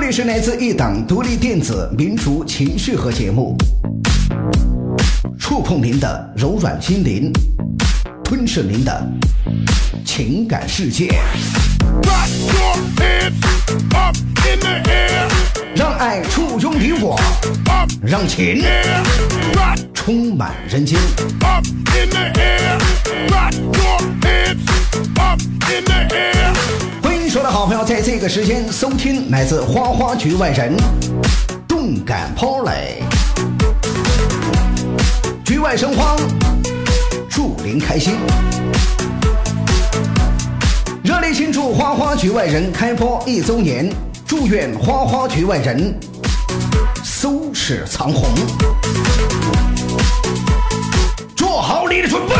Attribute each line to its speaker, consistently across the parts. Speaker 1: 里是来自一档独立电子民族情绪和节目，触碰您的柔软心灵，吞噬您的情感世界，
Speaker 2: Rock your hips up in the air,
Speaker 1: 让爱簇拥你我，
Speaker 2: up
Speaker 1: 让情
Speaker 2: air. Rock
Speaker 1: 充满人间。
Speaker 2: up in the air. Rock your hips up in the air.
Speaker 1: 欢迎所有的好朋友在这个时间收听来自花花局外人动感抛垒，局外生欢，祝您开心。热烈庆祝花花局外人开播一周年，祝愿花花局外人收视长虹。做好你的准备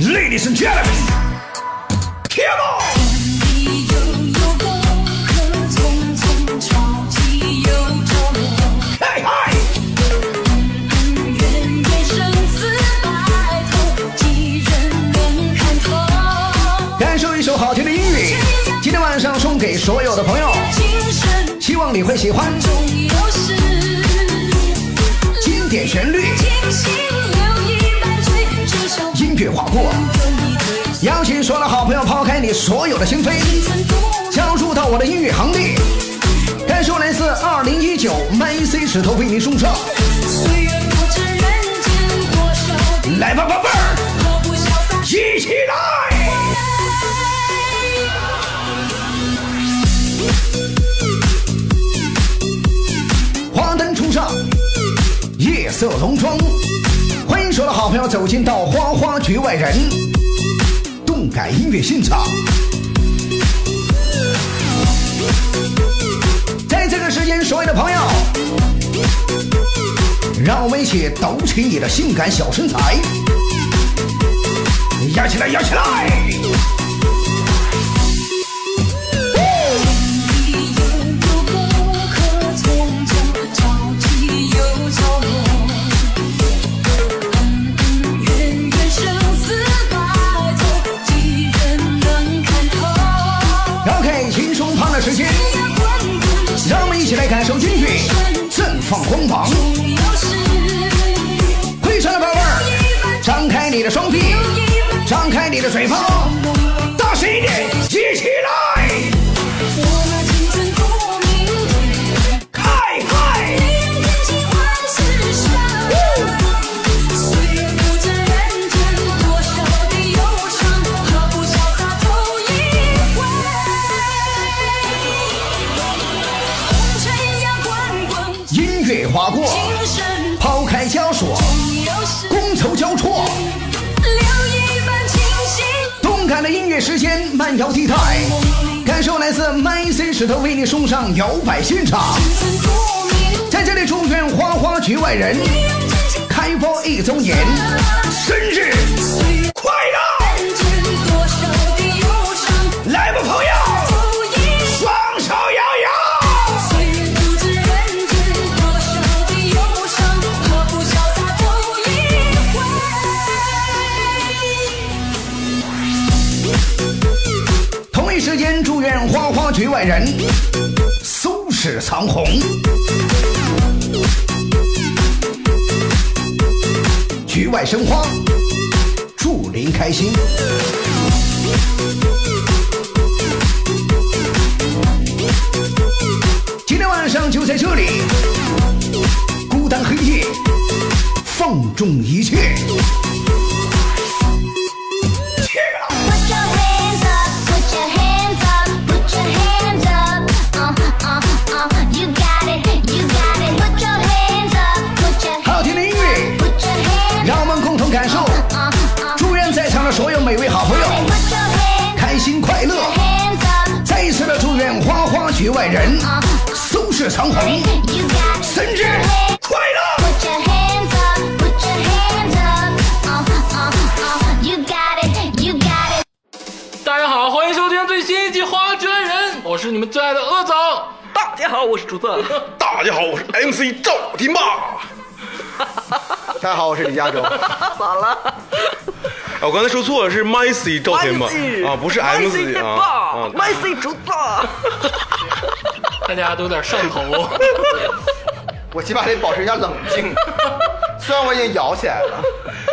Speaker 1: ，Ladies and gentlemen，Come on！
Speaker 3: 你悠悠过客，匆匆潮起又潮落，
Speaker 1: 嗨嗨！
Speaker 3: 恩怨也生死白头，几人能看透？
Speaker 1: 感受一首好听的音乐，今天晚上送给所有的朋友，
Speaker 3: 今生
Speaker 1: 希望你会喜欢
Speaker 3: 终有时，
Speaker 1: 经典旋律，
Speaker 3: 清醒留一半醉，至少
Speaker 1: 音乐划破。
Speaker 3: 有你对
Speaker 1: 邀请所有的好朋友抛开你所有的心扉，
Speaker 3: 一生不
Speaker 1: 加入到我的音乐行列。感受来自二零一九 MC 石头为您送上，
Speaker 3: 岁月不知人间多少地，
Speaker 1: 来吧，宝贝儿，
Speaker 3: 何不潇洒？
Speaker 1: 一起来！花灯初上，夜色浓妆，欢迎所有的好朋友走进到花花局外人动感音乐现场。在这个时间，所有的朋友，让我们一起抖起你的性感小身材，摇起来，摇起来！
Speaker 3: 你悠悠过客，匆匆潮起又潮落，恩恩怨怨生死白头，几人能看透？
Speaker 1: OK，轻松胖的时间，
Speaker 3: 天涯滚滚
Speaker 1: 让我们一起来感受音乐绽放光芒。
Speaker 3: 终有时，
Speaker 1: 挥手的宝贝儿，张开你的双臂，张开你的嘴巴，大声一点，一起来！
Speaker 3: 我们青春不明天，
Speaker 1: 嗨嗨！
Speaker 3: 你愿天际万事胜。岁月不知人间多少的忧伤，何不潇洒走一回？红尘呀滚滚，
Speaker 1: 音乐划过，
Speaker 3: 今生
Speaker 1: 抛开枷锁，
Speaker 3: 总有时。
Speaker 1: 觥筹交错，
Speaker 3: 留一半清醒，
Speaker 1: 动感的音乐时间慢摇地带，感受来自 MC 石头为你送上摇摆现场。
Speaker 3: 青春不明，
Speaker 1: 在这里祝愿花花局外人
Speaker 3: 你愿真情
Speaker 1: 开播一周年生日
Speaker 3: 岁月。
Speaker 1: 快乐！
Speaker 3: 人间多少的忧伤，
Speaker 1: 来吧，朋友，
Speaker 3: 走一
Speaker 1: 双手摇摇。
Speaker 3: 岁月不知人间多少的忧伤，何不潇洒走一回？
Speaker 1: 同一时间，祝愿花花局外人收视长虹。局外生花，祝您开心。今天晚上就在这里，孤单黑夜，放纵一切。切啊
Speaker 4: Put your hands up, put your hands up, put your hands up. Uh, uh, uh, you got it, you got it. Put your hands up, put your
Speaker 1: 好听的音乐。
Speaker 4: put your hands
Speaker 1: 让我们共同感受。
Speaker 4: up, uh,
Speaker 1: 祝愿在场的所有每位好朋友
Speaker 4: put your hands,
Speaker 1: 开心快乐。
Speaker 4: hands up,
Speaker 1: 再一次的祝愿花花局外人
Speaker 4: uh,
Speaker 1: 收视长虹，
Speaker 4: you got it.
Speaker 1: 生日快乐！
Speaker 4: Put your hands up, put your hands up. Uh, uh, uh, you got it, you got it.
Speaker 5: 大家好，欢迎收听最新一季《花卷人》，我是你们最爱的阿枣。
Speaker 6: 大家好，我是 竹子。
Speaker 7: 大家好，我是 MC 赵的妈。
Speaker 8: 大家好，我是李嘉洲。
Speaker 6: 咋了？
Speaker 7: 啊，我刚才说错了，是 MC 赵天霸啊
Speaker 6: MC
Speaker 7: 啊，不是
Speaker 6: MC
Speaker 7: MC
Speaker 6: 天
Speaker 7: 啊
Speaker 6: 霸
Speaker 7: 啊
Speaker 6: ，MC 竹子。
Speaker 5: 大家都有点上头。 哦
Speaker 8: 我起码得保持一下冷静。虽然我已经摇起来了，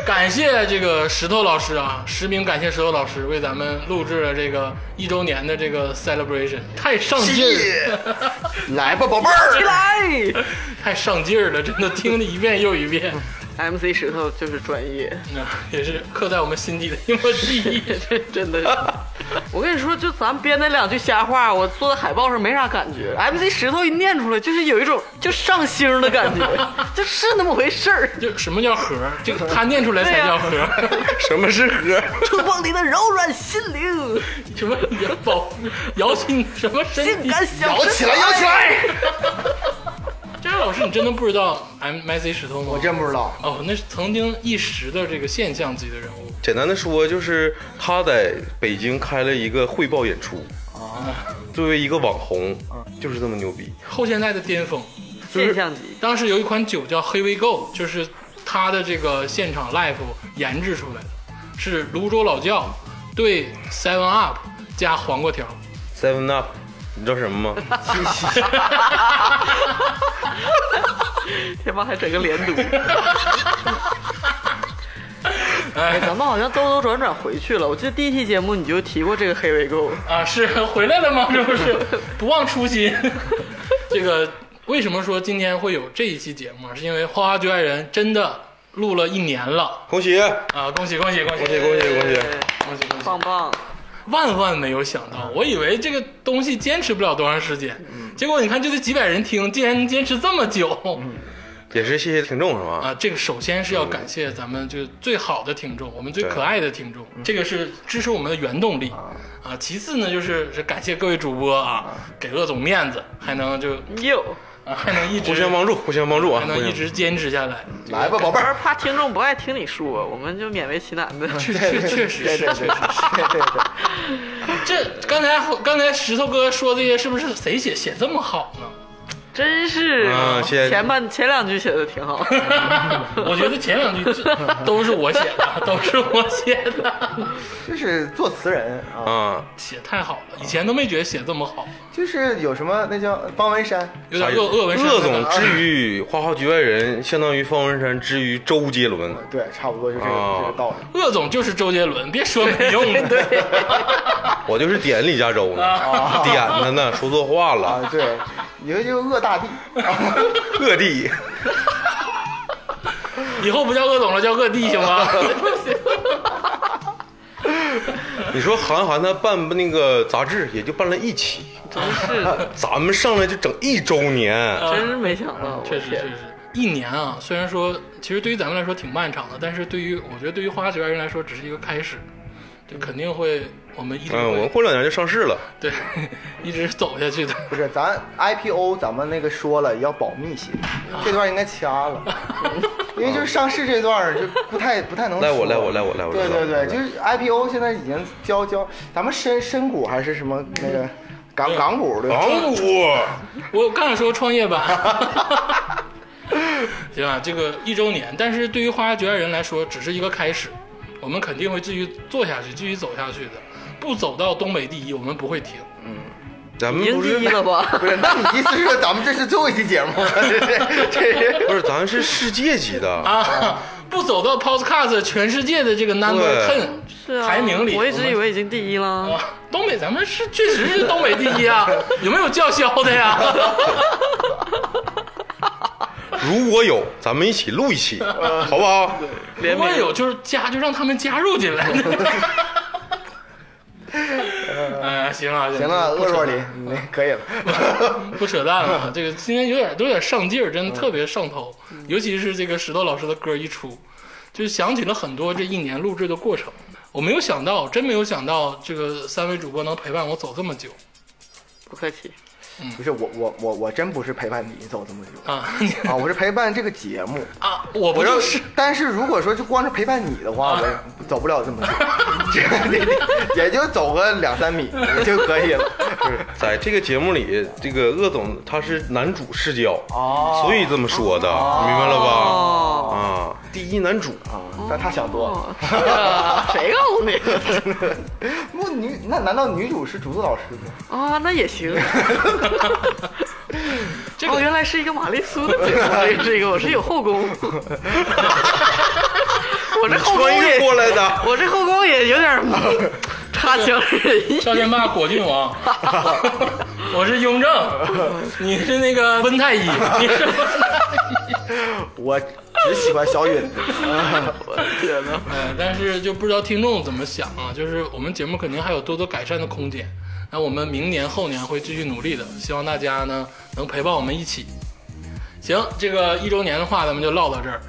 Speaker 5: 感谢这个石头老师啊，实名感谢石头老师为咱们录制了这个一周年的这个 celebration，太上劲儿了，
Speaker 8: 来吧，宝贝儿
Speaker 6: 起。来
Speaker 5: 太上劲儿了，真的听了一遍又一遍，
Speaker 6: ！MC 石头就是专 业，
Speaker 5: 那也是刻在我们心底的一抹记忆。
Speaker 6: 真的是。我跟你说，就咱编的两句瞎话，我坐在海报上没啥感觉。MC 石头一念出来，就是有一种就上星的感 觉，就是那么回事儿。
Speaker 5: 就什么叫核儿？这个他念出来才叫核儿。
Speaker 7: 什么啊是核？
Speaker 6: 触碰你的柔软心灵，
Speaker 5: 什么摇宝摇起你什么身
Speaker 6: 性
Speaker 5: 体？
Speaker 6: 感小
Speaker 8: 摇起来，摇起来！
Speaker 5: 这位老师，你真的不知道 M I C 石头吗？
Speaker 8: 我真不知道，
Speaker 5: 哦，那是曾经一时的这个现象级的人物。
Speaker 7: 简单的说，就是他在北京开了一个汇报演出。
Speaker 8: 哦
Speaker 7: 作为一个网红，
Speaker 8: 嗯
Speaker 7: 就是这么牛逼。
Speaker 5: 后现代的巅峰。
Speaker 6: 现象级，
Speaker 5: 当时有一款酒叫黑威购，就是他的这个现场 live 研制出来的，是泸州老窖兑 Seven Up 加黄瓜条。
Speaker 7: Seven Up，你知道什么吗？
Speaker 6: 天霸还整个连 读。
Speaker 5: 哎
Speaker 6: 咱们好像兜兜转转回去了。我记得第一期节目你就提过这个黑尾狗，
Speaker 5: 啊，是回来了吗？这不 是不忘初心。 这个为什么说今天会有这一期节目啊？是因为《花花最爱人》真的录了一年了
Speaker 7: 恭喜
Speaker 5: 啊！恭喜恭喜恭喜
Speaker 7: 恭喜恭喜恭喜！
Speaker 5: 恭喜恭喜！
Speaker 6: 棒棒！
Speaker 5: 万万没有想到，我以为这个东西坚持不了多长时间，
Speaker 8: 嗯
Speaker 5: 结果你看就这几百人听，竟然能坚持这么久。
Speaker 8: 嗯
Speaker 7: 也是谢谢听众是吧？
Speaker 5: 啊，这个首先是要感谢咱们就是最好的听众，我们最可爱的听众，
Speaker 8: 嗯
Speaker 5: 这个是支持我们的原动力啊。其次呢，就是是感谢各位主播啊，给鄂总面子，还能就
Speaker 6: 哟，
Speaker 5: 啊还能一直
Speaker 7: 互相帮助，互相帮助啊！
Speaker 5: 还
Speaker 7: 互
Speaker 5: 能
Speaker 7: 相
Speaker 5: 一直坚持下来，
Speaker 8: 来吧，宝贝
Speaker 6: 我是
Speaker 8: 儿。
Speaker 6: 怕听众不爱听你说，我们就勉为其难的。
Speaker 5: 确确实
Speaker 8: 对
Speaker 5: 是
Speaker 8: 对。对对对对，
Speaker 5: 这刚才刚才石头哥说这些，是不是谁写写这么好呢？
Speaker 6: 真是
Speaker 7: 啊
Speaker 5: 嗯
Speaker 7: 谢谢
Speaker 6: 前半前两句写的 挺好，
Speaker 5: 我觉得前两句这都是我写的，都是我写的，
Speaker 8: 这是作词人啊，
Speaker 7: 啊，
Speaker 5: 写太好了，以前都没觉得写这么好，
Speaker 8: 就是有什么那叫方文山，
Speaker 5: 有点鄂鄂文山的
Speaker 7: 鄂哎总
Speaker 5: 感觉
Speaker 7: 之于花花局外人，相当于方文山之于周杰伦。
Speaker 8: 对，差不多就这个
Speaker 7: 哦
Speaker 8: 这个道理。
Speaker 5: 鄂总就是周杰伦，别说没用的。对，
Speaker 7: 我就是点李佳洲
Speaker 5: 啊
Speaker 7: 呢，点他呢，说错话
Speaker 8: 啊
Speaker 7: 了，，
Speaker 8: 对，你这就恶大帝，
Speaker 7: 各地。
Speaker 5: 以后不叫鄂总了，叫鄂弟行吗？
Speaker 7: 你说韩寒他办那个杂志，也就办了一期，
Speaker 6: 真是的，
Speaker 7: 咱们上来就整一周年，
Speaker 5: 啊
Speaker 6: 真是没想到，
Speaker 5: 嗯
Speaker 6: 我
Speaker 5: 确实，确
Speaker 6: 天
Speaker 5: 实，一年啊，虽然说其实对于咱们来说挺漫长的，但是对于我觉得对于花花局外人来说只是一个开始，这肯定会我们一直
Speaker 7: 嗯，我
Speaker 5: 会
Speaker 7: 们过两年就上市了。
Speaker 5: 对 一直走下去的。
Speaker 8: 不是咱 IPO 咱们那个说了要保密些，这段应该掐了，因为就是上市这段儿就不太不太能说。
Speaker 7: 赖我赖我赖我赖我
Speaker 8: 对
Speaker 7: 赖
Speaker 8: 对
Speaker 7: 我
Speaker 8: 对，就是 IPO 现在已经交交，咱们深深股还是什么那个 港港股对吧？
Speaker 7: 港股
Speaker 5: 我刚想说创业板， 行吧，这个一周年，但是对于花花局外人来说，只是一个开始，我们肯定会继续做下去，继续走下去的。不走到东北第一，我们不会停。
Speaker 7: 咱们
Speaker 6: 已经
Speaker 7: 不是
Speaker 6: 第一了吧？
Speaker 8: 不是，那你意思是说咱们这是最后一期 节目了？这是这是
Speaker 7: 不是，咱是世界级的，
Speaker 5: 啊， 不走到 Podcast 全世界的这个 number
Speaker 7: 对
Speaker 5: ten
Speaker 6: 是啊，
Speaker 5: 排名里，
Speaker 6: 我一直以
Speaker 5: 们
Speaker 6: 为已经第一了，
Speaker 5: 啊东北咱们是确实是东北第一啊，有没有叫嚣的呀？
Speaker 7: 如果有，咱们一起录一期，
Speaker 5: 啊
Speaker 7: 好不好？
Speaker 5: 如果有就是加，就让他们加入进来。哎，行啊，
Speaker 8: 行了，
Speaker 5: 不
Speaker 8: 恶
Speaker 5: 扯
Speaker 8: 若林，你嗯可以了。
Speaker 5: 不扯淡 了，这个今天有点都有点上劲儿，真的特别上头，尤其是这个石头老师的歌一出，就想起了很多这一年录制的过程。我没有想到，真没有想到，这个三位主播能陪伴我走这么久
Speaker 6: 不客气，
Speaker 8: 不是我我我我真不是陪伴你走这么久
Speaker 5: 啊
Speaker 8: 啊，我是陪伴这个节目。
Speaker 5: 啊！我不
Speaker 8: 我
Speaker 5: 就
Speaker 8: 要啊
Speaker 5: 是
Speaker 8: 但是如果说就光是陪伴你的话，我也走不了这么久。也就走个两三米就可以了。
Speaker 7: 在这个节目里，这个鄂总他是男主视角，
Speaker 8: 哦
Speaker 7: 所以这么说的，明白了
Speaker 6: 哦
Speaker 7: 吧？啊，第一男主，
Speaker 8: 但他想多 了。
Speaker 6: 是啊，谁告诉你？
Speaker 8: 不女那难道女主是竹子老师吗？
Speaker 6: 啊，那也行。
Speaker 5: 这
Speaker 6: 哦，
Speaker 5: 个
Speaker 6: 原来是一个玛丽苏的节目，这个这个我是有后宫。我这后宫
Speaker 7: 穿越
Speaker 6: 也，
Speaker 7: 过来的，
Speaker 6: 我这后宫也有点儿差强人意。
Speaker 5: 少先霸果郡王， 我是雍正，你是那个温太医，你是温太医。
Speaker 8: 我只喜欢小允。
Speaker 6: 我的天哪！
Speaker 5: 呃，但是就不知道听众怎么想啊，就是我们节目肯定还有多多改善的空间。那我们明年后年会继续努力的，希望大家呢能陪伴我们一起。行，这个一周年的话咱们就唠到这儿。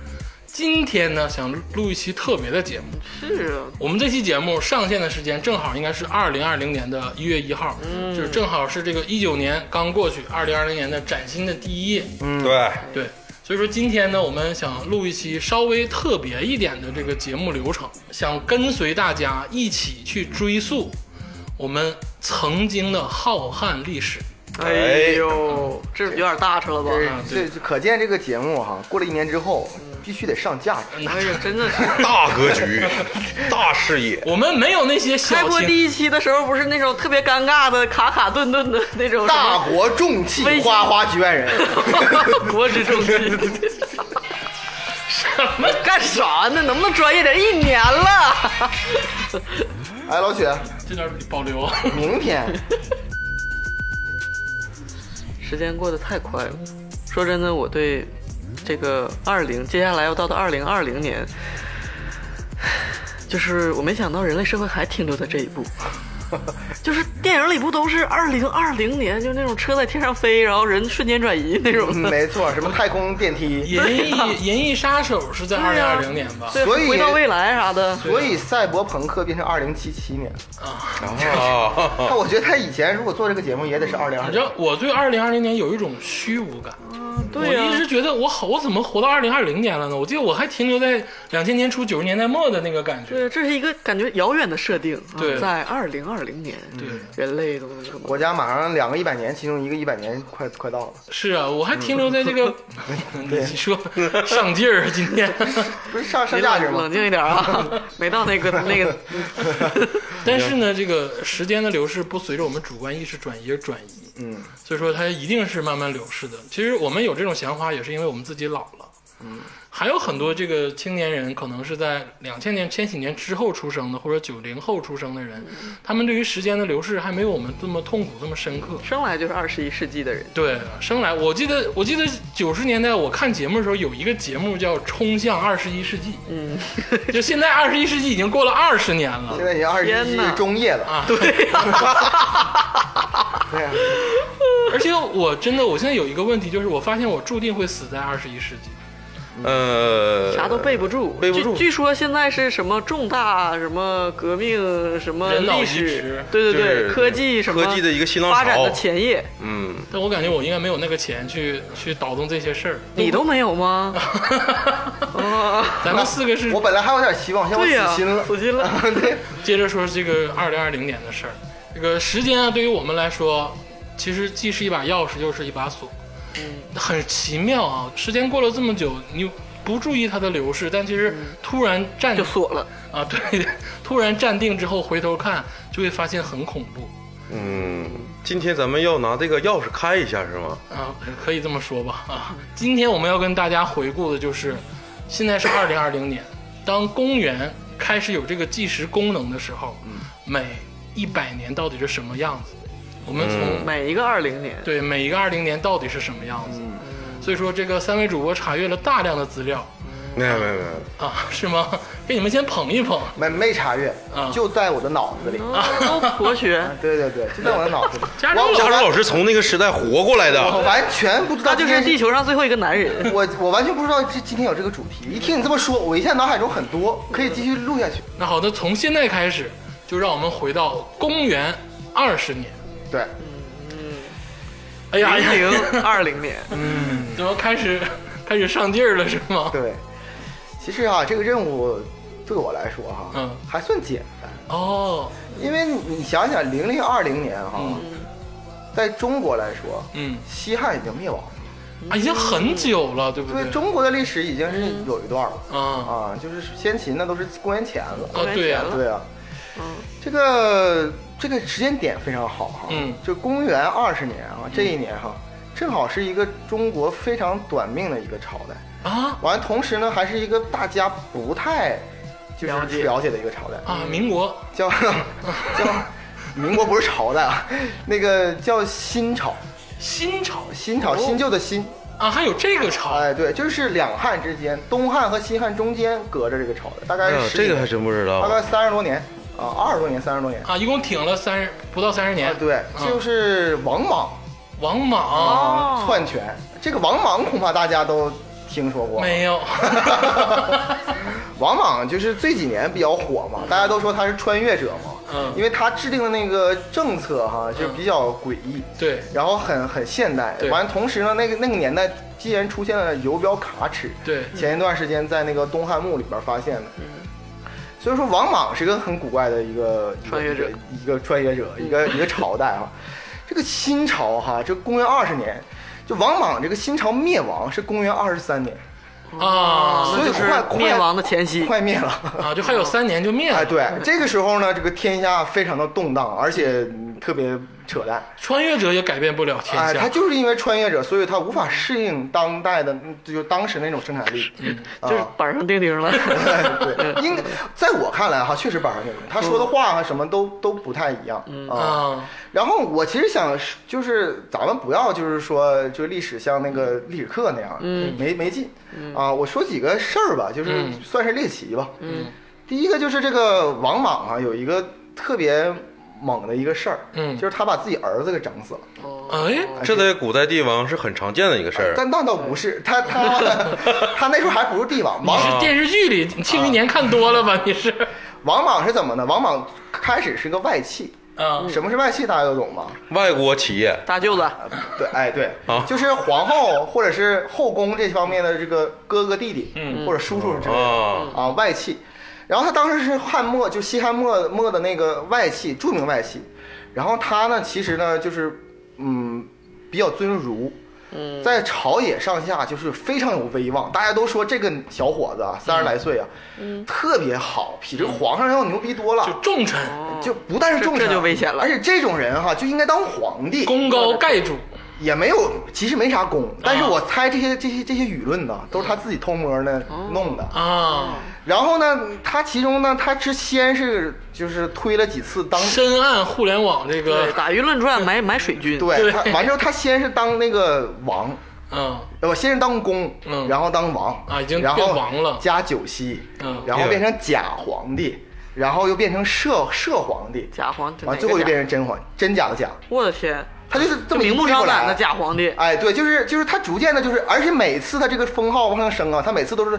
Speaker 5: 今天呢想录一期特别的节目，
Speaker 6: 是啊，
Speaker 5: 我们这期节目上线的时间正好应该是二零二零年的一月一号，就是正好是这个一九年刚过去，二零二零年的崭新的第一页。
Speaker 7: 对，
Speaker 5: 对，所以说今天呢，我们想录一期稍微特别一点的这个节目流程，想跟随大家一起去追溯我们曾经的浩瀚历史。
Speaker 6: 哎呦，这有点大车了吧？
Speaker 5: 啊
Speaker 8: 这这可见这个节目哈，过了一年之后必须得上架。
Speaker 6: 哎呀，真的是。
Speaker 7: 大格局， 大视野，
Speaker 5: 我们没有那些
Speaker 6: 开
Speaker 5: 小
Speaker 6: 播
Speaker 5: 清，
Speaker 6: 第一期的时候，不是那种特别尴尬的、卡卡顿顿的那种什么
Speaker 8: 大国重器，花花局外人。
Speaker 6: 国之重器。什么干啥呢？能不能专业点？一年了，
Speaker 8: 哎，老许，
Speaker 5: 这点保留。啊
Speaker 8: 明天
Speaker 6: 时间过得太快了。说真的，我对这个二零，接下来要到的二零二零年， 就是我没想到人类社会还停留在这一步。 就是电影里不都是二零二零年，就那种车在天上飞，然后人瞬间转移那种的。
Speaker 8: 嗯没错，什么太空电梯，
Speaker 5: 银翼银翼杀手是在二
Speaker 6: 对啊
Speaker 5: 零二
Speaker 6: 呀
Speaker 5: 零年吧？
Speaker 6: 对
Speaker 8: 所以
Speaker 6: 回到未来啥的，
Speaker 8: 所以赛博朋克变成二零七七年。
Speaker 7: 啊，
Speaker 8: 那我觉得他以前如果做这个节目，也得是二零二
Speaker 5: 你知道我对二零二零年有一种虚无感，我
Speaker 6: 对啊呀、
Speaker 5: 一直觉得我好，我怎么活到二零二零年了呢？我记得我还停留在两千年初九十年代末的那个感觉。
Speaker 6: 对，这是一个感觉遥远的设定。啊
Speaker 5: 对
Speaker 6: 在二零二零年，
Speaker 5: 对
Speaker 6: 人类都什么？
Speaker 8: 国家马上两个一百年，其中一个一百年快快到了。
Speaker 5: 是啊，我还停留在这个， 你说上劲儿啊今 天，
Speaker 8: 不是上上
Speaker 6: 你
Speaker 8: 价值
Speaker 6: 冷
Speaker 8: 吗
Speaker 6: 冷？静一点 啊，没到那个那个。
Speaker 5: 但是呢，这个时间的流逝不随着我们主观意识转移而转移，嗯，所以说它一定是慢慢流逝的。其实我们有这种想法，也是因为我们自己老了，嗯，还有很多这个青年人可能是在两千年、千禧年之后出生的，或者九零后出生的人，他们对于时间的流逝还没有我们这么痛苦、这么深刻。
Speaker 6: 生来就是二十一世纪的人，
Speaker 5: 对，生来我记得，我记得九十年代我看节目的时候，有一个节目叫《冲向二十一世纪》。嗯， 就现在二十一世纪已经过了二十年 了
Speaker 8: 现。在已经二十一
Speaker 6: 天哪
Speaker 8: 世纪中叶了。
Speaker 5: 啊，
Speaker 8: 对呀，
Speaker 5: 而且我真的，我现在有一个问题，就是我发现我注定会死在二十一世纪。
Speaker 7: 呃，
Speaker 6: 啥都背不住。
Speaker 7: 背不住
Speaker 6: 据据说现在是什么重大什么革命什么
Speaker 5: 人脑
Speaker 6: 历
Speaker 5: 移
Speaker 6: 史
Speaker 5: 植，
Speaker 6: 对对
Speaker 7: 就是
Speaker 6: 对，科技什么
Speaker 7: 科技的一个新浪潮
Speaker 6: 发展的前夜，
Speaker 7: 嗯，
Speaker 5: 但我感觉我应该没有那个钱去去倒腾这些事儿。
Speaker 6: 你都没有吗？ 啊，
Speaker 5: 咱们四个是
Speaker 8: 我本来还有点希望，现在
Speaker 6: 对呀
Speaker 8: 我死 心了。
Speaker 6: 死心了
Speaker 8: 对，
Speaker 5: 接着说这个二零二零年的事儿，这个时间啊，对于我们来说，其实既是一把钥匙，又是一把锁，很奇妙啊。时间过了这么久，你不注意它的流逝，但其实突然站、
Speaker 6: 就锁了。
Speaker 5: 啊，对，突然站定之后回头看，就会发现很恐怖
Speaker 7: 嗯，今天咱们要拿这个钥匙开一下是吗？
Speaker 5: 啊，可以这么说吧啊。今天我们要跟大家回顾的就是，现在是二零二零年，当公元开始有这个计时功能的时候，
Speaker 6: 嗯
Speaker 5: 每一百年到底是什么样子？我们从、
Speaker 7: 嗯
Speaker 6: 每一个二零年，
Speaker 5: 对每一个二零年到底是什么样子。
Speaker 6: 嗯
Speaker 5: 所以说，这个三位主播查阅了大量的资料
Speaker 7: 没有没有没有，
Speaker 5: 啊，是吗？给你们先捧一捧，
Speaker 8: 没没查阅
Speaker 5: 啊，
Speaker 8: 就在我的脑子里。
Speaker 6: 哦都博 学，
Speaker 8: 对对对，就在我的脑 子里。
Speaker 5: 加入
Speaker 8: 我
Speaker 7: 加
Speaker 8: 我
Speaker 7: 入
Speaker 8: 完
Speaker 7: 老师从那个时代活过来
Speaker 8: 我
Speaker 7: 的，
Speaker 8: 完全不知道
Speaker 6: 他
Speaker 8: 今
Speaker 6: 就
Speaker 8: 天，
Speaker 6: 是地球上最后一个男人。
Speaker 8: 我我完全不知道这今天有这个主题。一听你这么说，我一下脑海中很多，可以继续录下去。
Speaker 5: 那好，那从现在开始，就让我们回到公元二十年。
Speaker 8: 对，
Speaker 5: 哎呀，哎
Speaker 6: 零
Speaker 5: 呀，
Speaker 6: 零二零年，
Speaker 5: 怎么开始开始上劲儿了是 吗？
Speaker 8: 对，其实啊，这个任务对我来说哈、
Speaker 5: 嗯
Speaker 8: 还算简单，
Speaker 5: 哦，
Speaker 8: 因为你想想，零零二零年哈，在中国来说，
Speaker 5: 嗯，
Speaker 8: 西汉已经灭亡了，
Speaker 5: 啊，已经很久了，对不
Speaker 8: 嗯对中国的历史已经是有一段
Speaker 5: 啊
Speaker 8: 了、啊，就是先秦那都是公元前了，
Speaker 5: 啊，对呀、
Speaker 8: 对啊，这个这个时间点非常好哈，
Speaker 5: 嗯
Speaker 8: 就公元二十年啊，这一年哈，正好是一个中国非常短命的一个朝代，
Speaker 5: 啊
Speaker 8: 完同时呢，还是一个大家不太就
Speaker 6: 了
Speaker 8: 是
Speaker 6: 解
Speaker 8: 了解的一个朝代，
Speaker 5: 啊，民国
Speaker 8: 叫叫 民国不是朝代啊， 那个叫新朝，
Speaker 5: 新朝
Speaker 8: 新朝新旧的新，
Speaker 5: 啊，还有这个朝
Speaker 8: 哎对，就是两汉之间，东汉和西汉中间隔着这个朝代，大概
Speaker 7: 哎
Speaker 8: 是
Speaker 7: 呀，
Speaker 8: 10
Speaker 7: 这个
Speaker 8: 年
Speaker 7: 还真不知
Speaker 8: 大
Speaker 7: 道
Speaker 8: 概。三十多年啊，二十多年三十多年。
Speaker 5: 啊，一共挺了三十不到三十
Speaker 8: 啊
Speaker 5: 年，，
Speaker 8: 对，就是王莽
Speaker 5: 王莽、
Speaker 8: 啊，篡权。这个王莽恐怕大家都听说过。
Speaker 5: 没 有，
Speaker 8: 王莽就是这几年比较火嘛，大家都说他是穿越者嘛，
Speaker 5: 嗯
Speaker 8: 因为他制定的那个政策哈、就比较诡异，
Speaker 5: 对，
Speaker 8: 然后很很现代。
Speaker 5: 嗯对
Speaker 8: 完，同时呢，那个那个年代既然出现了游标卡尺，
Speaker 5: 对嗯
Speaker 8: 前一段时间在那个东汉墓里边发现的。所以说，王莽是个很古怪的一个一个
Speaker 6: 穿越者
Speaker 8: 一个穿越者，
Speaker 5: 嗯
Speaker 8: 一个一个朝代哈。这个新朝哈，这公元二十年，就王莽这个新朝灭亡是公元二十三年，
Speaker 5: 啊
Speaker 8: 所以
Speaker 6: 那就是
Speaker 8: 快快
Speaker 6: 灭亡的前夕
Speaker 8: 快灭了。
Speaker 5: 啊，就还有三年就灭了。
Speaker 8: 哎，对，这个时候呢，这个天下非常的动荡，而且嗯特别扯淡。
Speaker 5: 穿越者也改变不了天
Speaker 8: 哎，
Speaker 5: 下。
Speaker 8: 他就是因为穿越者，所以他无法适应当代的，嗯就当时那种生产力。
Speaker 5: 嗯
Speaker 8: 啊
Speaker 6: 就是板上钉 钉了。
Speaker 8: 对，应该在我看来哈，确实板上钉钉，他说的话和什么都都不太一样啊。
Speaker 5: 啊，
Speaker 8: 然后我其实想，就是咱们不要就是说，就历史像那个历史课那样，没没劲啊。我说几个事儿吧，就是
Speaker 5: 嗯
Speaker 8: 算是猎奇吧。嗯，第一个就是这个王莽啊，有一个特别猛的一个事儿，
Speaker 5: 嗯
Speaker 8: 就是他把自己儿子给整死了。
Speaker 5: 哎，
Speaker 7: 这在古代帝王是很常见的一个事儿。
Speaker 8: 但那倒不是，他他 他那时候还不是帝王，嗯
Speaker 5: 你
Speaker 8: 王
Speaker 5: 是电视剧里《庆余年》看多了吧？你是
Speaker 8: 王莽是怎么呢？王莽开始是个外戚，
Speaker 5: 啊
Speaker 8: 什么是外戚？大家都懂吧？
Speaker 7: 外国企业
Speaker 6: 大舅子，
Speaker 8: 对，哎对
Speaker 7: 啊，
Speaker 8: 就是皇后或者是后宫这方面的这个哥哥弟弟，
Speaker 5: 嗯
Speaker 8: 或者叔叔之类
Speaker 6: 哦
Speaker 8: 的
Speaker 7: 啊，
Speaker 8: 啊，外戚。然后他当时是汉末，就西汉末末的那个外戚，著名外戚。然后他呢，其实呢，就是嗯，比较尊儒，在朝野上下就是非常有威望，大家都说这个小伙子啊，三十来岁啊，特别好，比这皇上要牛逼多了
Speaker 5: 就。重臣，
Speaker 8: 就不但是重臣，
Speaker 6: 这这就危险了
Speaker 8: 而且这种人哈、就应该当皇帝，
Speaker 5: 功高盖主
Speaker 8: 也没有，其实没啥功。
Speaker 5: 啊
Speaker 8: 但是我猜这些这些这些舆论呢，都是他自己偷摸的弄的。
Speaker 5: 嗯哦啊，
Speaker 8: 然后呢，他其中呢，他之先是就是推了几次当，
Speaker 5: 深谙互联网这
Speaker 6: 对，
Speaker 5: 个，
Speaker 6: 打舆论战买买水军，
Speaker 8: 对
Speaker 5: 对
Speaker 8: 他完之后，他先是当那个王，
Speaker 5: 嗯
Speaker 8: 呃我先是当公，
Speaker 5: 嗯
Speaker 8: 然后当王
Speaker 5: 啊已经
Speaker 8: 然后
Speaker 5: 变王了
Speaker 8: 加九锡，
Speaker 5: 嗯
Speaker 8: 然后变成假皇帝，然后又变成摄摄皇帝，
Speaker 6: 假皇帝，
Speaker 8: 完最后就变
Speaker 6: 成
Speaker 8: 成真皇，真假的假，
Speaker 6: 我的天，
Speaker 8: 他就是
Speaker 6: 就
Speaker 8: 这么一
Speaker 6: 明目
Speaker 8: 推
Speaker 6: 张
Speaker 8: 过
Speaker 6: 胆
Speaker 8: 来
Speaker 6: 的假皇帝，
Speaker 8: 哎，对，就是就是他逐渐的，就是而且每次他这个封号往上升啊，他每次都是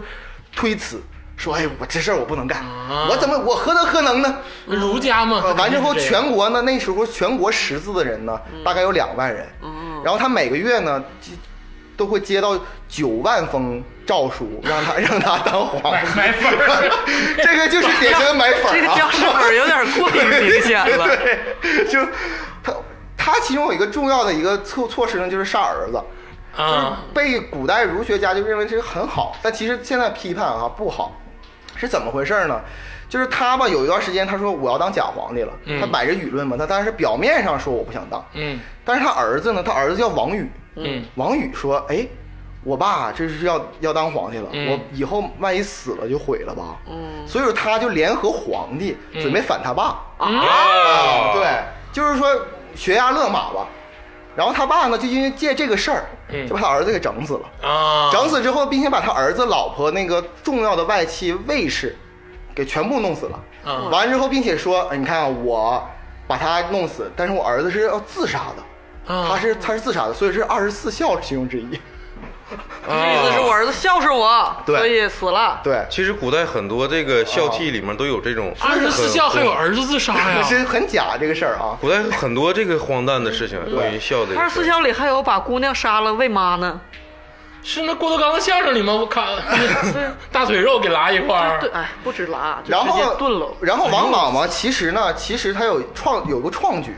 Speaker 8: 推辞，说哎，我这事儿我不能干，我怎么我何德何能呢？
Speaker 5: 儒家嘛
Speaker 8: 呃，完之后，
Speaker 5: 啊肯定是这样嗯
Speaker 8: 全国呢，那时候全国识字的人呢，大概有两万人。然后他每个月呢，接都会接到九万封诏书，让他让他当皇
Speaker 5: 买
Speaker 8: 帝。
Speaker 5: 买粉儿
Speaker 8: 这个就是典型的买粉
Speaker 6: 这
Speaker 8: 儿
Speaker 6: 个
Speaker 8: 啊！
Speaker 6: 僵尸粉有点过于明
Speaker 5: 啊
Speaker 6: 显了。
Speaker 8: 对，就他他其中有一个重要的一个措措施呢，就是杀儿子。
Speaker 5: 啊，
Speaker 8: 被古代儒学家就认为这个很好，但其实现在批判啊不好，是怎么回事呢？就是他吧，有一段时间他说我要当假皇帝了，
Speaker 5: 嗯
Speaker 8: 他摆着舆论嘛，他但是表面上说我不想当，
Speaker 5: 嗯
Speaker 8: 但是他儿子呢，他儿子叫王宇，
Speaker 5: 嗯
Speaker 8: 王宇说，哎，我爸这是要要当皇帝了，
Speaker 5: 嗯
Speaker 8: 我以后万一死了就毁了吧，所以说他就联合皇帝
Speaker 5: 嗯
Speaker 8: 准备反他爸，
Speaker 5: 啊哦
Speaker 7: 啊，
Speaker 8: 哎对，就是说悬崖勒马吧。然后他爸呢，就因为借这个事儿，
Speaker 5: 嗯
Speaker 8: 就把他儿子给整死了。
Speaker 5: 啊，
Speaker 8: 整死之后，并且把他儿子、老婆那个重要的外戚卫氏给全部弄死了。
Speaker 5: 嗯
Speaker 8: 完之后，并且说，哎你看啊我把他弄死，但是我儿子是要自杀的，
Speaker 5: 啊
Speaker 8: 他是他是自杀的，所以是二十四孝其中之一。
Speaker 6: 意思是我儿子孝顺我，
Speaker 8: 对
Speaker 6: 所以死了。
Speaker 8: 对，，
Speaker 7: 其实古代很多这个孝悌里面都有这种
Speaker 5: 二十四孝还有儿子自杀呀
Speaker 8: 是很假这个事儿啊。
Speaker 7: 古代很多
Speaker 6: 嗯
Speaker 7: 这个荒诞的事情关于孝的。
Speaker 6: 二十四孝里还有把姑娘杀了喂妈呢，
Speaker 5: 是那郭德纲的相声里吗？我靠， 大腿肉给拉一块
Speaker 6: 对，
Speaker 5: 儿，
Speaker 6: 哎，不止拉，就
Speaker 8: 啊然
Speaker 6: 直接
Speaker 8: 后
Speaker 6: 炖了。哎
Speaker 8: 然后王莽嘛，其实呢，其实他有创有个创举，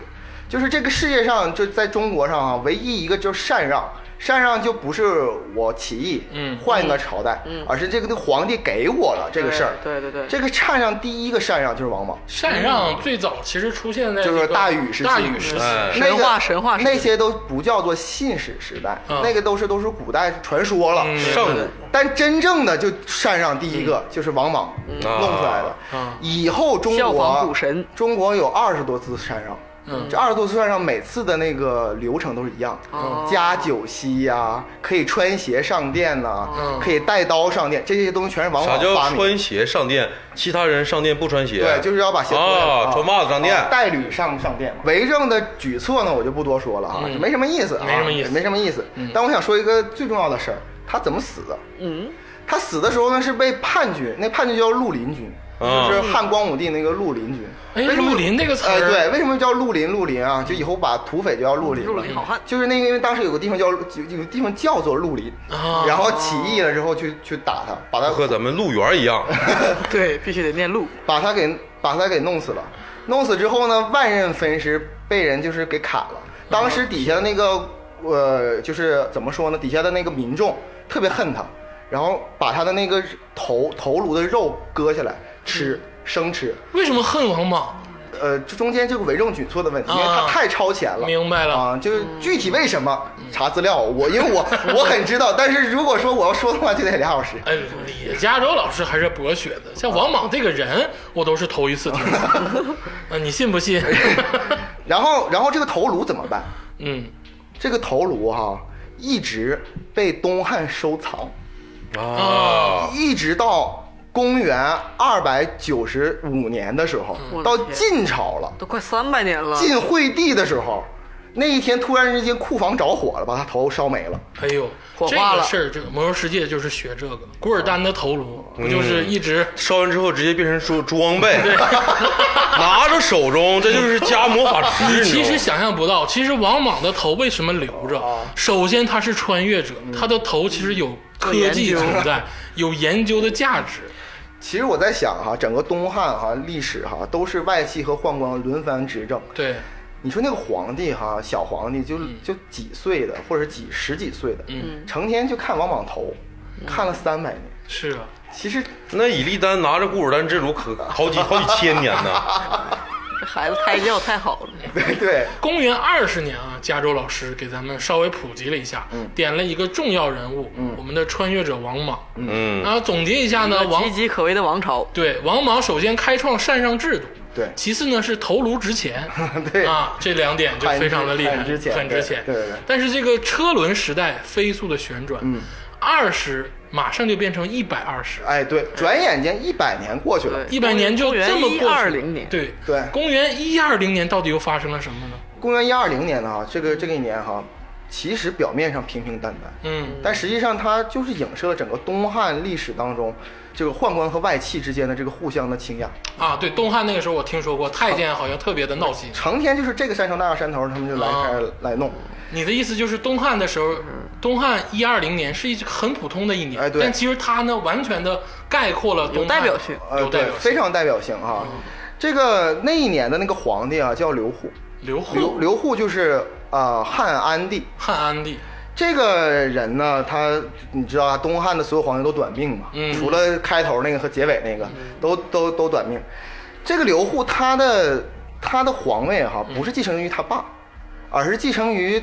Speaker 8: 就是这个世界上就在中国上啊，唯一一个就是禅让。禅让就不是我起义，
Speaker 5: 嗯
Speaker 8: 换一个朝代，而是这个皇帝给我了这个事儿。
Speaker 6: 对对对嗯对
Speaker 8: 这个禅让第一个禅让就是王莽，
Speaker 5: 禅让最早其实出现在
Speaker 8: 就是
Speaker 5: 这个
Speaker 8: 大禹时期
Speaker 5: 大禹时期，
Speaker 7: 哎
Speaker 8: 那个
Speaker 6: 神话神话时代
Speaker 8: 那些都不叫做信史时代，
Speaker 5: 嗯
Speaker 8: 那个都是都是古代传说了。
Speaker 6: 嗯
Speaker 7: 上古
Speaker 8: 但真正的就禅让第一个、就是王莽弄出来的。
Speaker 5: 嗯啊
Speaker 8: 以后中
Speaker 6: 效
Speaker 8: 国
Speaker 6: 仿古神
Speaker 8: 中国有二十多次禅让，
Speaker 5: 嗯
Speaker 8: 这二十多次禅让每次的那个流程都是一样，
Speaker 6: 哦
Speaker 8: 加九锡呀、可以穿鞋上殿呐、
Speaker 5: 嗯
Speaker 8: 可以带刀上殿，这些东西全是王
Speaker 7: 啥
Speaker 8: 莽
Speaker 7: 叫
Speaker 8: 发明的。
Speaker 7: 穿鞋上殿？其他人上殿不穿鞋？
Speaker 8: 对，就是要把鞋脱下来
Speaker 5: 哦
Speaker 7: 啊，穿袜子上殿
Speaker 8: 啊。带履上上殿嘛。为政的举措呢，我就不多说了啊，
Speaker 5: 嗯
Speaker 8: 就没什么意思啊，
Speaker 5: 没什么意思嗯
Speaker 8: 没什么意思。但我想说一个最重要的事儿，他怎么死的？
Speaker 6: 嗯，
Speaker 8: 他死的时候呢是被叛军，那叛军叫绿林军，
Speaker 7: 啊
Speaker 8: 就是汉光武帝那个绿林军。
Speaker 5: 嗯哎
Speaker 8: 为什么
Speaker 5: 绿林这个词儿
Speaker 8: 呃，对，为什么叫绿林？绿林啊，就以后把土匪就叫绿林了。
Speaker 6: 绿林好汉
Speaker 8: 就是那个，因为当时有个地方叫有有个地方叫做绿林
Speaker 5: 啊，
Speaker 8: 然后起义了之后去去打他，把他
Speaker 7: 和咱们陆源一 样，
Speaker 6: 哎对，必须得念路。
Speaker 8: 把他给把他给弄死了。弄死之后呢，万刃分尸，被人就是给砍了。当时底下的那个呃，就是怎么说呢，底下的那个民众特别恨他，然后把他的那个头头颅的肉割下来吃，
Speaker 5: 嗯
Speaker 8: 生吃。
Speaker 5: 为什么恨王莽？
Speaker 8: 呃，这中间这个为政举措的问题，因为
Speaker 5: 啊
Speaker 8: 他太超前了。
Speaker 5: 明白了嗯
Speaker 8: 啊，就是具体为什么查资料，我因为我我很知道，但是如果说我要说的话，就得俩小时。
Speaker 5: 哎，李嘉洲老师还是博学的，像王莽这个人，我都是头一次听。啊，你信不信？
Speaker 8: 然后，然后这个头颅怎么办？
Speaker 5: 嗯，
Speaker 8: 这个头颅哈、一直被东汉收藏，
Speaker 5: 啊，
Speaker 8: 一直到公元二百九十五年的时候，
Speaker 6: 嗯
Speaker 8: 到
Speaker 6: 我的天
Speaker 8: 晋朝了，
Speaker 6: 都快三百年了，
Speaker 8: 晋惠帝的时候，那一天突然之间库房着火了，把他头烧没了。
Speaker 5: 哎呦，
Speaker 6: 火
Speaker 5: 这
Speaker 6: 化
Speaker 5: 个
Speaker 6: 了
Speaker 5: 事儿，这个《魔兽世界》就是学这个。古尔丹的头颅不就是一直
Speaker 7: 烧完之后直接变成装装 备，拿着手中，这就是加魔法师。
Speaker 5: 你
Speaker 7: 你知
Speaker 5: 其
Speaker 7: 道
Speaker 5: 实
Speaker 7: 吗
Speaker 5: 想象不到，其实王莽的头为什么留着？首先他是穿越者，他的头其实有科技
Speaker 6: 有研究
Speaker 5: 存在， 有研究的价值。
Speaker 8: 其实我在想哈、整个东汉哈、历史哈、都是外戚和宦官轮番执政。
Speaker 5: 对，
Speaker 8: 你说那个皇帝哈、小皇帝
Speaker 6: 嗯
Speaker 8: 就就几岁的，或者几十几岁的，
Speaker 5: 嗯
Speaker 8: 成天就看王莽头，
Speaker 6: 嗯
Speaker 8: 看了三百年。
Speaker 5: 是啊，
Speaker 8: 其实
Speaker 7: 那以利丹拿着古尔丹之炉，可好几好几千年呢。
Speaker 6: 这孩子胎教太好了。
Speaker 8: 对对，
Speaker 5: 公元二十年啊，加州老师给咱们稍微普及了一下，点了一个重要人物，我们的穿越者王莽。
Speaker 7: 嗯，
Speaker 5: 然后总结一下呢，呃王
Speaker 6: 岌岌可危的王朝，
Speaker 5: 对王莽首先开创禅让制度，
Speaker 8: 对
Speaker 5: 其次呢是头颅值钱，
Speaker 8: 对
Speaker 5: 啊，这两点就非常的厉害，
Speaker 8: 很值钱
Speaker 5: 很值钱
Speaker 8: 对对对对嗯
Speaker 5: 但是这个车轮时代飞速的旋转，二十马上就变成一百二十。
Speaker 8: 哎对，转眼间一百年过去了。
Speaker 6: 对
Speaker 5: 一百年就这么过去了，
Speaker 6: 公元120年
Speaker 5: 对
Speaker 8: 对
Speaker 5: 公元一二零年到底又发生了什么呢？
Speaker 8: 公元一二零年呢，哈，这个这个一年哈，其实表面上平平淡淡，
Speaker 5: 嗯，
Speaker 8: 但实际上它就是影射了整个东汉历史当中这个宦官和外戚之间的这个互相的倾轧，
Speaker 5: 啊，对，东汉那个时候我听说过，太监好像特别的闹心。
Speaker 8: 成天就是这个山头那个山头，他们就来
Speaker 5: 啊
Speaker 8: 开始来弄。
Speaker 5: 你的意思就是东汉的时候，东汉一二零年是一很普通的一年，
Speaker 8: 哎对
Speaker 5: 但其实它呢完全的概括了东汉
Speaker 6: 有代表性
Speaker 8: 呃，
Speaker 5: 有代
Speaker 8: 对
Speaker 5: 表，性。嗯
Speaker 8: 非常有代表性啊。这个那一年的那个皇帝啊，叫刘祜，
Speaker 5: 刘
Speaker 8: 刘
Speaker 5: 祜、
Speaker 8: 刘祜就是呃汉安帝。
Speaker 5: 汉安帝，
Speaker 8: 这个人呢，他你知道啊，东汉的所有皇帝都短命嘛，
Speaker 5: 嗯
Speaker 8: 除了开头那个和结尾那个，都都都短命。这个刘祜他的他的皇位哈、
Speaker 5: 嗯
Speaker 8: 不是继承于他爸，而是继承于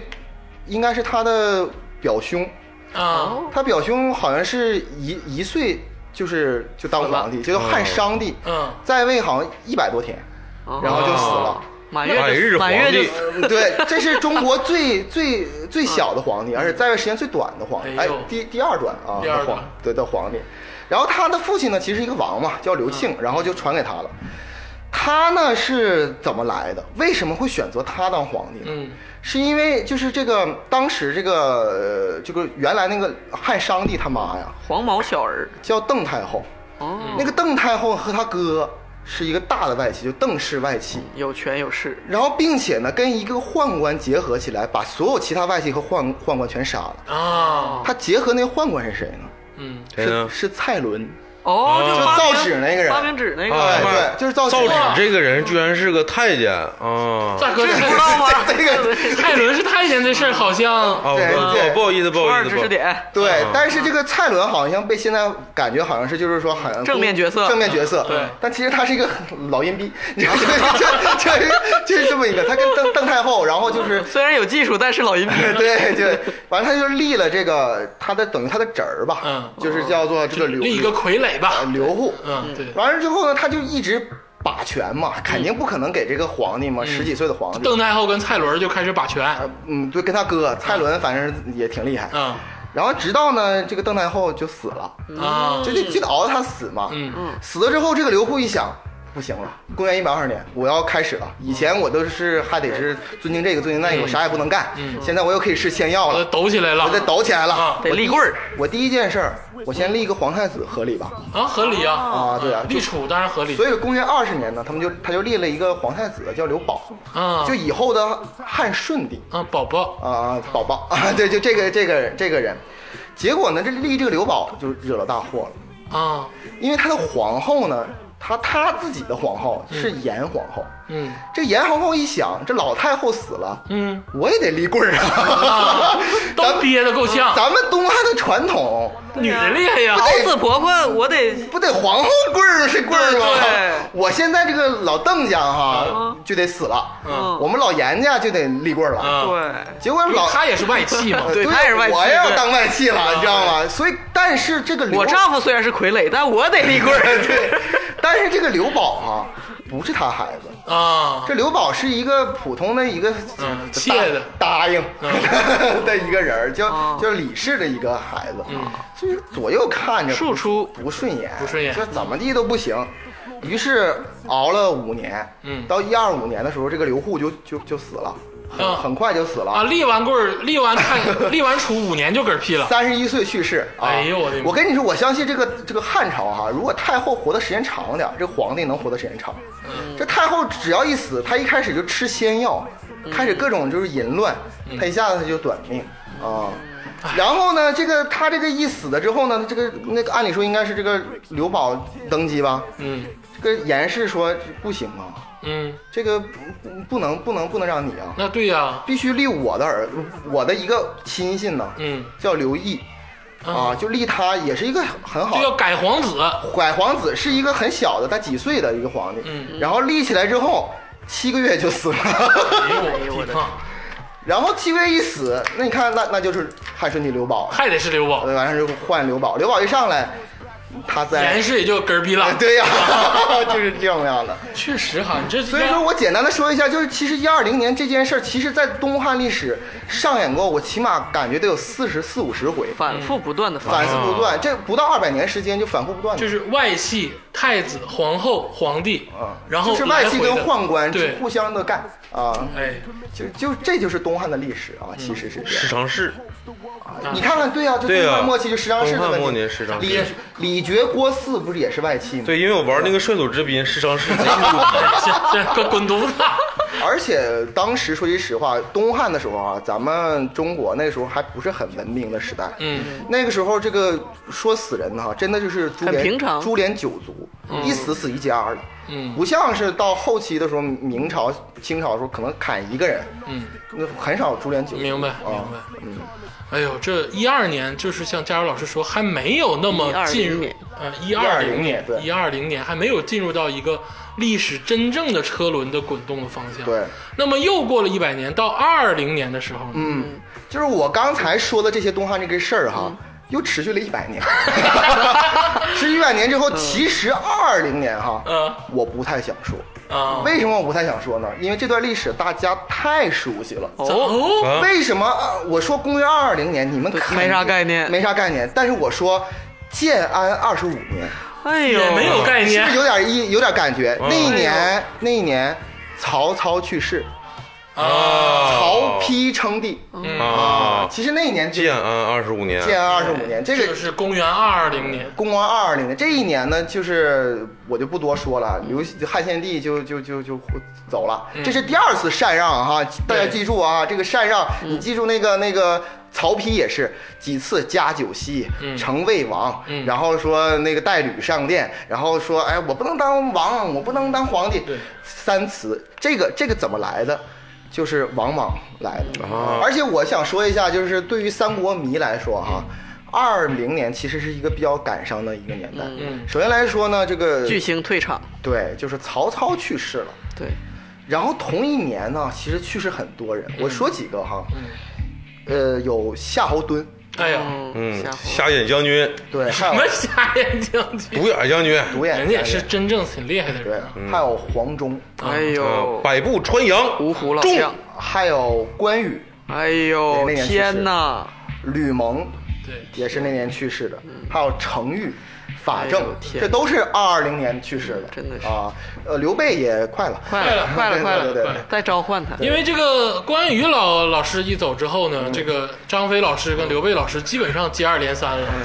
Speaker 8: 应该是他的表兄。
Speaker 5: 啊，
Speaker 8: 他表兄好像是一一岁就是就当皇帝，就是汉殇帝，
Speaker 5: 嗯
Speaker 8: 在位好像一百多天，
Speaker 6: 哦
Speaker 8: 然后就死了。
Speaker 7: 哦
Speaker 6: 满
Speaker 7: 满
Speaker 6: 月
Speaker 7: 日
Speaker 6: 就
Speaker 7: 皇
Speaker 6: 满
Speaker 7: 帝
Speaker 6: 月就死
Speaker 8: 嗯 对，这是中国最最最小的皇帝，而且在位时间最短的皇帝，
Speaker 5: 嗯哎
Speaker 8: 哎
Speaker 5: 呦，
Speaker 8: 第第二短啊，
Speaker 5: 第二
Speaker 8: 的
Speaker 5: 短
Speaker 8: 皇对的皇帝。然后他的父亲呢，其实一个王嘛，叫刘庆，
Speaker 5: 嗯
Speaker 8: 然后就传给他了。他呢是怎么来的？为什么会选择他当皇帝呢？
Speaker 5: 嗯
Speaker 8: 是因为就是这个当时这个呃这个原来那个汉殇帝他妈呀
Speaker 6: 黄毛小儿
Speaker 8: 叫邓太后，
Speaker 6: 哦，
Speaker 8: 那个邓太后和她哥是一个大的外戚，就邓氏外戚。
Speaker 6: 有权有势，
Speaker 8: 然后，并且呢，跟一个宦官结合起来，把所有其他外戚和宦宦官全杀了。
Speaker 5: 啊，
Speaker 8: 他结合那宦官是谁呢？
Speaker 5: 嗯，
Speaker 7: 谁呢
Speaker 8: 是？是蔡伦，
Speaker 6: 哦，就
Speaker 8: 啊就
Speaker 6: 发明
Speaker 8: 造纸那个人
Speaker 6: 发明纸那
Speaker 7: 啊
Speaker 6: 个，
Speaker 8: 对对就是造
Speaker 7: 造
Speaker 8: 纸
Speaker 7: 纸这个人居然是个太监啊！
Speaker 5: 大哥，
Speaker 6: 知道啊吗？
Speaker 8: 哎这个
Speaker 5: 蔡伦是太监这事儿好像，
Speaker 7: 哦，
Speaker 8: 对
Speaker 7: 不
Speaker 8: 对
Speaker 7: 不好意思，不
Speaker 6: 初
Speaker 7: 好
Speaker 6: 二
Speaker 7: 意思，
Speaker 6: 知
Speaker 7: 不好
Speaker 6: 识
Speaker 7: 意思。啊
Speaker 6: 点，
Speaker 8: 对，但是这个蔡伦好像被现在感觉好像是就是说好像
Speaker 6: 正面角色
Speaker 8: 正面角色，
Speaker 5: 对
Speaker 8: 但其实他是一个很老阴逼，就就就是就是这么一个，他跟邓邓太后，然后就是
Speaker 6: 虽然有技术，但是老一辈
Speaker 8: 对对，反正他就立了这个他的等于他的侄儿吧，
Speaker 5: 嗯
Speaker 8: 就是叫做这个刘
Speaker 5: 另一个傀儡吧，
Speaker 8: 刘户，
Speaker 5: 嗯，对，
Speaker 8: 完了之后呢，他就一直把权嘛，肯定不可能给这个皇帝嘛，十几岁的皇帝，
Speaker 5: 嗯邓啊太后跟蔡伦就开始把权，
Speaker 8: 嗯，对，跟他哥蔡伦反正也挺厉害，
Speaker 5: 嗯
Speaker 8: 然后直到呢这个邓太后就死了。
Speaker 5: 啊，
Speaker 8: 就就就得熬到他死嘛。
Speaker 5: 嗯，
Speaker 8: 死了之后，这个刘户一想，不行了，公元一百二十年，我要开始
Speaker 5: 嗯
Speaker 8: 了。以前我都是还得是尊敬这个尊敬那个，我啥也不能干。现在我又可以吃仙
Speaker 5: 嗯
Speaker 8: 药
Speaker 5: 我
Speaker 8: 了
Speaker 5: 都，抖起来了，
Speaker 8: 我得抖起来了
Speaker 5: 啊。
Speaker 6: 得立棍儿，
Speaker 8: 我第一件事儿，我先立一个皇太子，合理吧？
Speaker 5: 啊，合理啊，
Speaker 8: 啊对啊就
Speaker 5: 立储当然合理，
Speaker 8: 所以公元二十年呢，他们就他就立了一个皇太子，叫刘保，
Speaker 5: 啊，
Speaker 8: 就以后的汉顺帝。
Speaker 5: 啊，宝宝，
Speaker 8: 啊，宝宝啊， 对，就这个这个这个人，结果呢，这立这个刘保就惹了大祸了。
Speaker 5: 啊，
Speaker 8: 因为他的皇后呢，他他自己的皇后是严皇后。
Speaker 5: 嗯
Speaker 8: 这严皇后一想，这老太后死了，
Speaker 5: 嗯，
Speaker 8: 我也得立棍儿啊
Speaker 5: 啊
Speaker 8: 咱
Speaker 5: 都啊
Speaker 8: 们
Speaker 5: 憋得够呛，
Speaker 8: 咱们东汉的传统，
Speaker 5: 女的厉害呀
Speaker 6: 熬，死婆婆，我得
Speaker 8: 不得皇后棍儿是棍儿
Speaker 6: 对对
Speaker 8: 吗？ 我现在这个老邓家哈
Speaker 6: 嗯
Speaker 8: 就得死了，
Speaker 6: 嗯
Speaker 8: 我们老严家就得立棍儿了。
Speaker 5: 啊，
Speaker 6: 对，
Speaker 8: 结果老
Speaker 5: 他也是外戚嘛
Speaker 8: 呃，
Speaker 6: 对他也是外戚
Speaker 8: 我也要
Speaker 6: 对啊
Speaker 8: 当外戚了，你知道吗？所以，但是这个刘
Speaker 6: 我丈夫虽然是傀儡，但我得立棍儿，
Speaker 8: 对，但是这个刘保啊，不是他孩子，
Speaker 5: 啊，
Speaker 8: 这刘宝是一个普通的一个
Speaker 5: 嗯
Speaker 8: 答
Speaker 5: 谢的
Speaker 8: 答应
Speaker 5: 嗯
Speaker 8: 的一个人
Speaker 6: 哦
Speaker 8: 儿，
Speaker 6: 嗯
Speaker 8: 叫叫李氏的一个孩子，啊就是左右看着不
Speaker 6: 庶出
Speaker 8: 不顺眼，
Speaker 5: 不顺眼
Speaker 8: 就怎么地都不行。于是熬了五年，
Speaker 5: 嗯
Speaker 8: 到一二五年的时候，这个刘户就就就死了，
Speaker 6: 嗯
Speaker 8: 很
Speaker 5: 啊
Speaker 8: 很快就死
Speaker 5: 啊，
Speaker 8: 了，
Speaker 5: 立完棍儿，立完看， 立完储五年就嗝屁了，
Speaker 8: 三十一岁去世。啊
Speaker 5: 哎呦我的妈
Speaker 8: 我跟你说，我相信这个这个汉朝哈，如果太后活的时间长点儿，这皇帝能活的时间长。
Speaker 5: 嗯
Speaker 8: 这太后只要一死，她一开始就吃仙药，
Speaker 5: 嗯
Speaker 8: 开始各种就是淫乱，她一下子她就短命啊。然后呢，这个她这个一死了之后呢，这个那个按理说应该是这个刘保登基吧？
Speaker 5: 嗯
Speaker 8: 这个严氏说不行啊，
Speaker 5: 嗯，
Speaker 8: 这个不不能不能不能让你啊，
Speaker 5: 那对呀，
Speaker 8: 必须立我的儿，我的一个亲信呢，
Speaker 5: 嗯，
Speaker 8: 叫刘毅啊，就立他也是一个很好
Speaker 5: 这叫
Speaker 8: 的
Speaker 5: 改皇子，
Speaker 8: 拐皇子是一个很小的，才几岁的一个皇帝，
Speaker 5: 嗯
Speaker 8: 然后立起来之后七个月就死了，
Speaker 5: 哎呦我的妈，
Speaker 8: 然后七个月一死，那你看那那就是汉顺帝刘保，
Speaker 5: 还得是刘宝，
Speaker 8: 完事就换刘保，刘保一上来，他在，
Speaker 5: 严，氏也就嗝屁了
Speaker 8: 哎 对呀、就是这样样的。
Speaker 5: 确实哈，你这
Speaker 8: 所以说我简单的说一下，就是其实一二零年这件事儿，其实在东汉历史上演过，我起码感觉得有四十四五十回，
Speaker 6: 反复不断的发
Speaker 8: 反复不断，这不到二百年时间就反复不断的。
Speaker 5: 啊就是外戚、太子、皇后、皇帝，
Speaker 8: 啊，
Speaker 5: 然后
Speaker 8: 就是外戚跟
Speaker 5: 来回的
Speaker 8: 宦官
Speaker 5: 对，
Speaker 8: 互相的干啊，
Speaker 5: 哎，
Speaker 8: 就就这就是东汉的历史啊，其实是这
Speaker 7: 十
Speaker 8: 样。
Speaker 7: 常侍，
Speaker 8: 你看看，对啊，就
Speaker 7: 对啊
Speaker 8: 东汉末期就十常侍的
Speaker 7: 东
Speaker 8: 问
Speaker 7: 汉
Speaker 8: 题。
Speaker 7: 末年十常侍
Speaker 8: 李李傕、郭汜不是也是外戚吗？
Speaker 7: 对，因为我玩那个射手之滨，十常侍贼
Speaker 5: 啊
Speaker 7: 牛逼。
Speaker 5: 这这滚滚犊子，
Speaker 8: 而且当时说句实话，东汉的时候啊，咱们中国那时候还不是很文明的时代。
Speaker 5: 嗯，
Speaker 8: 那个时候，这个说死人哈、真的就是株
Speaker 6: 很
Speaker 8: 连
Speaker 6: 平常
Speaker 8: 株连九族，一死死一家的，
Speaker 5: 嗯
Speaker 8: 不像是到后期的时候，明朝、清朝的时候可能砍一个人，
Speaker 5: 嗯，
Speaker 8: 那很少株连九族。
Speaker 5: 明白
Speaker 8: 啊
Speaker 5: 明白，嗯。哎呦，这一二年就是像佳茹老师说，还没有那么
Speaker 6: 12
Speaker 5: 进入
Speaker 6: 年，
Speaker 5: 呃，一二
Speaker 8: 120年对
Speaker 5: 一二零年还没有进入到一个历史真正的车轮的滚动的方向。
Speaker 8: 对，
Speaker 5: 那么又过了一百年，到二零年的时候呢，
Speaker 8: 嗯，就是我刚才说的这些东汉这个事儿
Speaker 6: 嗯
Speaker 8: 哈，又持续了 一百年，持续一百年之后，其实二零年哈，
Speaker 5: 嗯
Speaker 8: 我不太想说，
Speaker 5: 啊，
Speaker 8: 为什么我不太想说呢？因为这段历史大家太熟悉了。
Speaker 5: 哦，
Speaker 7: 啊
Speaker 8: 为什么呃我说公元二二零年，你们
Speaker 6: 对
Speaker 8: 肯定
Speaker 6: 没啥概念
Speaker 8: 没啥概念，但是我说建安二十五年，
Speaker 6: 哎呦，
Speaker 5: 也没有概
Speaker 8: 是
Speaker 5: 念
Speaker 8: 不是有点一有点感觉？
Speaker 6: 嗯哎
Speaker 8: 那一年，那一年曹操去世，
Speaker 5: 啊，
Speaker 6: 哦
Speaker 8: 曹丕西称帝。
Speaker 7: 啊，
Speaker 8: 其实那一年就
Speaker 7: 建安二十五年，
Speaker 8: 建安二十五年，这
Speaker 5: 这
Speaker 8: 个
Speaker 5: 个是公元二二零年，
Speaker 8: 公元二二零年这一年呢，就是我就不多说了，刘汉献帝就就就就走了，这
Speaker 6: 嗯
Speaker 8: 是第二次禅让哈，大家记住啊，这个禅让，你记住那个那个。曹丕也是几次加九锡，成魏王，然后说那个带吕上殿，然后说哎，我不能当王，我不能当皇帝
Speaker 5: 对，
Speaker 8: 三词，这个这个怎么来的？就是王莽来的
Speaker 7: 啊
Speaker 8: 而且我想说一下，就是对于三国迷来说哈、二零年其实是一个比较感伤的一个年代。嗯，首先来说呢，这个
Speaker 6: 巨星退场，
Speaker 8: 对，就是曹操去世了，
Speaker 6: 对，
Speaker 8: 然后同一年呢，其实去世很多人。
Speaker 6: 嗯
Speaker 8: 我说几个哈，呃，有夏侯惇，
Speaker 5: 哎呀，
Speaker 7: 嗯
Speaker 6: 嗯，，
Speaker 7: 瞎眼将军，
Speaker 8: 对，还
Speaker 5: 什
Speaker 8: 有
Speaker 5: 么瞎眼将军，
Speaker 7: 独眼将军，
Speaker 8: 独眼
Speaker 5: 人家也是真正挺厉害的
Speaker 8: 对
Speaker 5: 人啊，，
Speaker 6: 嗯
Speaker 8: 还有黄忠，
Speaker 6: 哎
Speaker 7: 啊
Speaker 8: 哦
Speaker 6: 呦，，
Speaker 7: 百步穿杨，
Speaker 6: 芜湖老
Speaker 7: 中
Speaker 6: 将，
Speaker 8: 还有关羽、
Speaker 6: 哎呦
Speaker 8: 那年去世
Speaker 6: 天哪，
Speaker 8: 吕蒙，
Speaker 5: 对，
Speaker 8: 也是那年去世的，还有程昱、法
Speaker 6: 嗯
Speaker 8: 正
Speaker 6: 哎呦，天
Speaker 8: 这都是二二零年去世的，
Speaker 6: 真的是
Speaker 8: 啊。呃，刘备也快了，
Speaker 6: 快了快了
Speaker 8: 对
Speaker 6: 快
Speaker 8: 对对
Speaker 6: 了
Speaker 8: 对，嗯
Speaker 6: 再召唤他，
Speaker 5: 因为这个关羽老老师一走之后呢，这个张飞老师跟刘备老师基本上接二连三了，
Speaker 8: 嗯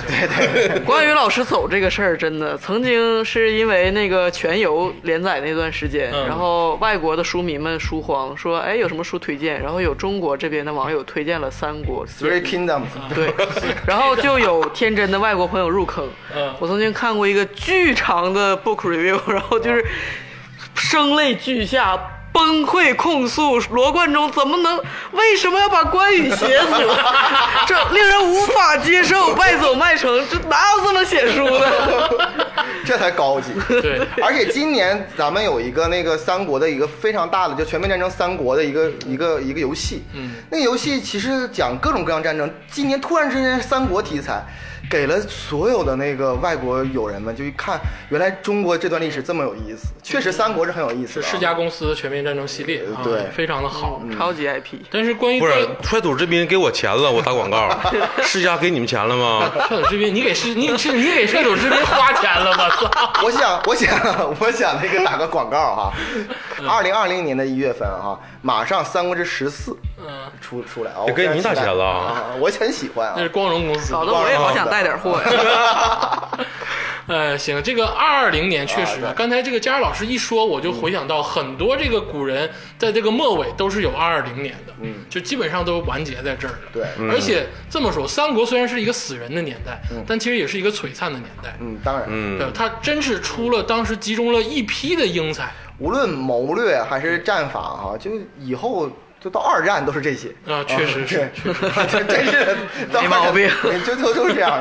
Speaker 5: 对
Speaker 6: 关羽老师走这个事儿，真的曾经是因为那个《全游》连载那段时间，
Speaker 5: 嗯
Speaker 6: 然后外国的书迷们书荒说，哎，有什么书推荐？然后有中国这边的网友推荐了《三国四
Speaker 8: ，Three Kingdoms，
Speaker 6: 对，然后就有天真的外国朋友入坑。
Speaker 5: 嗯
Speaker 6: 我曾经看过一个巨长的 book review，然 后就是声泪俱下。崩溃控诉罗贯中怎么能为什么要把关羽写死？这令人无法接受，卖走卖成，这哪有这么写书的？
Speaker 8: 这才高级。
Speaker 5: 对，
Speaker 8: 而且今年咱们有一个那个三国的一个非常大的，就全面战争三国的一个一个一个游戏。嗯，那游戏其实讲各种各样战争。今年突然之间三国题材，给了所有的那个外国友人们就一看，原来中国这段历史这么有意思。确实，三国是很有意思
Speaker 5: 是
Speaker 8: 的啊。
Speaker 5: 世家公司的全面战争系列，啊
Speaker 8: 对
Speaker 5: 非常的好。
Speaker 6: 超级 IP，
Speaker 5: 但是关于
Speaker 7: 不是
Speaker 5: 关
Speaker 7: 率土之滨给我钱了，我打广 告，世家给你们钱了吗？
Speaker 5: 帅土之滨，你给是你是你给帅土之滨花钱了吧？操！
Speaker 8: 我想，我想，我想那个打个广告哈。
Speaker 5: 嗯
Speaker 8: 二零二零年的一月份哈，马上《三国志十四》
Speaker 5: 嗯，
Speaker 8: 出出来啊！
Speaker 7: 这
Speaker 8: 我非
Speaker 7: 跟
Speaker 8: 常
Speaker 7: 你打
Speaker 8: 期待
Speaker 7: 钱了啊
Speaker 8: 啊！我很喜欢啊
Speaker 5: 那。是光荣公司。
Speaker 6: 搞得我也好想带点货呀。
Speaker 5: 呃，行，这个二二零年确实，
Speaker 8: 啊对
Speaker 5: 刚才这个佳儿老师一说，我就回想到很多这个古人在这个末尾都是有二二零年的，嗯，就基本上都完结在这儿了。
Speaker 8: 对
Speaker 5: 而且这么说，三国虽然是一个死人的年代，但其实也是一个璀璨的年代。
Speaker 8: 嗯，当然，
Speaker 5: 对，他真是出了当时集中了一批的英才，
Speaker 8: 无论谋略还是战法哈、就以后就到二战都是这些
Speaker 5: 啊确实是
Speaker 8: 对这真是到
Speaker 6: 没毛病
Speaker 8: 二 战就都都是这样，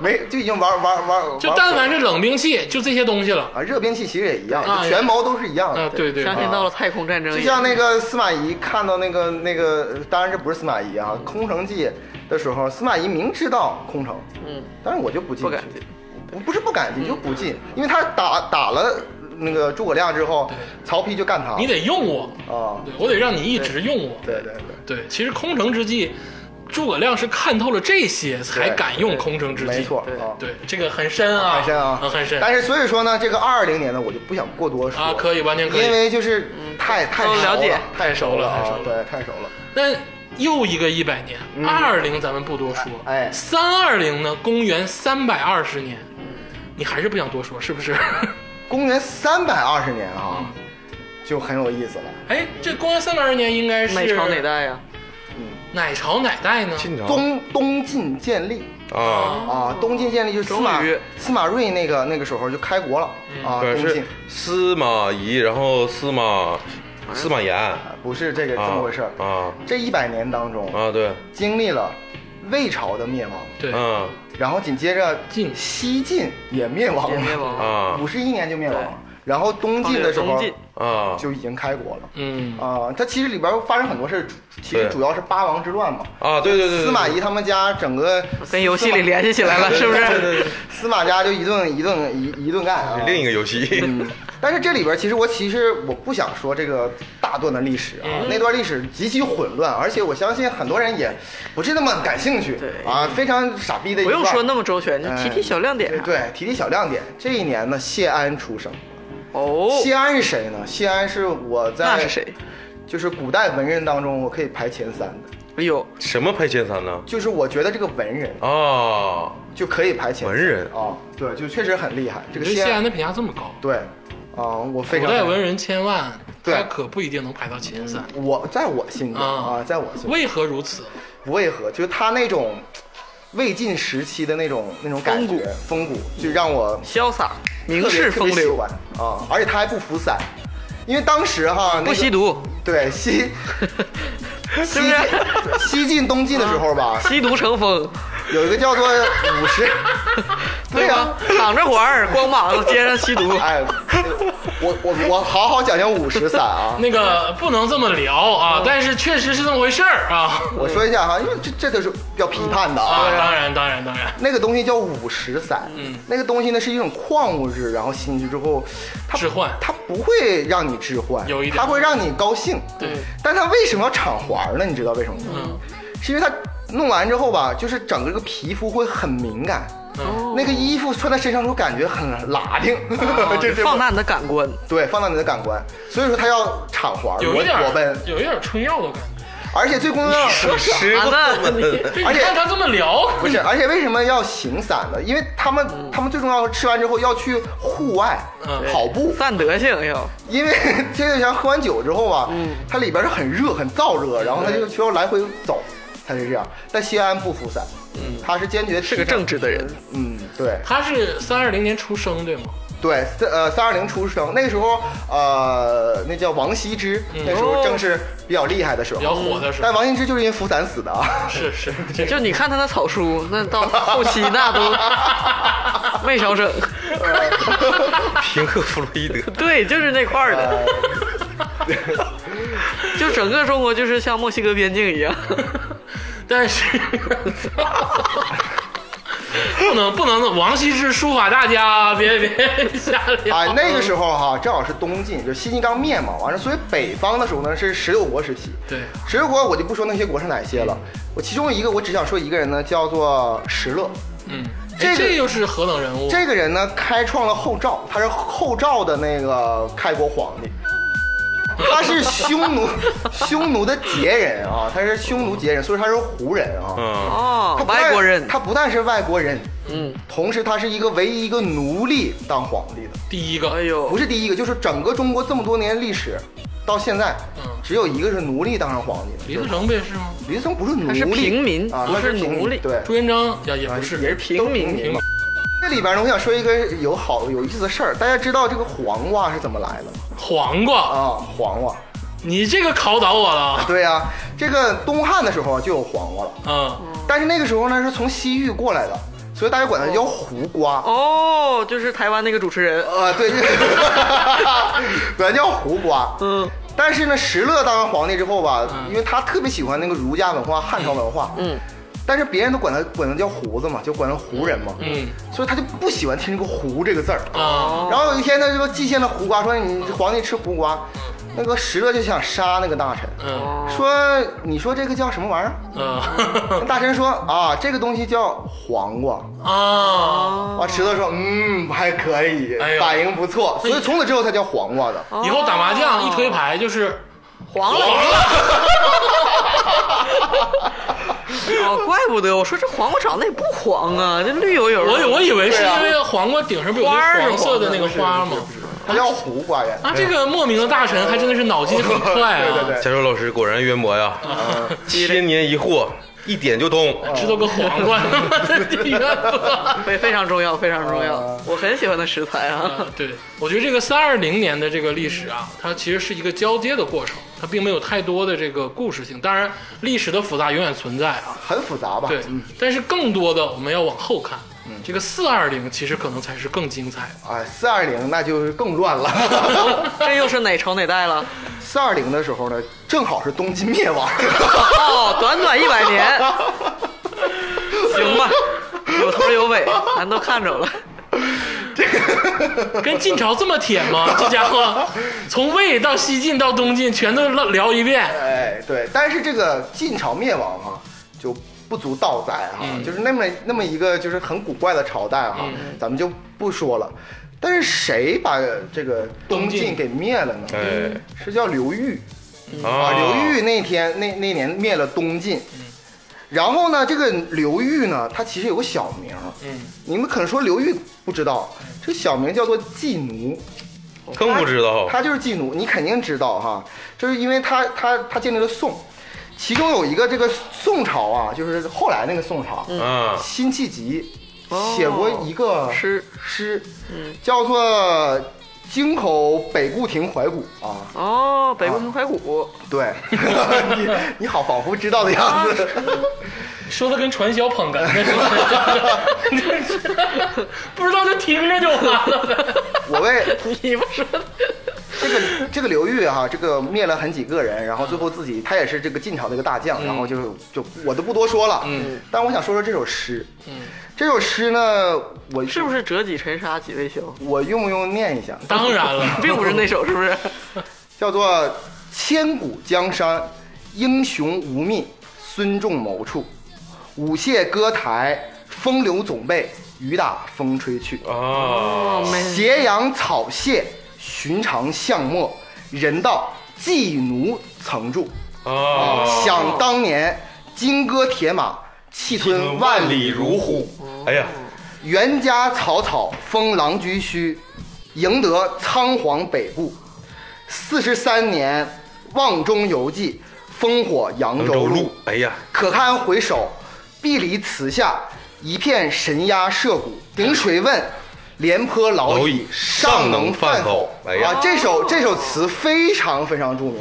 Speaker 8: 没就已经玩玩玩，
Speaker 5: 就
Speaker 8: 玩
Speaker 5: 但凡是冷兵器，就这些东西了。
Speaker 8: 啊热兵器其实也一样，
Speaker 5: 啊
Speaker 8: 就全毛都是一样的，
Speaker 5: 啊，对对，
Speaker 6: 相信到了太空战争
Speaker 8: 就
Speaker 6: 也，
Speaker 8: 像那个司马懿看到那个那个，当然这不是司马懿啊，《空城计》的时候，司马懿明知道空城，
Speaker 6: 嗯，
Speaker 8: 但是我就不进去，
Speaker 6: 不敢进嗯
Speaker 8: 我不是不敢进，就不进，因为他打打了那个诸葛亮之后，曹丕就干他，
Speaker 5: 你得用我，
Speaker 8: 啊，
Speaker 5: 对我得让你一直用我。
Speaker 8: 对对对。
Speaker 5: 对，其实空城之计，诸葛亮是看透了这些，才敢用空城之计。
Speaker 8: 没错，啊，
Speaker 5: 对，这个很深啊，
Speaker 8: 很深啊，
Speaker 5: 嗯很深。
Speaker 8: 但是所以说呢，这个二二零年呢，我就不想过多说
Speaker 5: 啊，可以，完全可以。
Speaker 8: 因为就是太太
Speaker 6: 嗯都
Speaker 8: 熟
Speaker 6: 了解
Speaker 8: 太熟了
Speaker 5: 太熟
Speaker 8: 啊
Speaker 5: 了，
Speaker 8: 对，太熟了。
Speaker 5: 那又一个一百年，二二零咱们不多说，
Speaker 8: 嗯哎哎
Speaker 5: 三二零呢，公元三百二十年，你还是不想多说，是不 是？
Speaker 8: 公元三百二十年
Speaker 5: 嗯
Speaker 8: 啊，就很有意思了。
Speaker 5: 哎，这公元三百二十年应该是
Speaker 6: 哪朝哪？代呀？
Speaker 5: 哪朝哪代呢？
Speaker 7: 晋朝
Speaker 8: 东东晋建立
Speaker 7: 啊，
Speaker 8: 啊，东晋建立就是司马
Speaker 6: 终于
Speaker 8: 司马睿那个那个时候就开国了啊，
Speaker 7: 对，
Speaker 8: 东
Speaker 7: 是
Speaker 8: 晋
Speaker 7: 司马懿，然后司马司马炎，啊
Speaker 8: 不是这个这么回事儿。
Speaker 7: 啊
Speaker 8: 这一百年当中，
Speaker 7: 啊，对，
Speaker 8: 经历了魏朝的灭亡，
Speaker 5: 对，
Speaker 7: 嗯
Speaker 8: 然后紧接着
Speaker 5: 晋
Speaker 8: 西晋也灭亡
Speaker 6: 也
Speaker 8: 了，
Speaker 6: 灭亡了，
Speaker 7: 啊
Speaker 8: 五十一年就灭
Speaker 6: 对
Speaker 8: 亡，然后东晋的时
Speaker 6: 东
Speaker 8: 候
Speaker 6: 晋
Speaker 7: 啊，
Speaker 8: 就已经开国了。
Speaker 5: 嗯，
Speaker 8: 啊，它其实里边发生很多事，其实
Speaker 7: 对
Speaker 8: 主要是八王之乱嘛。
Speaker 7: 啊，对对对，对
Speaker 8: 司马懿他们家整个
Speaker 6: 跟游戏里联系起来了，是不
Speaker 7: 对
Speaker 6: 是？
Speaker 7: 对对，
Speaker 8: 司马家就一顿一顿一一顿干啊。
Speaker 7: 另一个游戏，
Speaker 8: 但是这里边其实我其实我不想说这个大段的历史啊，
Speaker 6: 嗯
Speaker 8: 那段历史极其混乱，而且我相信很多人也不是那么感兴趣
Speaker 6: 对
Speaker 8: 啊，非常傻逼的一
Speaker 6: 不用
Speaker 8: 段
Speaker 6: 说那么周全，就提提小亮点
Speaker 8: 哎
Speaker 6: 啊。
Speaker 8: 对，提提小亮点。这一年呢，谢安出生。
Speaker 6: 哦，
Speaker 8: 谢安是谁呢？谢安是我在
Speaker 6: 那是谁？
Speaker 8: 就是古代文人当中我可以排前三的，
Speaker 6: 哎呦，
Speaker 7: 什么排前三呢？
Speaker 8: 就是我觉得这个文人
Speaker 7: 啊，
Speaker 8: 就可以排前三
Speaker 7: 文人
Speaker 8: 啊，对，就确实很厉害。
Speaker 5: 对
Speaker 8: 这个
Speaker 5: 西
Speaker 8: 西
Speaker 5: 安
Speaker 8: 安
Speaker 5: 的评价这么高，
Speaker 8: 对，啊，我非
Speaker 5: 古
Speaker 8: 常
Speaker 5: 代文人千万，
Speaker 8: 对
Speaker 5: 他可不一定能排到前三。
Speaker 8: 我在我心中
Speaker 5: 啊
Speaker 8: 啊，在我心中
Speaker 5: 为何如此？
Speaker 8: 不为何，就是他那种魏晋时期的那种那种感觉，风骨，就让我
Speaker 6: 潇洒，
Speaker 8: 特
Speaker 6: 名
Speaker 8: 别
Speaker 6: 士
Speaker 8: 特
Speaker 6: 风
Speaker 8: 别喜
Speaker 6: 流
Speaker 8: 欢，啊，而且他还不服伞，因为当时哈、那个
Speaker 6: 不吸，毒，
Speaker 8: 对西
Speaker 6: 不
Speaker 8: 西
Speaker 6: 是啊
Speaker 8: 晋西晋东晋的时候吧，
Speaker 6: 吸毒成 风，
Speaker 8: 有一个叫做五十，对
Speaker 6: 对
Speaker 8: 呀、
Speaker 6: 吧？躺着玩儿，光膀子，街上吸毒，
Speaker 8: 哎，我我我好好讲讲五十伞啊。
Speaker 5: 那个不能这么聊
Speaker 8: 嗯
Speaker 5: 啊，但是确实是这么回事儿啊。
Speaker 8: 我说一下哈，因为这这都是要批判的
Speaker 5: 啊，当然，当然，当然，
Speaker 8: 那个东西叫五石散，嗯，那个东西呢是一种矿物质，然后吸进去之后，它
Speaker 5: 置换
Speaker 8: 它不会让你置换，
Speaker 5: 有一点
Speaker 8: 它会让你高兴，对。但它为什么要敞环呢？你知道为什么吗？
Speaker 5: 嗯
Speaker 8: 是因为它弄完之后吧，就是整个这个皮肤会很敏感，
Speaker 5: 嗯
Speaker 8: 那个衣服穿在身上之后感觉很拉丁，
Speaker 5: 啊
Speaker 8: 这这
Speaker 6: 放大你的感官。
Speaker 8: 对放大你的感官，所以说它要敞环，
Speaker 5: 有一点
Speaker 8: 裸裸奔
Speaker 5: 儿，，有一点儿春药的感觉。
Speaker 8: 而且最重要的是。
Speaker 7: 吃过
Speaker 6: 完
Speaker 7: 吗？
Speaker 5: 对，
Speaker 8: 呃而
Speaker 5: 你
Speaker 8: 且
Speaker 5: 看他这么聊，
Speaker 8: 不是，而且为什么要行散呢？因为他们、他们最重要是吃完之后要去户外、
Speaker 5: 嗯
Speaker 8: 跑步，
Speaker 6: 散德性要，
Speaker 8: 因为这个像喝完酒之后啊，它里边是很热很燥热，然后它就需要来回走，才是这样。但西安不服散，他是坚决
Speaker 6: 是个正直的人，
Speaker 8: 嗯，对
Speaker 5: 他是三二零年出生对吗？
Speaker 8: 对，三呃三二零出生那个时候，呃那叫王羲之，那时候正是比较厉害的时
Speaker 5: 嗯比较
Speaker 8: 候。
Speaker 5: 火的时
Speaker 8: 但
Speaker 5: 候，
Speaker 8: 王羲之就是因为服散死的啊，
Speaker 5: 是是，这
Speaker 6: 就你看他那草书，那到后期那 都没少整。
Speaker 7: 平克·弗洛伊德，
Speaker 6: 对，就是那块儿的，
Speaker 8: 哎
Speaker 6: 就整个中国就是像墨西哥边境一 样。
Speaker 5: 但是不能不能，王羲之书法大家，啊别别瞎 聊
Speaker 6: 哎
Speaker 8: 啊，那个时候哈、正好是东晋，就西晋刚灭嘛，完了，所以北方的时候呢是十六国时期。
Speaker 5: 对，
Speaker 8: 十六国我就不说那些国是哪些了，我其中一个我只想说一个人呢，叫做石勒。
Speaker 5: 嗯，哎
Speaker 8: 这个
Speaker 5: 这又是何等人物？
Speaker 8: 这个人呢，开创了后赵，他是后赵的那个开国皇 帝。他是匈奴，匈奴的杰人啊，他是匈奴杰人，所以他是胡人啊。
Speaker 7: 嗯，
Speaker 6: 哦
Speaker 8: 他，不但
Speaker 6: 外国人，
Speaker 8: 他不但是外国人，
Speaker 6: 嗯，
Speaker 8: 同时他是一个唯一一个奴隶当皇帝的。
Speaker 5: 第一
Speaker 6: 哎
Speaker 5: 个，
Speaker 8: 不
Speaker 6: 呦，
Speaker 8: 是第一个，就是整个中国这么多年历史，到现在，
Speaker 6: 嗯
Speaker 8: 只有一个是奴隶当上皇帝
Speaker 5: 李
Speaker 8: 的。
Speaker 5: 自成不也是吗？
Speaker 8: 李自成不是奴
Speaker 6: 他是
Speaker 8: 隶，
Speaker 6: 平民
Speaker 8: 啊，
Speaker 6: 不
Speaker 8: 他
Speaker 6: 是
Speaker 8: 是平民
Speaker 6: 奴隶
Speaker 8: 对，
Speaker 5: 朱元璋也也不
Speaker 8: 也
Speaker 5: 是，
Speaker 8: 是
Speaker 6: 平
Speaker 8: 都
Speaker 6: 民
Speaker 8: 平
Speaker 5: 平
Speaker 8: 嘛。这里边呢，我想说一个有好有意思的事儿。大家知道这个黄瓜是怎么来的吗？
Speaker 5: 黄瓜，
Speaker 8: 啊，黄瓜，啊
Speaker 5: 你这个考倒我了。
Speaker 8: 对呀、这个东汉的时候啊就有黄瓜了，
Speaker 5: 嗯，
Speaker 8: 但是那个时候呢是从西域过来的，所以大家管它叫胡瓜。
Speaker 6: 哦，就是台湾那个主持人，
Speaker 8: 呃，对， 管它叫胡瓜。
Speaker 6: 嗯，
Speaker 8: 但是呢，石勒当上皇帝之后吧，
Speaker 5: 嗯
Speaker 8: 因为他特别喜欢那个儒家文化、汉朝文化，
Speaker 6: 嗯，
Speaker 8: 但是别人都管他管他叫胡子嘛，就管他胡人嘛，
Speaker 5: 嗯，
Speaker 8: 所以他就不喜欢听这个“胡”这个字儿。
Speaker 5: 啊，
Speaker 8: 然后有一天，他就蓟县的胡瓜说：“你皇帝吃胡瓜。”那个石勒就想杀那个大臣，
Speaker 5: 嗯，
Speaker 8: 说：“你说这个叫什么玩意儿？”
Speaker 5: 嗯，哦
Speaker 8: 那大臣说：“啊，这个东西叫黄瓜。”
Speaker 5: 啊，
Speaker 6: 哦
Speaker 8: 啊，石头说，嗯，还可以，
Speaker 5: 哎呦哦
Speaker 8: 反应不错，所以从此之后他叫黄瓜的。
Speaker 5: 以后打麻将一推牌就是
Speaker 6: 哦黄
Speaker 5: 黄
Speaker 6: 了。
Speaker 5: 了，
Speaker 6: 哦，怪不得我说这黄瓜长得也不黄啊，这绿油油的。
Speaker 5: 我我以为是因为黄瓜顶上不有
Speaker 8: 啊
Speaker 6: 花
Speaker 5: 那
Speaker 6: 儿
Speaker 5: 黄色的那个花吗？
Speaker 8: 他叫胡瓜人。
Speaker 5: 啊，这个莫名的大臣还真的是脑筋很快啊，
Speaker 8: 对对
Speaker 7: 加州老师果然渊博呀，千年一获，一点就通。哎
Speaker 5: 知道个黄瓜， 第一个。
Speaker 6: 非非常重要，非常重要，
Speaker 5: 啊
Speaker 6: 我很喜欢的食材啊。
Speaker 5: 对，我觉得这个三二零年的这个历史啊，它其实是一个交接的过程，它并没有太多的这个故事性。当然，历史的复杂永远存在啊。
Speaker 8: 很复杂吧？
Speaker 5: 对，但是更多的我们要往后看。这个四二零其实可能才是更精彩的。
Speaker 8: 啊，四二零那就是更乱了。
Speaker 5: 啊
Speaker 6: 这又是哪朝哪代了？
Speaker 8: 四二零的时候呢，正好是东晋灭亡。
Speaker 6: 哦，短短一百年，行吧，有头有尾，咱都看着了。
Speaker 5: 跟晋朝这么舔吗？这家伙，从魏到西晋到东晋全都唠聊一遍。
Speaker 8: 哎，对，但是这个晋朝灭亡哈、就不足道哉哈、就是那么那么一个就是很古怪的朝代哈、咱们就不说了。但是谁把这个
Speaker 5: 东
Speaker 8: 东
Speaker 5: 晋
Speaker 8: 晋给灭了呢？
Speaker 7: 哎，
Speaker 8: 是叫刘裕，
Speaker 7: 啊嗯
Speaker 8: 啊，刘裕那天那那年灭了东晋，然后呢，这个刘裕呢，他其实有个小名，
Speaker 5: 嗯，
Speaker 8: 你们可能说刘裕不知道，这个小名叫做季奴，
Speaker 7: 更嗯不知道。
Speaker 8: 他就是季奴，你肯定知道哈，就是因为他他他建立了宋，其中有一个这个宋朝啊，就是后来那个宋朝，
Speaker 7: 啊，
Speaker 8: 辛弃疾
Speaker 6: 哦
Speaker 8: 写过一个
Speaker 6: 诗嗯
Speaker 8: 诗，叫做京口北固亭怀古啊，
Speaker 6: 哦，北固亭怀古，
Speaker 8: 对， 你你好，仿佛知道的样 子。
Speaker 5: 说的跟传销捧哏似的， 不知道就听着就完了。
Speaker 8: 我为
Speaker 6: 你们说的
Speaker 8: 这个这个刘裕哈、这个灭了很几个人，然后最后自己他也是这个晋朝的一个大将，
Speaker 6: 嗯
Speaker 8: 然后就就我都不多说了。嗯，但我想说说这首诗。嗯，这首诗呢，我
Speaker 6: 是不是折戟沉沙几为雄？
Speaker 8: 我用不用念一下？
Speaker 5: 当然了，
Speaker 6: 并不是那首，是不是？
Speaker 8: 叫做“千古江山，英雄无觅孙仲谋处；舞榭歌台，风流总被雨打风吹去。”
Speaker 6: 哦
Speaker 7: 啊，
Speaker 6: 没
Speaker 8: 斜阳草榭，寻常巷陌，人道寄奴曾住。
Speaker 7: 啊，
Speaker 8: 想当年，金戈铁马，气吞万里如虎。。
Speaker 7: 哎呀，
Speaker 8: 袁家草草，封狼居胥，赢得仓皇北顾。四十三年，望中犹记，烽火扬
Speaker 7: 扬
Speaker 8: 州
Speaker 7: 州
Speaker 8: 路
Speaker 7: 路。，哎呀，
Speaker 8: 可堪回首，碧离词下，一片神鸦社鼓。 凭谁问？廉颇老
Speaker 7: 老
Speaker 8: 矣
Speaker 7: 矣，
Speaker 8: 尚能饭
Speaker 7: 尚能饭
Speaker 8: 否
Speaker 7: 否？哎呀嗯
Speaker 8: 啊，这首这首词非常非常著名，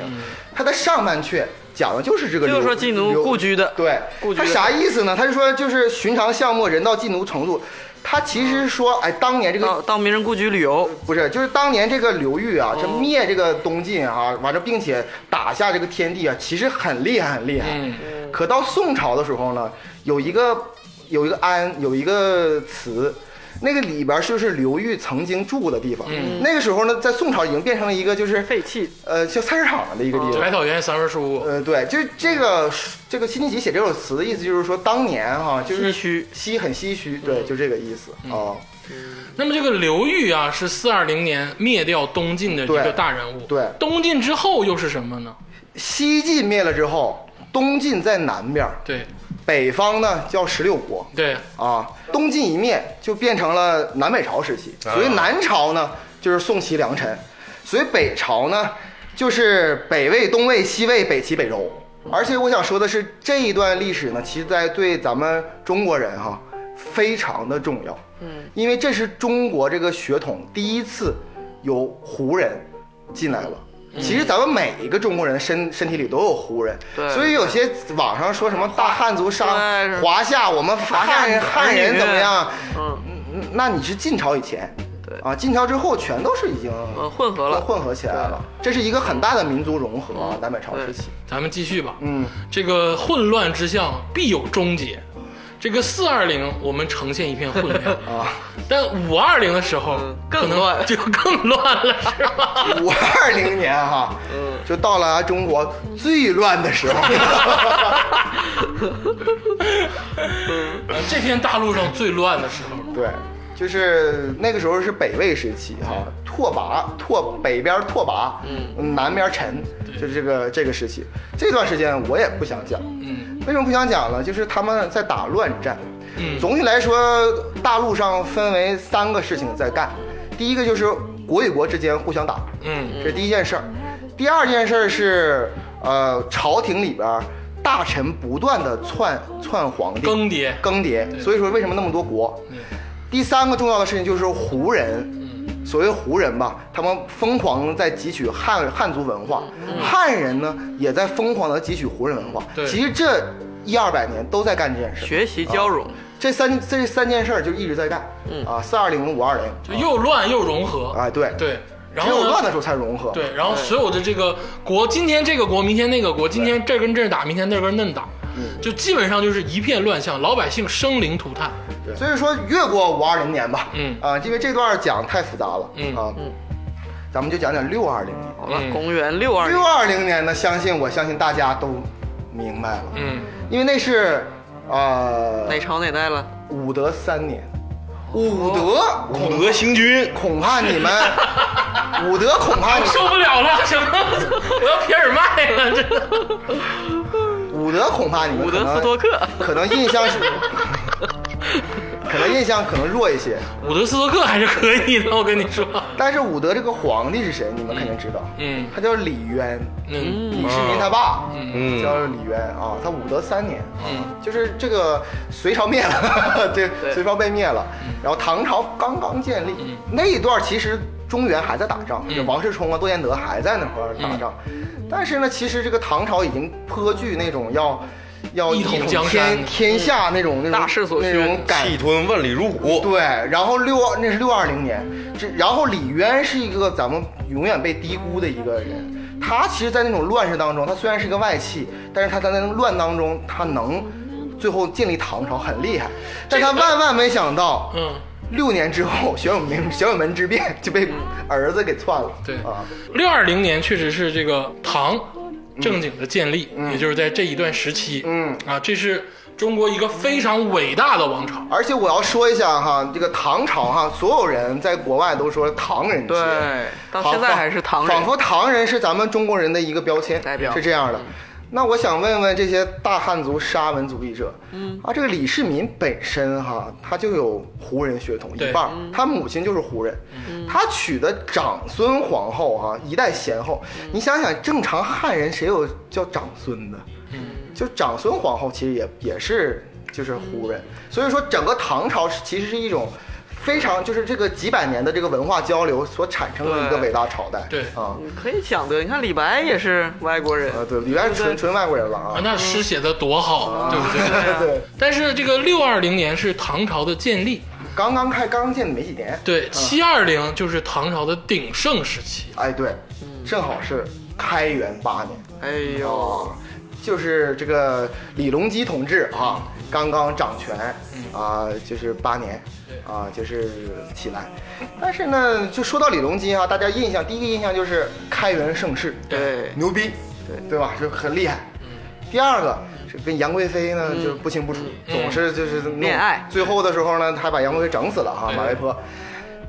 Speaker 8: 它的上半阙讲的就是这个刘，
Speaker 6: 就是说季奴
Speaker 8: 刘
Speaker 6: 故居的，
Speaker 8: 对
Speaker 6: 故，居
Speaker 8: 他
Speaker 6: 的
Speaker 8: 啥意思呢？他是说就是寻常巷陌，人到寄奴程度。他其实是说，哎，当年这个
Speaker 6: 到到名人故居旅游，
Speaker 8: 不是，就是当年这个刘裕啊，这灭这个东晋啊，完了，并且打下这个天地啊，其实很厉害，很厉害。
Speaker 5: 嗯
Speaker 8: 可到宋朝的时候呢，有一个有一个安有一个词，那个里边儿就是刘裕曾经住过的地方。那个时候呢，在宋朝已经变成了一个就是
Speaker 6: 废弃
Speaker 8: 呃像菜市场的一个地方。
Speaker 5: 百草园三味书，
Speaker 8: 呃，对，就是这个这个辛弃疾写这首词的意思，就是说当年哈、就
Speaker 6: 唏
Speaker 8: 是
Speaker 6: 嘘
Speaker 8: 唏很唏嘘，对，就这个意思啊、
Speaker 5: 那么这个刘裕啊，是四二零年灭掉东晋的一个大人物。
Speaker 8: 对对
Speaker 5: 东晋之后又是什么呢？
Speaker 8: 西晋灭了之后，东晋在南边儿，
Speaker 5: 对
Speaker 8: 北方呢叫十六国
Speaker 5: 对，
Speaker 8: 啊，东晋一灭就变成了南北朝时期，
Speaker 7: 啊
Speaker 8: 所以南朝呢就是宋齐梁陈，所以北朝呢就是北魏、东魏、西魏、北齐、北周。而且我想说的是，这一段历史呢，其实在对咱们中国人哈、非常的重要，嗯，因为这是中国这个血统第一次有胡人进来了。
Speaker 6: 嗯
Speaker 8: 其实咱们每一个中国人身身体里都有胡人，
Speaker 6: 对
Speaker 8: 所以有些网上说什么大汉族杀
Speaker 6: 对是
Speaker 8: 华夏，我们华夏人
Speaker 6: 汉
Speaker 8: 汉人怎么样？
Speaker 6: 嗯，
Speaker 8: 嗯那你是晋朝以前，
Speaker 6: 对
Speaker 8: 啊，晋朝之后全都是已经
Speaker 6: 呃，混合了，嗯
Speaker 8: 混合起来了，这是一个很大的民族融合啊，南北朝时期，
Speaker 5: 咱们继续吧。
Speaker 8: 嗯，
Speaker 5: 这个混乱之象必有终结。这个四二零我们呈现一片混 乱啊，但五二零的时候
Speaker 6: 嗯
Speaker 5: 可
Speaker 6: 更
Speaker 5: 能
Speaker 6: 乱
Speaker 5: 就更乱了，是 吧？
Speaker 8: 五二零年哈，
Speaker 6: 嗯
Speaker 8: 就到了中国最乱的 时候，
Speaker 5: 呃这片大陆上最乱的时候，
Speaker 8: 对。就是那个时候是北魏时期哈，拓跋拓北边拓跋，嗯，南边陈，就是这个这个时期。这段时间我也不想讲，
Speaker 5: 嗯，
Speaker 8: 为什么不想讲呢？就是他们在打乱战。总体来说，大陆上分为三个事情在干。第一个就是国与国之间互相打，
Speaker 5: 嗯，
Speaker 8: 这是第一件事儿。第二件事儿是，呃，朝廷里边儿大臣不断的篡篡皇帝，
Speaker 5: 更迭嗯
Speaker 8: 更迭。所以说，为什么那么多国？第三个重要的事情就是胡人，所谓胡人吧，他们疯狂地在汲取汉汉族文化，汉人呢也在疯狂的汲取胡人文化。
Speaker 5: 嗯对
Speaker 8: 其实这一二百年都在干这件事，
Speaker 6: 学习交融，
Speaker 8: 这三这三件事儿就一直在干。
Speaker 5: 嗯
Speaker 8: 啊，四二零五二零，
Speaker 5: 就又乱又融合。
Speaker 8: 哎，对，
Speaker 5: 对，然
Speaker 8: 只有
Speaker 5: 后呢
Speaker 8: 乱的时候才融合。
Speaker 5: 对，然后所有的这个国，今天这个国，明天那个国，今天这儿跟这儿打，明天那儿跟那儿打，
Speaker 8: 嗯
Speaker 5: 就基本上就是一片乱象，老百姓生灵涂炭。
Speaker 8: 所以说越过五二零年吧，
Speaker 5: 嗯
Speaker 8: 啊，因为这段讲太复杂了，
Speaker 5: 嗯
Speaker 8: 啊，咱们就讲讲六二零年。
Speaker 6: 好了，
Speaker 5: 嗯
Speaker 6: 公元六二
Speaker 8: 六
Speaker 6: 零，
Speaker 8: 二零年呢，相信我相信大家都明白了，
Speaker 5: 嗯，
Speaker 8: 因为那是呃
Speaker 6: 哪朝哪代了？
Speaker 8: 武德三年，武德
Speaker 7: 武德行军，
Speaker 8: 恐怕你们武德恐怕
Speaker 5: 受不了了，什么？我要皮尔麦了，真的。
Speaker 8: 武德恐怕你们
Speaker 6: 伍
Speaker 8: 可
Speaker 6: 德
Speaker 8: 能
Speaker 6: 斯托克，
Speaker 8: 可能印象是， 可能印象可能弱一些。
Speaker 5: 伍德斯托克还是可以的，我跟你说。
Speaker 8: 但是武德这个皇帝是谁，你们肯定知道，
Speaker 5: 嗯
Speaker 8: 他叫李渊，
Speaker 5: 嗯
Speaker 8: 李世民他爸，
Speaker 7: 嗯
Speaker 8: 叫李渊啊，他武德三年，
Speaker 5: 嗯，
Speaker 8: 就是这个隋朝灭了， 对，
Speaker 6: 对
Speaker 8: 隋朝被灭了，
Speaker 5: 嗯
Speaker 8: 然后唐朝刚刚建立，那一段其实中原还在打仗，
Speaker 5: 嗯
Speaker 8: 就王世充啊、窦建德还在那块儿打仗，但是呢，其实这个唐朝已经颇具那种要。要
Speaker 5: 一
Speaker 8: 一
Speaker 5: 统
Speaker 8: 统
Speaker 5: 江山
Speaker 8: 天天下那种那种
Speaker 6: 大势所趋
Speaker 8: 那种感
Speaker 7: 气吞万里如虎。
Speaker 8: 对，然后六二那是六二零年，这然后李渊是一个咱们永远被低估的一个人，他其实，在那种乱世当中，他虽然是个外戚，但是他在那种乱当中，他能最后建立唐朝，很厉害。但他万万没想到，
Speaker 5: 嗯，
Speaker 8: 六年之后， 玄武门玄武门之变就被儿子给篡了。
Speaker 5: 对
Speaker 8: 啊，
Speaker 5: 六二零年确实是这个唐正经的建立，也就是在这一段时期。
Speaker 8: 嗯
Speaker 5: 啊，这是中国一个非常伟大的王朝。
Speaker 8: 而且我要说一下哈，这个唐朝哈，所有人在国外都说唐人街，
Speaker 6: 对到现在
Speaker 8: 仿
Speaker 6: 还是唐人
Speaker 8: 仿佛唐人是咱们中国人的一个标签
Speaker 6: 代表嗯
Speaker 8: 是这样的。那我想问问这些大汉族沙文主义者，嗯啊，这个李世民本身哈，他就有胡人血统
Speaker 5: 对
Speaker 8: 一半儿，他母亲就是胡人，
Speaker 6: 嗯
Speaker 8: 他娶的长孙皇后哈，一代贤后，
Speaker 6: 嗯
Speaker 8: 你想想，正常汉人谁有叫长孙的？就长孙皇后其实也也是就是胡人，所以说整个唐朝是其实是一种非常就是这个几百年的这个文化交流所产生的一个
Speaker 6: 对
Speaker 8: 伟大朝代。
Speaker 5: 对
Speaker 8: 啊，
Speaker 6: 你可以想的，你看李白也是外国人，
Speaker 8: 呃，对，李渊是纯纯外国人了
Speaker 5: 啊，
Speaker 8: 啊。
Speaker 5: 那诗写的多好，对不对？
Speaker 6: 对啊
Speaker 8: 对，
Speaker 5: 但是这个六二零年是唐朝的建立，
Speaker 8: 刚刚开刚建没几年。
Speaker 5: 对，七二零就是唐朝的鼎盛时期。
Speaker 8: 哎，对，正好是开元八年。
Speaker 6: 哎呦，
Speaker 8: 就是这个李隆基同志啊，刚刚掌权啊，就是八年啊，就是起来。但是呢，就说到李隆基啊，大家印象第一个印象就是开元盛世，
Speaker 6: 对
Speaker 8: 牛逼，对对吧？就很厉害。第二个是跟杨贵妃呢，就不清不楚，总是就是弄
Speaker 6: 恋爱
Speaker 8: 最后的时候呢，他还把杨贵妃整死了哈，
Speaker 5: 对
Speaker 8: 马嵬坡。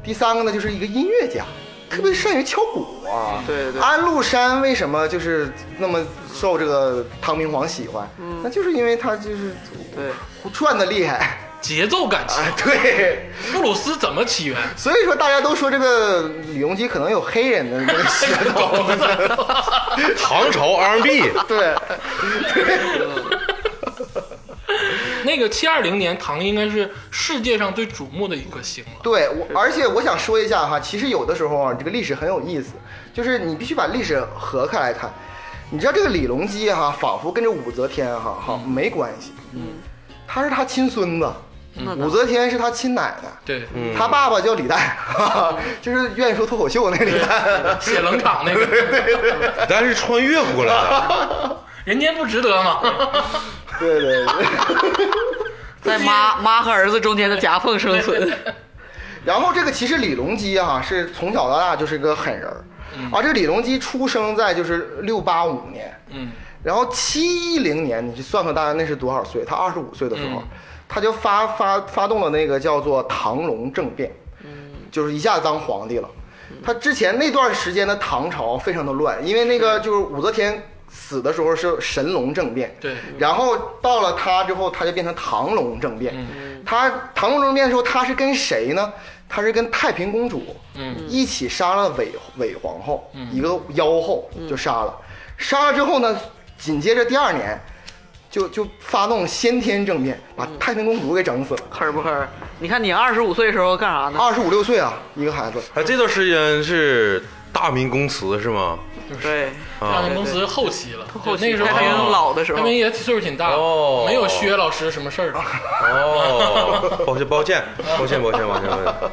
Speaker 8: 第三个呢，就是一个音乐家，特别善于敲鼓啊。
Speaker 6: 对对对
Speaker 8: 安禄山为什么就是那么受这个唐明皇喜欢？那就是因为他就是
Speaker 6: 嗯对，
Speaker 8: 转的厉害。
Speaker 5: 节奏感强。
Speaker 8: 哎，对，
Speaker 5: 布鲁斯怎么起源？
Speaker 8: 所以说大家都说这个李隆基可能有黑人的那个 血统。
Speaker 7: 唐朝 R&B，
Speaker 8: 对，
Speaker 5: 那个七二零年，唐应该是世界上最瞩目的一颗星了。
Speaker 8: 对我，而且我想说一下哈，其实有的时候啊，这个历史很有意思，就是你必须把历史合开来看。你知道这个李隆基哈、仿佛跟这武则天哈、哈、没关系，嗯，他是他亲孙子，
Speaker 6: 嗯
Speaker 8: 武则天是他亲奶奶，
Speaker 5: 对，
Speaker 8: 他爸爸叫李诞， 哈哈，就是愿意说脱口秀那个李诞。
Speaker 5: 写冷场那个，
Speaker 7: 咱是穿越过来的，啊
Speaker 5: 人间不值得吗？
Speaker 8: 对对对。
Speaker 6: 在妈妈和儿子中间的夹缝生存，
Speaker 8: 然后这个其实李隆基啊，是从小到大就是个狠人儿，啊，这个李隆基出生在就是六八五年，
Speaker 5: 嗯，
Speaker 8: 然后七一零年，你去算算大概那是多少岁？他二十五岁的时候，
Speaker 5: 嗯
Speaker 8: 他就发发发动了那个叫做唐隆政变，就是一下子当皇帝了。他之前那段时间的唐朝非常的乱，因为那个就是武则天死的时候是神龙政变，
Speaker 5: 对
Speaker 8: 然后到了他之后，他就变成唐隆政变。
Speaker 5: 嗯
Speaker 8: 他唐隆政变的时候，他是跟谁呢？他是跟太平公主，
Speaker 5: 嗯，
Speaker 8: 一起杀了韦韦皇后，一个妖后
Speaker 5: 嗯
Speaker 8: 就杀了。杀了之后呢，紧接着第二年，就就发动先天政变，把
Speaker 5: 嗯
Speaker 8: 太平公主给整死了。
Speaker 6: 坑不坑？你看你二十五岁的时候干啥呢？
Speaker 8: 二十五六岁啊，一个孩子。
Speaker 7: 哎，这段时间是大明宫词是吗？
Speaker 6: 对，
Speaker 5: 大
Speaker 7: 啊
Speaker 5: 明，公司后期了，
Speaker 6: 后期
Speaker 5: 那个时候
Speaker 6: 太平
Speaker 5: 他们
Speaker 6: 老的时候
Speaker 5: 他们也岁数挺大，
Speaker 7: 哦
Speaker 5: 没有薛老师什么事儿。
Speaker 7: 哦，抱歉，抱歉，抱歉，抱歉，抱歉，抱歉。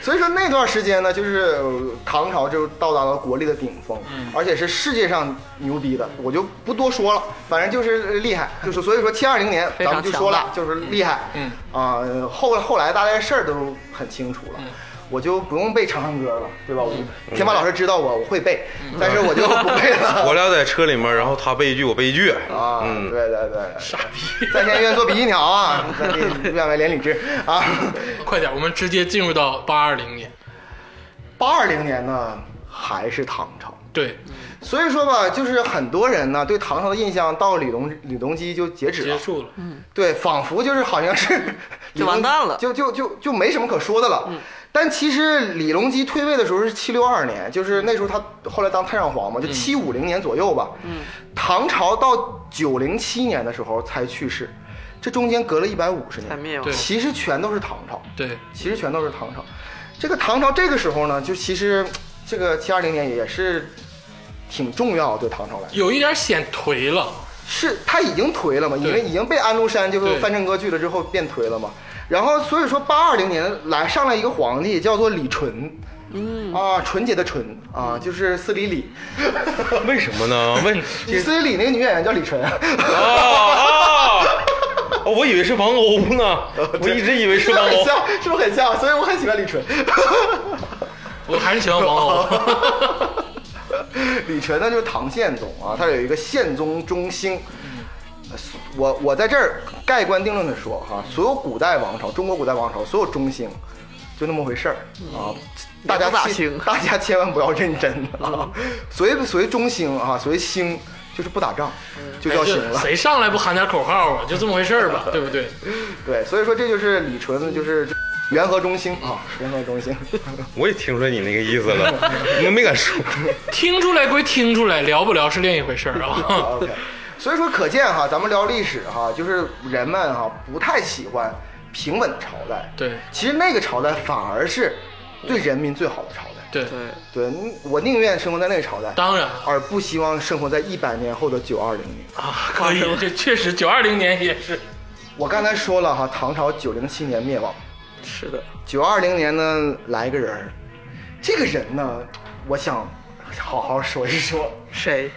Speaker 8: 所以说那段时间呢，就是呃唐朝就到达了国力的顶峰，
Speaker 6: 嗯
Speaker 8: 而且是世界上牛逼的，我就不多说了，反正就是厉害，就是所以说七二零年
Speaker 6: 非
Speaker 8: 咱
Speaker 6: 常
Speaker 8: 们就说了
Speaker 6: 强，大
Speaker 8: 就是厉害，
Speaker 5: 嗯
Speaker 8: 啊、后后来大家事儿都很清楚
Speaker 6: 嗯
Speaker 8: 了。我就不用背长恨歌了，对吧？我就天霸老师知道我我会背，
Speaker 6: 嗯
Speaker 8: 但是我就不背了。
Speaker 7: 我俩在车里面，然后他背一句，我背一句。
Speaker 8: 啊，
Speaker 7: 嗯，
Speaker 8: 对对对，傻逼！在天愿做比翼鸟啊， 在地愿为连理枝啊。
Speaker 5: 快点，我们直接进入到八二零年。
Speaker 8: 八二零年呢还是唐朝。
Speaker 5: 对，
Speaker 8: 所以说吧，就是很多人呢对唐朝的印象到李隆李隆基就截止
Speaker 5: 结
Speaker 8: 了，
Speaker 5: 束了，
Speaker 6: 嗯
Speaker 8: 对，仿佛就是好像是
Speaker 6: 就完蛋了嗯
Speaker 8: 就就就就没什么可说的了。但其实李隆基退位的时候是七六二年，
Speaker 6: 嗯
Speaker 8: 就是那时候他后来当太上皇嘛，就七五零年左右吧。嗯，唐朝到九零七年的时候才去世，这中间隔了一百五十
Speaker 6: 才
Speaker 8: 年，
Speaker 6: 灭亡
Speaker 5: 对。
Speaker 8: 其实全都是唐朝。
Speaker 5: 对，
Speaker 8: 其实全都是唐朝。这个唐朝这个时候呢，就其实这个七二零年也是挺重要，对唐朝来说
Speaker 5: 有一点显颓了，
Speaker 8: 是他已经颓了嘛，因为
Speaker 5: 对
Speaker 8: 已经被安禄山这个
Speaker 5: 对
Speaker 8: 藩镇割据了之后变颓了嘛。然后所以说八二零年来上来一个皇帝叫做李纯，嗯啊纯洁的纯啊就是司礼 李，
Speaker 7: 为什么呢？为
Speaker 8: 李司礼那个女演员叫李纯，
Speaker 7: 啊啊！哦我以为是王鸥
Speaker 8: 哦
Speaker 7: 呢，我一直以为是
Speaker 8: 是不是
Speaker 7: 王
Speaker 8: 很
Speaker 7: 鸥。
Speaker 8: 像？是不是很像？所以我很喜欢李纯。
Speaker 5: 我还是喜欢王
Speaker 8: 哦
Speaker 5: 鸥。
Speaker 8: 李纯呢就是唐宪宗啊，他有一个宪宗中兴。呃我我在这儿盖棺定论的说哈、所有古代王朝，中国古代王朝所有中兴，就那么回事儿啊。大家
Speaker 6: 也不咋
Speaker 8: 千
Speaker 6: 兴
Speaker 8: 大家千万不要认真啊。所谓所谓中兴啊，所谓兴就是不打仗，就叫兴了。
Speaker 5: 哎谁上来不喊点口号啊？就这么回事儿吧，对不对？
Speaker 8: 对，所以说这就是李纯，就是元和中兴啊，元和中兴。
Speaker 7: 我也听出来你那个意思了， 我没敢说。
Speaker 5: 听出来归听出来，聊不聊是另一回事儿啊。
Speaker 8: 哦 OK，所以说可见哈，咱们聊历史哈，就是人们哈不太喜欢平稳的朝代。
Speaker 5: 对
Speaker 8: 其实那个朝代反而是对人民最好的朝代。
Speaker 5: 对，
Speaker 6: 对，
Speaker 8: 对，我宁愿生活在那个朝代，
Speaker 5: 当然
Speaker 8: 而不希望生活在一百年后的九二零年。
Speaker 5: 啊，可以， 这确实九二零年也是
Speaker 8: 我刚才说了哈，唐朝九零七年灭亡，
Speaker 6: 是的，
Speaker 8: 九二零年呢来一个人儿，这个人呢，我想好好说一说，
Speaker 6: 谁？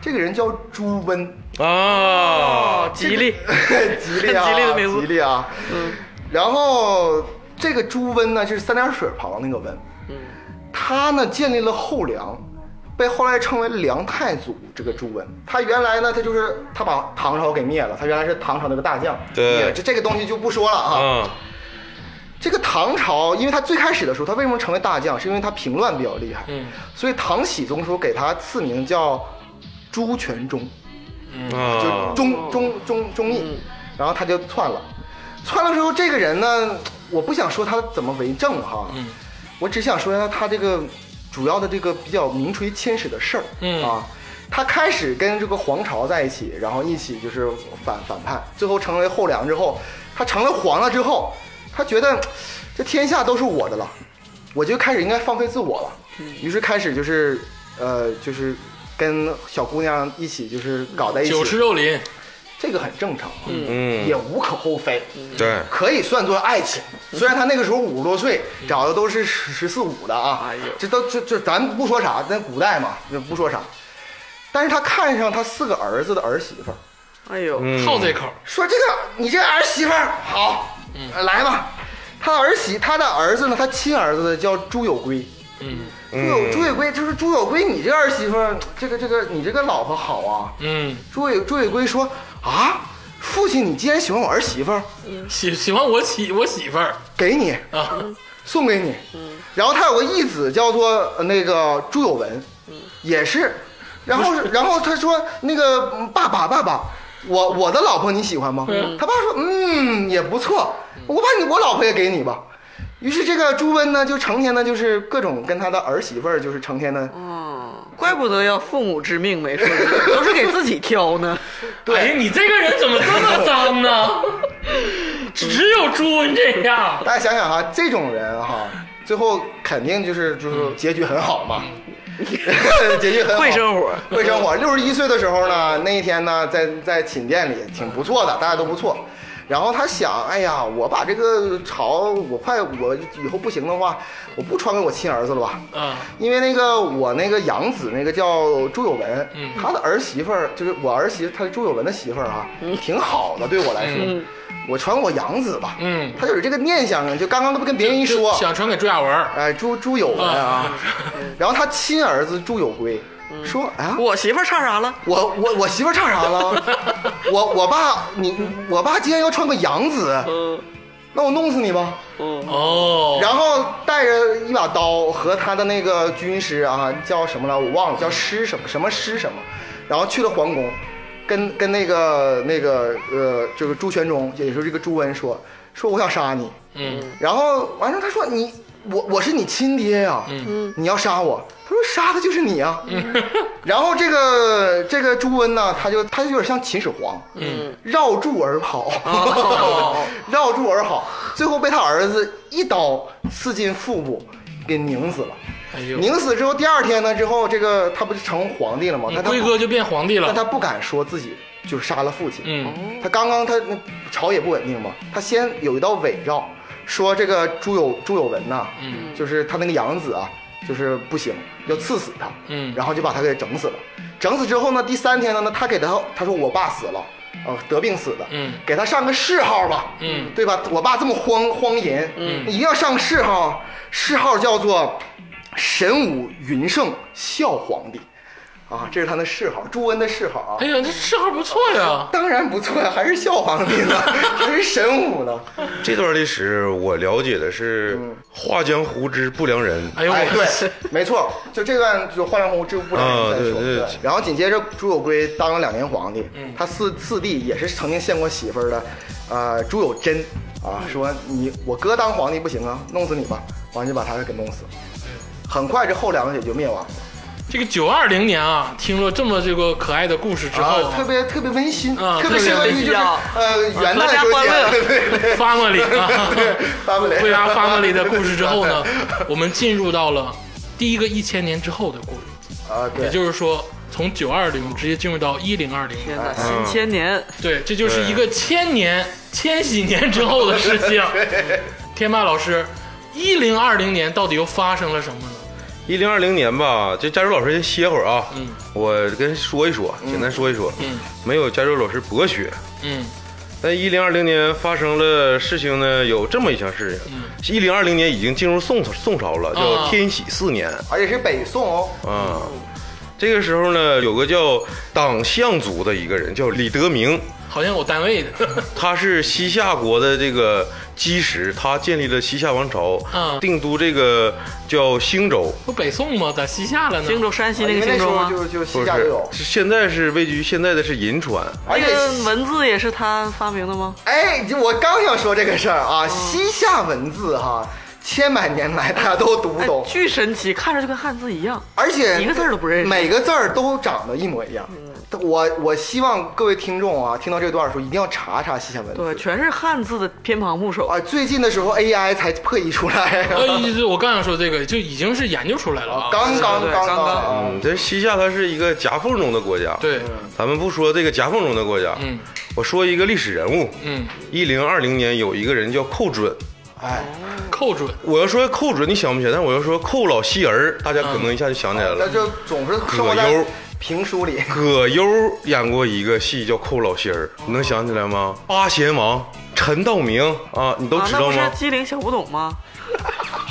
Speaker 8: 这个人叫朱温。
Speaker 7: 啊
Speaker 6: 哦，吉利，
Speaker 8: 吉利 啊，
Speaker 6: 吉利的名字
Speaker 8: 吉利啊。嗯。然后这个朱温呢，就是三点水旁那个温。嗯。他呢建立了后梁，被后来称为梁太祖。这个朱温，他原来呢，他就是他把唐朝给灭了，他原来是唐朝那个大将。
Speaker 7: 对
Speaker 8: 灭了这这个东西就不说了啊。
Speaker 7: 啊，
Speaker 8: 这个唐朝，因为他最开始的时候，他为什么成为大将，是因为他平乱比较厉害。
Speaker 5: 嗯。
Speaker 8: 所以唐僖宗时候给他赐名叫朱全忠。就
Speaker 7: 啊，
Speaker 8: 中中中中
Speaker 5: 嗯
Speaker 8: 意，然后他就窜了，窜了之后，这个人呢，我不想说他怎么为政哈，
Speaker 5: 嗯
Speaker 8: 我只想说一下他这个主要的这个比较名垂千史的事儿、
Speaker 5: 嗯
Speaker 8: 啊。他开始跟这个皇朝在一起，然后一起就是反反叛，最后成为后梁之后，他成了皇了之后，他觉得这天下都是我的了，我就开始应该放飞自我了，
Speaker 5: 嗯
Speaker 8: 于是开始就是呃就是跟小姑娘一起就是搞在一起，
Speaker 5: 酒池肉林，
Speaker 8: 这个很正常，
Speaker 7: 嗯
Speaker 8: 也无可厚非，
Speaker 7: 对，
Speaker 8: 可以算作爱情。虽然他那个时候五十多岁，找的都是十十四五的啊，
Speaker 6: 嗯哎呦
Speaker 8: 这都这这咱不说啥，那古代嘛，那不说啥。但是他看上他四个儿子的儿媳妇儿，
Speaker 6: 哎呦，
Speaker 7: 嗯
Speaker 5: 好这口，
Speaker 8: 说这个你这儿媳妇儿好，
Speaker 6: 嗯
Speaker 8: 呃来吧。他儿媳他的儿子呢，他亲儿子的叫朱友珪，
Speaker 5: 嗯
Speaker 8: 朱友朱友珪就是朱友珪，你这儿媳妇儿，这个这个你这个老婆好啊，
Speaker 5: 嗯，
Speaker 8: 朱伟朱伟圭说啊，父亲，你既然喜欢我儿媳妇儿，
Speaker 5: 喜喜欢我媳我媳妇儿
Speaker 8: 给你
Speaker 5: 啊，
Speaker 8: 送给你。然后他有个义子叫做呃那个朱有文，也是。然后嗯是然后他说那个嗯爸爸爸爸，我我的老婆你喜欢吗？他爸说嗯也不错，我把你我老婆也给你吧。于是这个朱温呢，就成天呢，就是各种跟他的儿媳妇儿，就是成天的
Speaker 6: 嗯，怪不得要父母之命没说之命，都是给自己挑 呢。
Speaker 5: 哎呀，你这个人怎么这么脏呢？只有朱温这样，
Speaker 8: 大家想想哈、这种人哈、最后肯定就是就是结局很好 嘛，结局很好，
Speaker 6: 嗯会生活，
Speaker 8: 会生活。六十一岁的时候呢，那一天呢，在在寝殿里挺不错的，大家都不错。然后他想，哎呀，我把这个朝，我快我以后不行的话，我不传给我亲儿子了吧？
Speaker 6: 嗯
Speaker 5: 啊，
Speaker 8: 因为那个我那个养子那个叫朱有文，
Speaker 5: 嗯
Speaker 8: 他的儿媳妇儿就是我儿媳，他朱有文的媳妇儿啊，挺好的，对我来说，我传我养子吧，
Speaker 5: 嗯
Speaker 8: 他有这个念想啊，就刚刚都不跟别人一说，
Speaker 5: 想传给朱亚文儿，啊
Speaker 8: 哎，朱朱有文啊，然后他亲儿子朱有圭说，啊，
Speaker 6: 我媳妇儿差啥了？
Speaker 8: 我我我媳妇儿 差啥了？我我爸你我爸竟然要传个养子，
Speaker 6: 嗯，
Speaker 8: 那我弄死你吧。
Speaker 5: 哦，
Speaker 8: 然后带着一把刀和他的那个军师啊，叫什么了？我忘了，叫师什么什么师什么，然后去了皇宫，跟跟那个那个呃，这个朱全忠，也就是这个朱温说，说我想杀你，
Speaker 5: 嗯，
Speaker 8: 然后完了他说你我我是你亲爹呀、
Speaker 5: 嗯
Speaker 8: 你要杀我，他说杀的就是你啊，然后这个这个朱温呢，他就他就有点像秦始皇，
Speaker 5: 嗯，哦
Speaker 8: 绕柱而跑， 绕柱而跑，最后被他儿子一刀刺进腹部，给拧死了。
Speaker 5: 哎呦，
Speaker 8: 拧死之后，第二天呢，之后这个他不就成皇帝了吗？但他
Speaker 5: 龟哥就变皇帝
Speaker 8: 但
Speaker 5: 了，
Speaker 8: 他不敢说自己就是杀了父亲，
Speaker 5: 嗯，
Speaker 8: 他刚刚他那朝野不稳定嘛，他先有一道伪诏，说这个朱有朱有文呐、
Speaker 5: 嗯
Speaker 8: 就是他那个养子啊，就是不行，要赐死他，
Speaker 5: 嗯
Speaker 8: 然后就把他给整死了。整死之后呢，第三天呢，他给他他说我爸死了，呃，得病死的，
Speaker 5: 嗯
Speaker 8: 给他上个谥号吧，
Speaker 5: 嗯
Speaker 8: 对吧？我爸这么荒荒淫，嗯，一定要上谥号，谥号叫做神武云圣孝皇帝，啊，这是他的谥号，朱温的谥号啊。
Speaker 5: 哎呀，这谥号不错呀，
Speaker 8: 当然不错呀，还是孝皇帝呢， 还是神武呢。
Speaker 7: 这段历史我了解的是
Speaker 8: 嗯
Speaker 7: “画江湖之不良人
Speaker 5: 哎呦，
Speaker 8: 哎，
Speaker 5: 我
Speaker 8: 对， 没错，就这段就画江湖这不能再说。
Speaker 7: 啊对对
Speaker 8: 然后紧接着朱友珪当了两年皇帝，他四四弟也是曾经献过媳妇儿的，呃，朱友贞啊，说你我哥当皇帝不行啊，弄死你吧，完就把他给弄死了。很快这后梁也就灭亡了，
Speaker 5: 这个九二零年啊，听了这么这个可爱的故事之后
Speaker 8: 啊特
Speaker 5: 啊
Speaker 8: 别特别温馨，
Speaker 5: 啊
Speaker 8: 特
Speaker 5: 特
Speaker 8: 别
Speaker 5: 别
Speaker 8: 适合
Speaker 5: 温
Speaker 8: 于就是
Speaker 6: 馨啊
Speaker 8: 呃元旦
Speaker 6: 合家
Speaker 8: 时候
Speaker 6: 欢乐
Speaker 8: 讲， 对对对，
Speaker 5: ，family 啊，
Speaker 8: 巴布雷
Speaker 5: 回答 family 的故事之后呢，我们进入到了第一个一千年之后的故事，
Speaker 8: 啊，对
Speaker 5: 也，就是说从九二零直接进入到一零二零，
Speaker 6: 天
Speaker 7: 嗯
Speaker 6: 哪，新千年，
Speaker 5: 对，这就是一个千年、千禧年之后的事 情。天霸老师，一零二零年到底又发生了什么呢？”。
Speaker 7: 一零二零年吧，这加州老师先歇会儿啊，
Speaker 5: 嗯
Speaker 7: 我跟说一说，简单说一说。
Speaker 5: 嗯
Speaker 7: 没有加州老师博学，
Speaker 5: 嗯
Speaker 7: 但一零二零年发生了事情呢，有这么一项事情。一零二零年已经进入宋宋朝了，
Speaker 5: 嗯啊
Speaker 7: 叫天禧四年
Speaker 8: 而且是北宋哦，
Speaker 7: 啊。这个时候呢，有个叫党项族的一个人，叫李德明，
Speaker 5: 好像我单位 的，
Speaker 7: 他是西夏国的这个基石，他建立了西夏王朝，
Speaker 5: 啊
Speaker 7: 定都这个叫兴州，
Speaker 5: 不北宋吗？咋西夏了呢？
Speaker 6: 荆州山西
Speaker 8: 啊因
Speaker 6: 那个
Speaker 8: 为
Speaker 6: 荆
Speaker 8: 那时
Speaker 6: 州
Speaker 8: 候
Speaker 6: 吗？
Speaker 8: 就就西
Speaker 7: 不
Speaker 8: 夏就是有，，
Speaker 7: 是现在是位居现在的是银川，
Speaker 8: 而
Speaker 6: 那个
Speaker 8: 且
Speaker 6: 哎文字也是他发明的吗？
Speaker 8: 哎，我刚想说这个事儿
Speaker 6: 哦
Speaker 8: 啊，西夏文字哈、千百年来大家都读不
Speaker 6: 哎
Speaker 8: 懂，，
Speaker 6: 巨神奇，看着就跟汉字一样。
Speaker 8: 而且
Speaker 6: 一个字儿都不认识嗯
Speaker 8: 每个字儿都长得一模一样。我我希望各位听众啊，听到这段儿的时候一定要查查西夏文字。
Speaker 6: 对，全是汉字的偏旁部首。
Speaker 8: 啊，最近的时候 AI 才破译出来，
Speaker 7: 哎
Speaker 5: 呃，就是我刚想说这个，就已经是研究出来了啊。
Speaker 8: 刚刚
Speaker 6: 对
Speaker 8: 刚
Speaker 6: 刚
Speaker 8: 刚
Speaker 6: 刚
Speaker 8: 啊
Speaker 7: 嗯，这西夏它是一个夹缝中的国家，，
Speaker 5: 对，
Speaker 7: 咱们不说这个夹缝中的国家，
Speaker 5: 嗯
Speaker 7: 我说一个历史人物，
Speaker 5: 嗯，
Speaker 7: 一零二零年有一个人叫寇准，
Speaker 8: 哎，
Speaker 5: 寇准，
Speaker 7: 我要说寇准你想不起来，但我要说寇老西儿，大家可能一下就想起来
Speaker 8: 那
Speaker 7: 了，
Speaker 8: 就总是生活
Speaker 7: 哎葛
Speaker 8: 在
Speaker 7: 优
Speaker 8: 评书里。
Speaker 7: 葛优演过一个戏叫《寇老心儿》，你能想起来吗？八贤王陈道明啊，你都
Speaker 6: 啊，
Speaker 7: 知
Speaker 6: 那
Speaker 7: 道
Speaker 6: 不是
Speaker 7: 吗？
Speaker 6: 机灵小不懂 吗？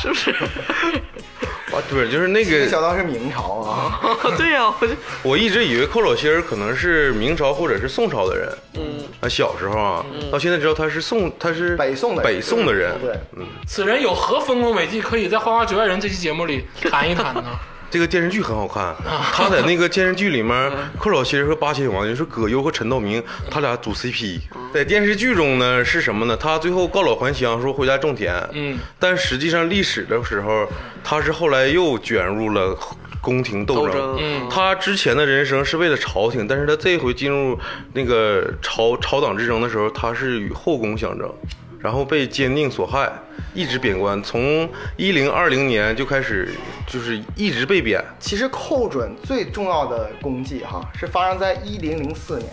Speaker 6: 是不是？
Speaker 7: 啊，对，就是那
Speaker 8: 这小
Speaker 7: 个，
Speaker 8: 刀是明朝啊，
Speaker 6: 对呀、我就
Speaker 8: 嗯
Speaker 7: 我一直以为寇老心儿可能是明朝或者是宋朝的人，嗯，啊，小时候啊，到现在知道他是宋，他是
Speaker 8: 嗯北宋的人
Speaker 7: 北宋的人，
Speaker 8: 对
Speaker 7: 嗯，
Speaker 5: 此人有何丰功伟绩，可以在《花花局外人》这期节目里谈一谈 呢？
Speaker 7: 这个电视剧很好看，
Speaker 8: 啊
Speaker 7: 他在那个电视剧里
Speaker 8: 嗯
Speaker 7: 面，寇老心儿和八贤王，也就是葛优和陈道明，他俩组 CP。在
Speaker 8: 嗯
Speaker 7: 电视剧中呢，是什么呢？他最后告老还乡，说回家种田。
Speaker 5: 嗯，
Speaker 7: 但实际上历史的时候，他是后来又卷入了宫廷斗
Speaker 6: 斗争嗯
Speaker 7: 他之前的人生是为了朝廷，但是他这回进入那个朝朝党之争的时候，他是与后宫相争，然后被奸佞所害，一直贬官，从一零二零年就开始就是一直被贬。
Speaker 8: 其实寇准最重要的功绩哈、是发生在一零零四年。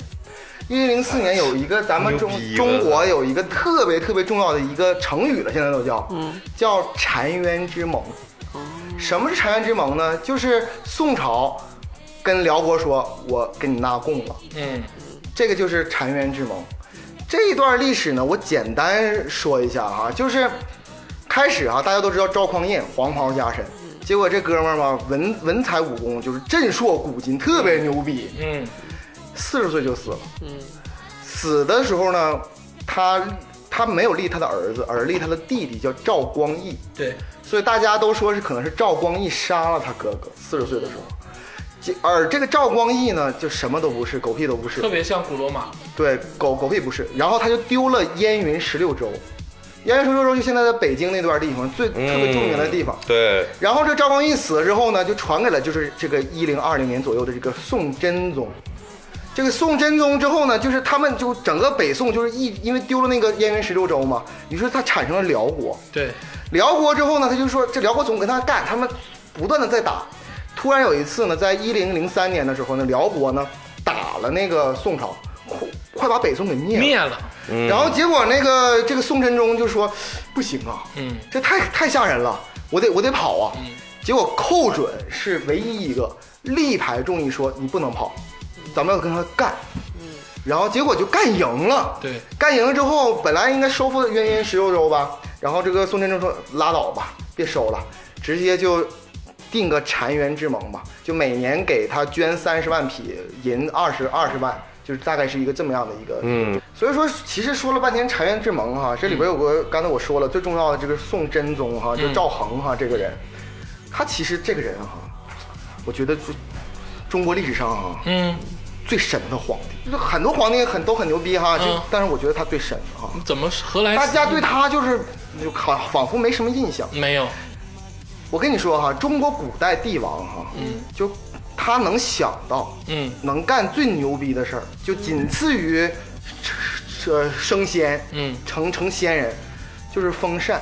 Speaker 8: 一零零四年有一个咱们中
Speaker 7: 哎牛逼了
Speaker 8: 中国有一个特别特别重要的一个成语了，现在都叫，
Speaker 7: 嗯
Speaker 8: 叫澶渊之盟。
Speaker 7: 哦
Speaker 8: 什么是澶渊之盟呢？就是宋朝跟辽国说，我跟你纳贡了，
Speaker 5: 嗯，
Speaker 8: 这个就是澶渊之盟。这一段历史呢，我简单说一下哈、就是开始啊，大家都知道赵匡胤黄袍加身，结果这哥们儿吧，文文才武功就是震烁古今，特别牛逼，
Speaker 5: 嗯
Speaker 8: 四十岁就死了。嗯，死的时候呢，他他没有立他的儿子，而立他的弟弟叫赵光义。
Speaker 5: 对，
Speaker 8: 所以大家都说是可能是赵光义杀了他哥哥，四十岁的时候。这而这个赵光义呢，就什么都不是，狗屁都不是
Speaker 5: 特，别像古罗马，
Speaker 8: 对，狗狗屁不是。然后他就丢了燕云十六州，燕云十六州就现在在北京那段地方最特别著名的地方。
Speaker 7: 对，
Speaker 8: 然后这赵光义死了之后呢，就传给了就是这个一零二零年左右的这个宋真宗。这个宋真宗之后呢，就是他们就整个北宋就是一因为丢了那个燕云十六州嘛，于是他产生了辽国。
Speaker 5: 对，
Speaker 8: 辽国之后呢，他就说这辽国总跟他干，他们不断的在打。突然有一次呢，在一零零三年的时候呢，辽国呢打了那个宋朝，快快把北宋给灭了。
Speaker 5: 灭了，
Speaker 8: 然后结果那个这个宋真宗就说不行啊，
Speaker 5: 嗯，
Speaker 8: 这太太吓人了，我得我得跑啊。结果寇准是唯一一个力排众议说你不能跑，
Speaker 5: 嗯
Speaker 8: 咱们要跟他干。然后结果就干赢了。
Speaker 5: 对，
Speaker 8: 干赢了之后，本来应该收复原因十六州吧，然后这个宋真宗说拉倒吧，别收了，直接就定个澶渊之盟吧，就每年给他捐三十万匹银，二十二十万，就是大概是一个这么样的一个。
Speaker 7: 嗯，
Speaker 8: 所以说，其实说了半天澶渊之盟哈，这里边有个、刚才我说了最重要的这个宋真宗哈，就赵恒哈、这个人，他其实这个人哈，我觉得就中国历史上啊，
Speaker 5: 嗯，
Speaker 8: 最神的皇帝，就是很多皇帝很都很牛逼哈，就、
Speaker 5: 嗯
Speaker 8: 但是我觉得他最神哈，
Speaker 5: 怎么何来
Speaker 8: 大家对他就是就仿仿佛没什么印象。
Speaker 5: 没有？
Speaker 8: 我跟你说哈，中国古代帝王哈，嗯，就他能想到，
Speaker 5: 嗯
Speaker 8: 能干最牛逼的事儿，就仅次于呃升仙，
Speaker 5: 嗯
Speaker 8: 成成仙人，就是封禅。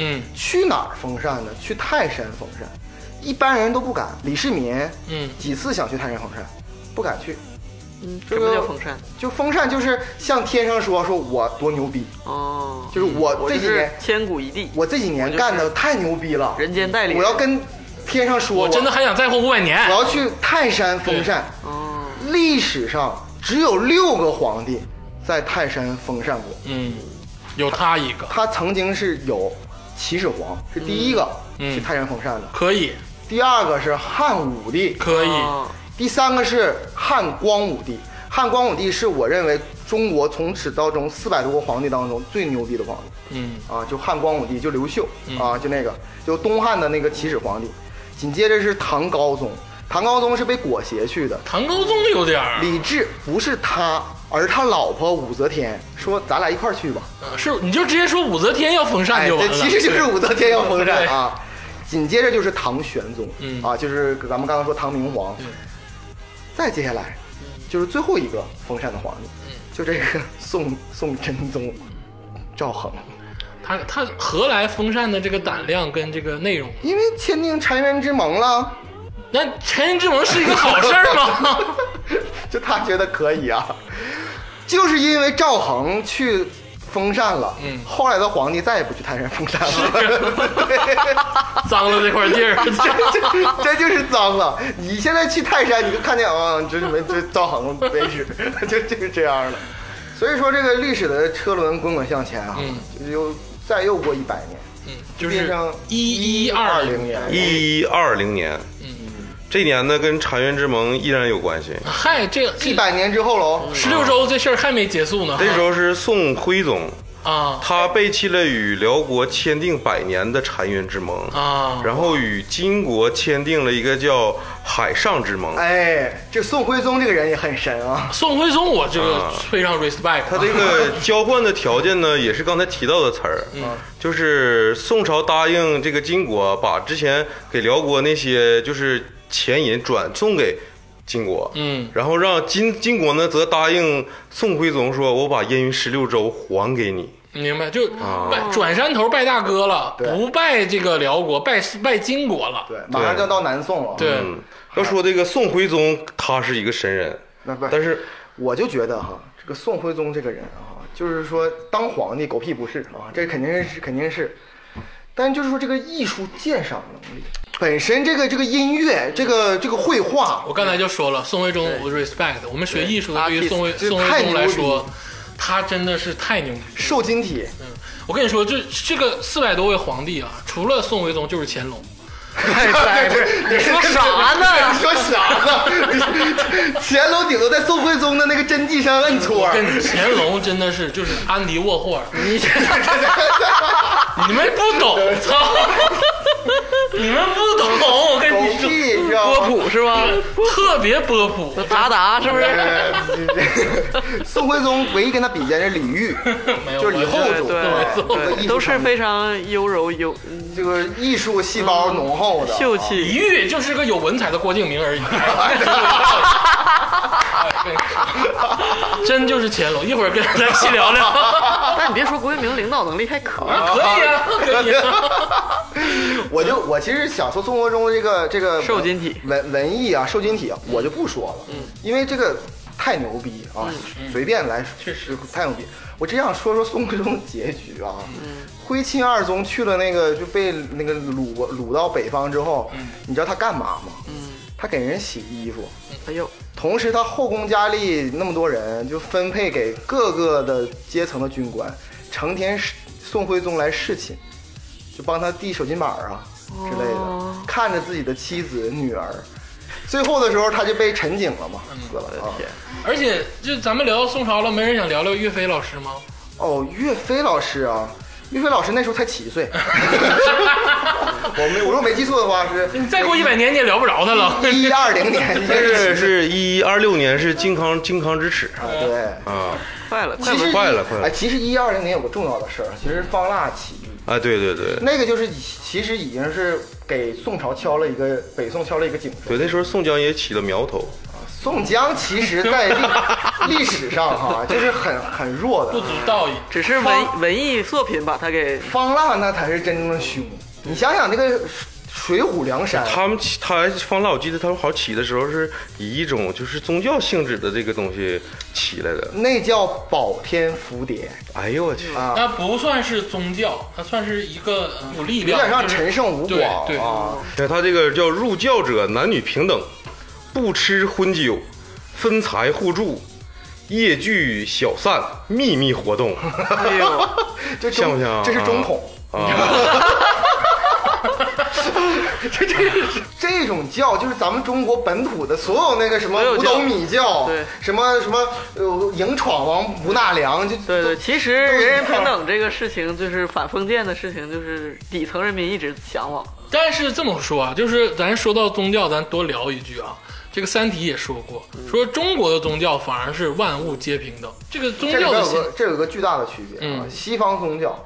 Speaker 5: 嗯
Speaker 8: 去哪儿封禅呢？去泰山封禅，一般人都不敢。李世民，
Speaker 5: 嗯
Speaker 8: 几次想去泰山封禅，不敢去。
Speaker 6: 嗯，
Speaker 8: 这
Speaker 6: 什
Speaker 8: 个
Speaker 6: 么叫风扇？
Speaker 8: 就封禅就是向天上说说我多牛逼，
Speaker 6: 哦，
Speaker 8: 就是我
Speaker 6: 我
Speaker 8: 这
Speaker 6: 就
Speaker 8: 几
Speaker 6: 是
Speaker 8: 年
Speaker 6: 千古一帝，
Speaker 8: 我这几年干的太牛逼了，
Speaker 6: 人间代理人。
Speaker 8: 我要跟天上说，
Speaker 5: 我真的还想再活五百年
Speaker 8: 我。要去泰山封禅。
Speaker 6: 哦，
Speaker 8: 历史上只有六个皇帝在泰山封禅过，
Speaker 5: 嗯，有他一个
Speaker 8: 他曾经是有秦始皇是第一个
Speaker 5: 嗯
Speaker 8: 去泰山封禅的，
Speaker 5: 可以，
Speaker 8: 第二个是汉武帝，
Speaker 5: 可以，
Speaker 6: 哦
Speaker 8: 第三个是汉光武帝。汉光武帝是我认为中国从始到终四百多个皇帝当中最牛逼的皇帝。
Speaker 5: 嗯
Speaker 8: 啊，就汉光武帝，就刘秀啊，就那个，就东汉的那个秦始皇帝，紧接着是唐高宗，唐高宗是被裹挟去的。
Speaker 5: 唐高宗有点儿，
Speaker 8: 李治不是他，而他老婆武则天说：“咱俩一块儿去吧。
Speaker 5: 呃是你就直接说武则天要封”禅
Speaker 8: 哎，
Speaker 5: 就完
Speaker 8: 这
Speaker 5: 了。
Speaker 8: 其实就是武则天要封
Speaker 5: 对
Speaker 8: 禅啊。紧接着就是唐玄宗，
Speaker 5: 嗯
Speaker 8: 啊，就是咱们刚刚说唐明皇，再接下来就是最后一个封禅的皇帝，
Speaker 5: 嗯
Speaker 8: 就这个宋宋真宗赵恒。
Speaker 5: 他他何来封禅的这个胆量跟这个内容？
Speaker 8: 因为签订澶渊之盟了，
Speaker 5: 那澶渊之盟是一个 好事儿吗？
Speaker 8: 就他觉得可以啊，就是因为赵恒去封禅了，
Speaker 5: 嗯
Speaker 8: 后来的皇帝再也不去泰山封禅 了，
Speaker 5: 脏了这块地儿，
Speaker 8: 这这这就是脏了。你现在去泰山，你就看见啊，这没这赵恒为止， 就就是这样了。所以说，这个历史的车轮滚滚向前啊，又再又过一百年，
Speaker 5: 嗯，就
Speaker 8: 变
Speaker 5: 是
Speaker 8: 成
Speaker 5: 一一
Speaker 8: 二
Speaker 5: 二
Speaker 8: 零，年，
Speaker 7: 一二零年，这年呢跟澶渊之盟依然有关系。
Speaker 5: 嗨，这
Speaker 8: 一
Speaker 5: 这
Speaker 8: 百年之后喽，
Speaker 5: 十六州这事儿还没结束呢。
Speaker 7: 那时候是宋徽宗，
Speaker 5: 啊
Speaker 7: 他背弃了与辽国签订百年的澶渊之盟，
Speaker 5: 啊，
Speaker 7: 然后与金国签订了一个叫海上之盟。
Speaker 8: 哎，这宋徽宗这个人也很神啊，
Speaker 5: 宋徽宗我这个
Speaker 7: 啊
Speaker 5: 非常 respect
Speaker 7: 他这个交换的条件呢，也是刚才提到的词儿，就是宋朝答应这个金国把之前给辽国那些就是钱银转送给金国，
Speaker 5: 嗯
Speaker 7: 然后让金金国呢则答应宋徽宗说，我把燕云十六州还给你。
Speaker 5: 明白，就拜转山头拜大哥了，
Speaker 8: 啊对
Speaker 5: 不拜这个辽国，拜拜金国了。
Speaker 8: 对，马上就要到南宋了，
Speaker 5: 对，
Speaker 7: 嗯，要说这个宋徽宗，他是一个神人，
Speaker 8: 那不，
Speaker 7: 但是
Speaker 8: 我就觉得哈，这个宋徽宗这个人啊，就是说当皇帝狗屁不是啊，这肯定是肯定是，但就是说这个艺术鉴赏能力本身，这个这个音乐，这个这个绘画
Speaker 5: 我，刚才就说了，宋徽宗我 respect，我们学艺术的对于
Speaker 8: Artist，
Speaker 5: 宋徽
Speaker 8: 就是
Speaker 5: 宋徽
Speaker 8: 太
Speaker 5: 宗来
Speaker 8: 牛逼
Speaker 5: 说，他真的是太牛逼了。
Speaker 8: 瘦金体，
Speaker 5: 我跟你说，这这个四百多位皇帝啊，除了宋徽宗就是乾隆，
Speaker 6: 太呆了，你说啥
Speaker 8: 你
Speaker 6: 呢？
Speaker 8: 说啥呢？ 乾隆顶多在宋徽宗的那个真迹上摁搓。
Speaker 5: 跟你乾隆真的 是就是安迪沃霍尔，你你们不懂， 操！你们不懂，我跟
Speaker 8: 狗
Speaker 5: 你说，
Speaker 8: 屁，你知
Speaker 6: 波
Speaker 8: 道吗？
Speaker 6: 普是吧？
Speaker 5: 特别波普。
Speaker 6: 达达是不是？
Speaker 8: 呃 宋徽宗唯一跟他比肩是李 煜，
Speaker 5: 没有
Speaker 8: 就是李后
Speaker 6: 对
Speaker 8: 主，
Speaker 6: 对
Speaker 8: 艺
Speaker 6: 对，
Speaker 8: 术
Speaker 6: 都是
Speaker 8: 成
Speaker 6: 非常优柔优嗯
Speaker 8: 这个艺术细胞浓厚的。
Speaker 6: 秀
Speaker 5: 李
Speaker 6: 气。
Speaker 5: 煜就是个有文采的郭敬明而已。哎跟你说真就是乾隆，一会儿跟咱细聊 聊。
Speaker 6: 但你别说，郭敬明领导能力还可以，
Speaker 5: 可以啊，可以啊。
Speaker 8: 我就我其实想说中国中这个这个
Speaker 6: 瘦金体嗯
Speaker 8: 文文艺啊，瘦金体啊，我就不说了，因为这个太牛逼啊，随便来
Speaker 5: 确实
Speaker 8: 太牛逼。我只想说说宋徽宗的结局啊，
Speaker 6: 嗯
Speaker 8: 徽钦二宗去了那个就被那个掳掳到北方之后，
Speaker 6: 嗯
Speaker 8: 你知道他干嘛吗？他给人洗衣服，
Speaker 6: 哎呦，
Speaker 8: 同时，他后宫佳丽那么多人，就分配给各个的阶层的军官，成天侍宋徽宗来侍寝，就帮他递手巾板儿啊之类
Speaker 5: 哦
Speaker 8: 的，看着自己的妻子女儿，最后的时候他就被陈景了嘛，
Speaker 5: 嗯
Speaker 8: 死了啊！
Speaker 5: 而且就咱们聊宋朝了，没人想聊聊岳飞老师吗？
Speaker 8: 哦，岳飞老师啊，岳飞老师那时候才 几岁，我没我如果没记错的话是
Speaker 5: 你再过一百年你也聊不着他了。
Speaker 8: 一二零年，应该
Speaker 7: 但是
Speaker 8: 是
Speaker 7: 是一二六年是靖康靖康之耻
Speaker 8: 啊对。
Speaker 7: 啊
Speaker 6: 快了，快
Speaker 8: 其
Speaker 6: 了！
Speaker 8: 实
Speaker 7: 快了快了嗯
Speaker 8: 哎，其实一二零年有个重要的事儿，啊其实方腊起义。
Speaker 7: 啊，对对对
Speaker 8: 那个就是已其实已经是给宋朝敲了一个北宋敲了一个警钟。
Speaker 7: 对，那时候宋江也起了苗头，
Speaker 8: 宋江其实在 历历史上哈、就是很很弱
Speaker 5: 不
Speaker 8: 的，
Speaker 5: 足道义。
Speaker 6: 只是文文艺作品把他给
Speaker 8: 方腊那才是真正的凶。你想想这个水浒梁山，
Speaker 7: 他们起，他方腊，我记得他们好像起的时候是以一种就是宗教性质的这个东西起来的。
Speaker 8: 那叫保天福蝶，
Speaker 7: 哎呦我去，
Speaker 6: 嗯
Speaker 8: 啊
Speaker 5: 它不算是宗教，它算是一个呃有力
Speaker 8: 有
Speaker 5: 量，
Speaker 8: 点像
Speaker 5: 就是
Speaker 8: 陈胜吴广
Speaker 5: 对对
Speaker 8: 啊。
Speaker 7: 对他这个叫入教者男女平等，不吃荤酒，分财互助，夜聚小散，秘密活动。
Speaker 6: 哎呦，
Speaker 8: 这
Speaker 7: 像
Speaker 8: 中
Speaker 7: 不像？
Speaker 8: 这是中统，
Speaker 7: 啊，
Speaker 8: 这种教就是咱们中国本土的所有那个什么
Speaker 6: 所有
Speaker 8: 五
Speaker 6: 教
Speaker 8: 斗米教，
Speaker 6: 对
Speaker 8: 什么什么呃迎闯王不纳凉，就
Speaker 6: 对对，
Speaker 8: 都
Speaker 6: 其实人人平等这个事情，就是反封建的事情，就是底层人民一直向往。
Speaker 5: 但是这么说啊，就是咱说到宗教，咱多聊一句啊。这个《三体》也说过，说中国的宗教反而是万物皆平等。这个宗
Speaker 8: 这里
Speaker 5: 教
Speaker 8: 边
Speaker 5: 的
Speaker 8: 有
Speaker 5: 信
Speaker 8: 个这有个巨大的区别啊，
Speaker 5: 嗯
Speaker 8: 西方宗教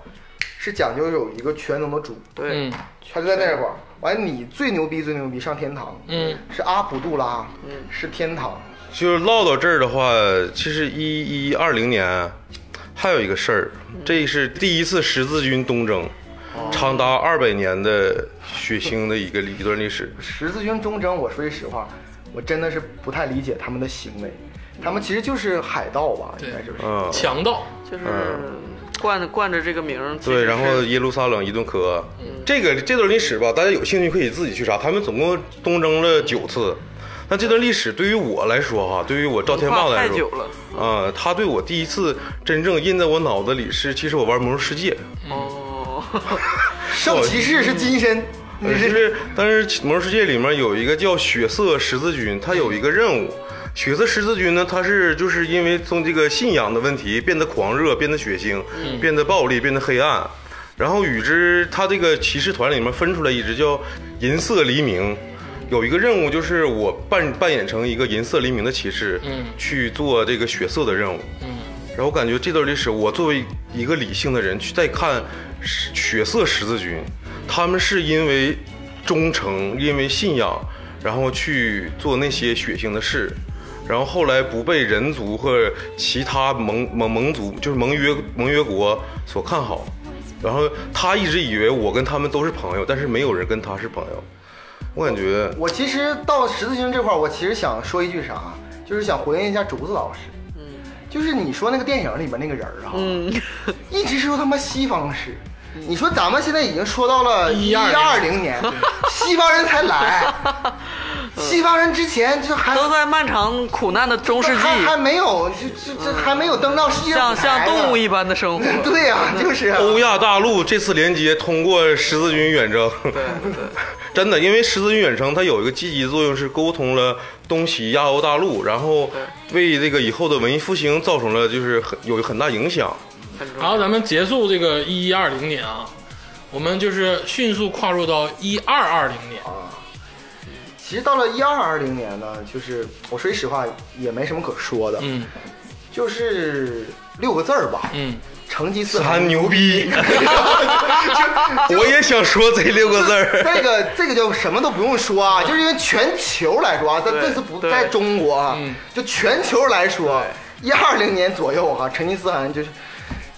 Speaker 8: 是讲究有一个全能的主，
Speaker 6: 对，
Speaker 5: 嗯，
Speaker 8: 他就在那块儿，完你最牛逼最牛逼上天堂，
Speaker 5: 嗯，
Speaker 8: 是阿卜杜拉，
Speaker 6: 嗯
Speaker 8: 是天堂，
Speaker 7: 就是唠到这儿的话，其实一一二零年还有一个事儿，
Speaker 6: 嗯
Speaker 7: 这是第一次十字军东征，
Speaker 6: 哦
Speaker 7: 长达二百年的血腥的一个一段历史。
Speaker 8: 十字军东征，我说句实话，我真的是不太理解他们的行为，他们其实就是海盗吧，应
Speaker 5: 对
Speaker 8: 该就是。
Speaker 7: 嗯，
Speaker 5: 强盗
Speaker 6: 就是冠冠着这个名儿。其实
Speaker 7: 对，
Speaker 6: 是嗯
Speaker 7: 然后耶路撒冷一顿磕，这个这段历史吧，大家有兴趣可以自己去查。他们总共东征了九次，那这段历史对于我来说哈，对于我赵天霸
Speaker 6: 话太
Speaker 7: 来说
Speaker 6: 久，了。
Speaker 7: 啊、他对我第一次真正印在我脑子里是，其实我玩《魔兽世界》
Speaker 6: 哦，
Speaker 8: 圣骑士是金身，
Speaker 7: 呃，
Speaker 8: 你
Speaker 7: 就是是当时《魔兽世界》里面有一个叫血色十字军，它有一个任务。血色十字军呢，它是就是因为从这个信仰的问题变得狂热、变得血腥、变得暴力、变得黑暗。然后与之，它这个骑士团里面分出来一支叫银色黎明，有一个任务就是我扮扮演成一个银色黎明的骑士，
Speaker 5: 嗯
Speaker 7: 去做这个血色的任务。然后我感觉这段历史，我作为一个理性的人去再看是血色十字军，他们是因为忠诚，因为信仰，然后去做那些血腥的事，然后后来不被人族或者其他盟盟盟族，就是盟约盟约国所看好。然后他一直以为我跟他们都是朋友，但是没有人跟他是朋友。我感觉
Speaker 8: 我其实到十字军这块儿，我其实想说一句啥，就是想回应一下竹子老师。就是你说那个电影里边那个人儿哈，啊
Speaker 6: 嗯
Speaker 8: 一直说他妈西方式。你说咱们现在已经说到了一二零年，西方人才来，西方人之前就还
Speaker 6: 都在漫长苦难的中世纪，
Speaker 8: 还还没有，就就这还没有登到世
Speaker 6: 嗯
Speaker 8: 界
Speaker 6: 像
Speaker 8: 舞台
Speaker 6: 像
Speaker 8: 呢
Speaker 6: 动物 一般的生活。
Speaker 8: 对呀、就是啊
Speaker 7: 欧亚大陆这次联接通过十字军远征，
Speaker 6: 对对，
Speaker 7: 真的，因为十字军远征它有一个积极作用，是沟通了东西亚欧大陆，然后为这个以后的文艺复兴造成了就是很有很大影响。
Speaker 6: 很重
Speaker 5: 然
Speaker 6: 要。
Speaker 5: 后咱们结束这个一一二零年啊，我们就是迅速跨入到一二二零年，
Speaker 8: 哦其实到了一二二零年呢，就是我说句实话，也没什么可说的，
Speaker 5: 嗯
Speaker 8: 就是六个字儿吧，
Speaker 5: 嗯，
Speaker 8: 成吉思
Speaker 7: 他
Speaker 8: 汗
Speaker 7: 牛逼， 我也想说这六个字儿。
Speaker 8: 这个这个就什么都不用说啊，就是因为全球来说啊，咱
Speaker 6: 对
Speaker 8: 这次不
Speaker 6: 对
Speaker 8: 在中国啊
Speaker 5: 嗯，
Speaker 8: 就全球来说，一二零年左右哈、成吉思汗就是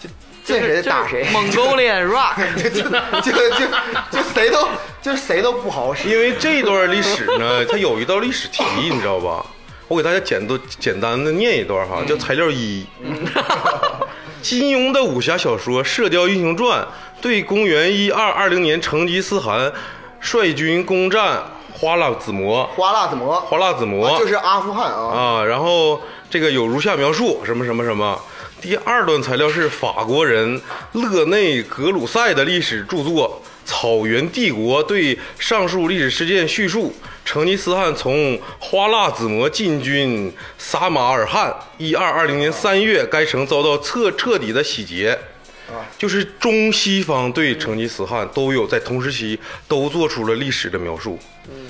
Speaker 8: 就见谁打谁，
Speaker 6: 蒙勾脸 rock，
Speaker 8: 就就 就就就谁都就谁都不好使。
Speaker 7: 因为这段历史 呢，它有一道历史题，你知道吧？我给大家简都简单的念一段哈，
Speaker 8: 嗯
Speaker 7: 叫材料 一。金庸的武侠小说《射雕英雄传》对公元一二二零年成吉思汗率军攻占花剌子模，
Speaker 8: 花剌子模，
Speaker 7: 花剌子模、
Speaker 8: 啊就是阿富汗啊，
Speaker 7: 啊，然后这个有如下描述：什么什么什么。第二段材料是法国人勒内格鲁塞的历史著作《草原帝国》对上述历史事件叙述。成吉思汗从花剌子模进军撒马尔罕，一二二零年三月，该城遭到彻彻底的洗劫。就是中西方对成吉思汗都有在同时期都做出了历史的描述，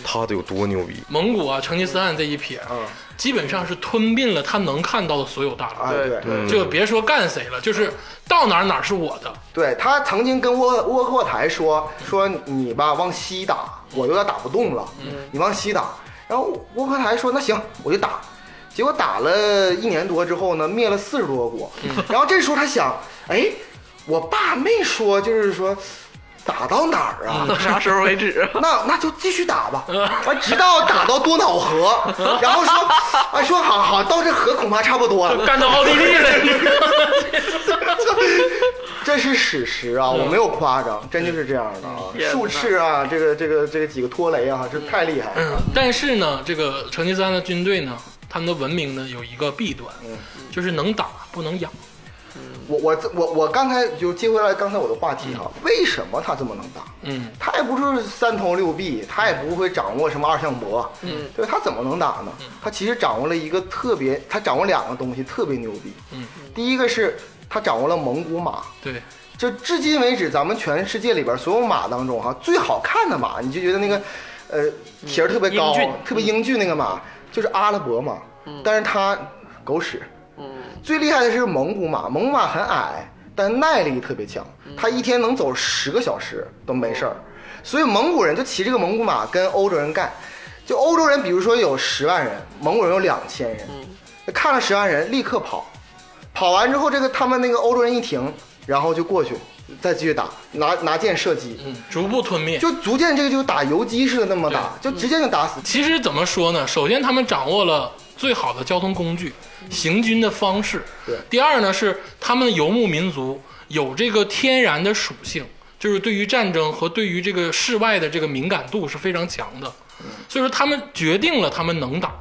Speaker 7: 他得有多牛逼！
Speaker 5: 蒙古啊，成吉思汗这一撇，
Speaker 8: 嗯
Speaker 5: 基本上是吞并了他能看到的所有大
Speaker 8: 啊
Speaker 5: 陆，
Speaker 8: 对
Speaker 6: 对
Speaker 8: 对
Speaker 5: 就别说干谁了，就是到哪儿哪儿是我的，
Speaker 8: 对，他曾经跟窝窝阔台说说你吧往西打，我有点打不动了，
Speaker 7: 嗯
Speaker 8: 你往西打。然后窝阔台说那行我就打，结果打了一年多之后呢，灭了四十多个国。
Speaker 7: 嗯
Speaker 8: 然后这时候他想，哎，我爸没说就是说打到哪儿啊？
Speaker 6: 啥时候为止？
Speaker 7: 嗯
Speaker 8: 那那就继续打吧，完直到打到多瑙河，然后说，啊说好好到这河恐怕差不多了，
Speaker 5: 干到奥地利 了。
Speaker 8: 这是史实啊，我没有夸张，真就是这样的啊。
Speaker 6: 天哪
Speaker 8: 术赤啊，这个这个这个几个拖雷啊，这太厉害了。
Speaker 5: 但是呢，这个成吉思汗的军队呢，他们的文明呢有一个弊端，就是能打不能养。
Speaker 8: 我我我我刚才就接回来刚才我的话题哈、为什么他这么能打？
Speaker 5: 嗯，
Speaker 8: 他也不是三头六臂，他也不会掌握什么二向箔，嗯，对吧他怎么能打呢？他其实掌握了一个特别，他掌握两个东西特别牛逼。
Speaker 5: 嗯，
Speaker 8: 第一个是他掌握了蒙古马，
Speaker 5: 对，
Speaker 8: 就至今为止，咱们全世界里边所有马当中哈、最好看的马，你就觉得那个，呃，蹄儿特别
Speaker 6: 嗯
Speaker 8: 高
Speaker 6: 英俊，嗯
Speaker 8: 特别英俊那个马，就是阿拉伯马，但是它狗屎。最厉害的是蒙古马，蒙古马很矮，但耐力特别强，
Speaker 5: 嗯
Speaker 8: 它一天能走十个小时都没事儿。所以蒙古人就骑这个蒙古马跟欧洲人干，就欧洲人比如说有十万人，蒙古人有两千人，
Speaker 5: 嗯
Speaker 8: 看了十万人立刻跑，跑完之后这个他们那个欧洲人一停，然后就过去再继续打，拿拿箭射击，
Speaker 5: 嗯，逐步吞灭。
Speaker 8: 就逐渐这个就打游击似的那么打，就
Speaker 5: 嗯
Speaker 8: 直接就打死。
Speaker 5: 其实怎么说呢？首先，他们掌握了最好的交通工具、行军的方式。
Speaker 8: 对
Speaker 5: 第二呢，是他们游牧民族有这个天然的属性，就是对于战争和对于这个室外的这个敏感度是非常强的。所以说，他们决定了他们能打。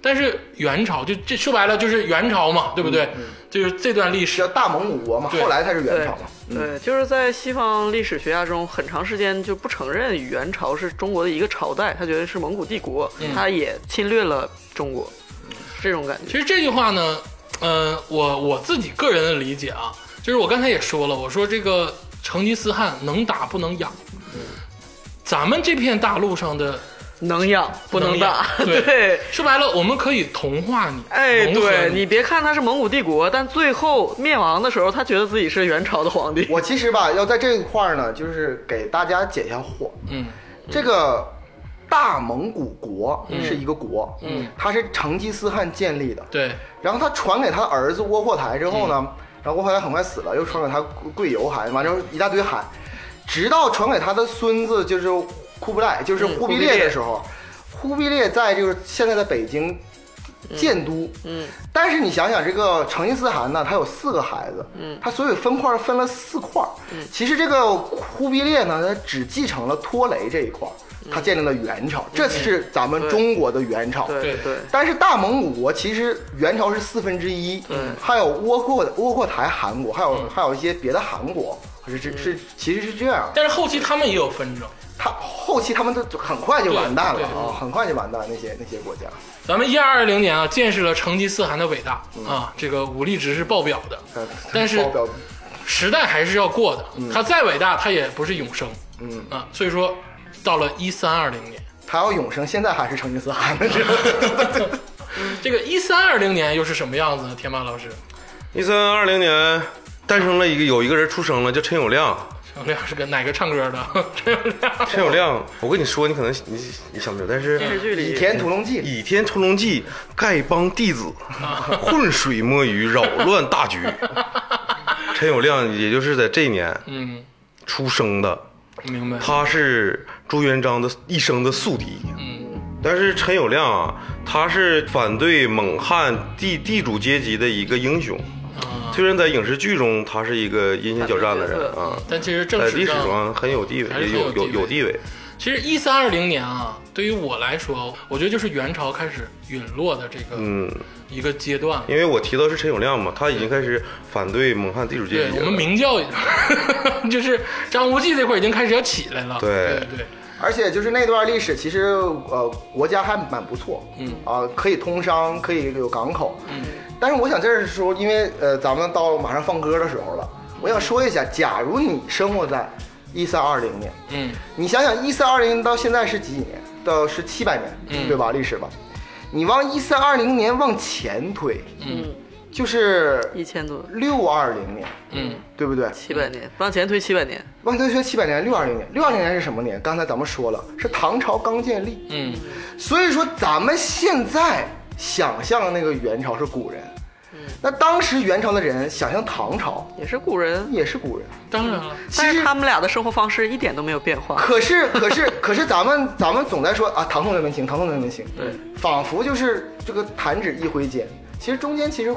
Speaker 5: 但是元朝就这说白了就是元朝嘛，对不对？就是这段历史
Speaker 8: 叫。大蒙古国嘛，
Speaker 5: 对
Speaker 8: 后来才是元
Speaker 6: 对
Speaker 8: 朝嘛。
Speaker 6: 对，就是在西方历史学家中，很长时间就不承认元朝是中国的一个朝代，他觉得是蒙古帝国，他也侵略了中国，这种感觉。
Speaker 5: 其实这句话呢，呃，我我自己个人的理解啊，就是我刚才也说了，我说这个成吉思汗能打不能养，咱们这片大陆上的，
Speaker 6: 能养不能打，
Speaker 5: 能养对
Speaker 6: 对
Speaker 5: 说白了，我们可以同化你，
Speaker 6: 哎，
Speaker 5: 融合
Speaker 6: 对
Speaker 5: 你
Speaker 6: 你别看他是蒙古帝国，但最后灭亡的时候，他觉得自己是元朝的皇帝。
Speaker 8: 我其实吧，要在这一块儿呢，就是给大家解一下惑。
Speaker 5: 嗯，
Speaker 8: 这个大蒙古国是一个国，嗯，它是成吉思汗建立的，
Speaker 5: 对，
Speaker 8: 然后他传给他儿子窝阔台之后呢，然后窝阔台很快死了，又传给他贵由汗，完之后一大堆汗，直到传给他的孙子就是忽必烈，就是嗯忽必烈的时候，忽必烈在就是现在的北京建都，嗯，但是你想想这个成吉思汗呢，他有四个孩子，嗯，他所有分块分了四块，嗯，其实这个忽必烈呢，他只继承了拖雷这一块。他建立了元朝，这是咱们中国的元朝。
Speaker 6: 对
Speaker 5: 对
Speaker 6: 对，
Speaker 8: 但是大蒙古国其实元朝是四分之一，嗯，还有窝阔窝阔台韩国，还有、还有一些别的韩国，是是是，其实是这样。
Speaker 5: 但是后期他们也有纷争，
Speaker 8: 他后期他们都很快就完蛋
Speaker 5: 对
Speaker 8: 了
Speaker 5: 对
Speaker 8: 啊，很快就完蛋那些那些国家。
Speaker 5: 咱们一二二零年啊，见识了成吉思汗的伟大
Speaker 6: 嗯
Speaker 5: 啊，这个武力值是爆表的，
Speaker 8: 呃
Speaker 5: 但是
Speaker 8: 报表
Speaker 5: 时代还是要过的，
Speaker 6: 嗯
Speaker 5: 他再伟大，他也不是永生，嗯啊，所以说到了一三二零年，
Speaker 8: 他要永生，现在还是成吉思汗的
Speaker 5: 这个一三二零年又是什么样子呢？天马老师，
Speaker 7: 一三二零年诞生了一个有一个人出生了，叫陈友谅。
Speaker 5: 陈友谅是个哪个唱歌的？ 陈友谅，
Speaker 7: 陈友谅，我跟你说，你可能你你想不了，但是
Speaker 6: 电视剧
Speaker 8: 倚
Speaker 6: 里
Speaker 8: 天屠龙记》
Speaker 7: 倚天屠龙记》丐帮弟子，浑水摸鱼，扰乱大局。陈友谅也就是在这一年
Speaker 5: 嗯，
Speaker 7: 出生的，
Speaker 5: 明白，
Speaker 7: 他是朱元璋的一生的宿敌。但是陈友谅啊，他是反对蒙汉地地主阶级的一个英雄。虽然在影视剧中他是一个阴险狡诈的人啊，
Speaker 5: 但其实正
Speaker 7: 在
Speaker 5: 史
Speaker 7: 历史
Speaker 5: 上
Speaker 7: 上很有地
Speaker 5: 还是
Speaker 7: 位，
Speaker 5: 很
Speaker 7: 有
Speaker 5: 有地
Speaker 7: 有
Speaker 5: 位
Speaker 7: 有地位。
Speaker 5: 其实一三二零年啊，对于我来说，我觉得就是元朝开始陨落的这个、
Speaker 7: 嗯，
Speaker 5: 一个阶段了。
Speaker 7: 因为我提到是陈友谅嘛，他已经开始反对蒙汉地主阶
Speaker 5: 对
Speaker 7: 级
Speaker 5: 我
Speaker 7: 了。
Speaker 5: 们明教 就是张无忌这块已经开始要起来了。
Speaker 7: 对
Speaker 5: 对对，
Speaker 8: 而且就是那段历史，其实呃国家还蛮不错，嗯啊、可以通商，可以有港口，嗯。但是我想这时候，因为呃咱们到马上放歌的时候了，我想说一下，假如你生活在一三二零年，
Speaker 5: 嗯，
Speaker 8: 你想想一三二零到现在是几年？到是七百年，对吧？历史吧，你往一三二零年往前推，嗯，就是
Speaker 6: 一千多
Speaker 8: 六二零年，
Speaker 5: 嗯，
Speaker 8: 对不对？
Speaker 6: 七百年，往前推七百年，
Speaker 8: 万科学七百年，六二零年，六二零年是什么年？刚才咱们说了，是唐朝刚建立。
Speaker 5: 嗯，
Speaker 8: 所以说咱们现在想象的那个元朝是古人，那当时元朝的人想象唐朝
Speaker 6: 也是古人，
Speaker 8: 也是古人。
Speaker 5: 当然了，
Speaker 8: 其
Speaker 6: 但
Speaker 8: 实
Speaker 6: 是他们俩的生活方式一点都没有变化。
Speaker 8: 可是可是可是咱们咱们总在说啊，唐宋人民情，唐宋人民情，对，仿佛就是这个弹指一挥间。其实中间其实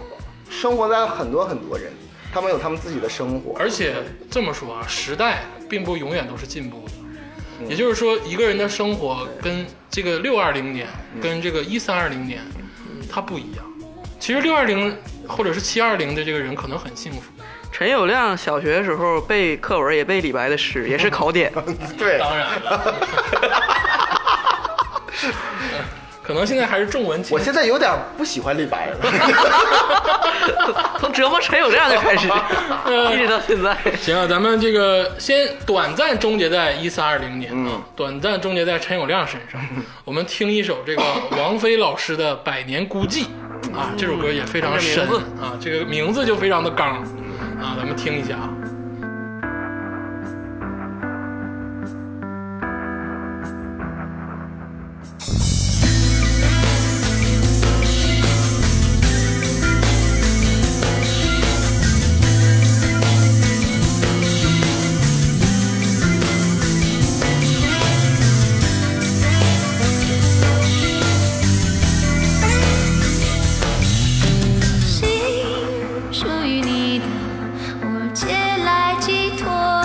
Speaker 8: 生活在很多很多人，他们有他们自己的生活。
Speaker 5: 而且这么说啊，时代并不永远都是进步的。也就是说，一个人的生活跟这个六二零年、跟这个一三二零年，它不一样。其实六二零或者是七二零的这个人可能很幸福，
Speaker 6: 陈友谅小学的时候背课文，也背李白的诗，也是考 点。
Speaker 8: 对，
Speaker 5: 当然了， 可能现在还是重文轻
Speaker 8: 我现在有点不喜欢李白了。
Speaker 6: 从折磨陈友谅就开 始，一直到现在。
Speaker 5: 行啊，咱们这个先短暂终结在一三二零年啊，短暂终结在陈友谅身上。我们听一首这 个王菲老师的《百年孤寂》啊，这首歌也非常深啊，这个名字就非常的刚啊，咱们听一下啊。
Speaker 4: 心属于你的，我借来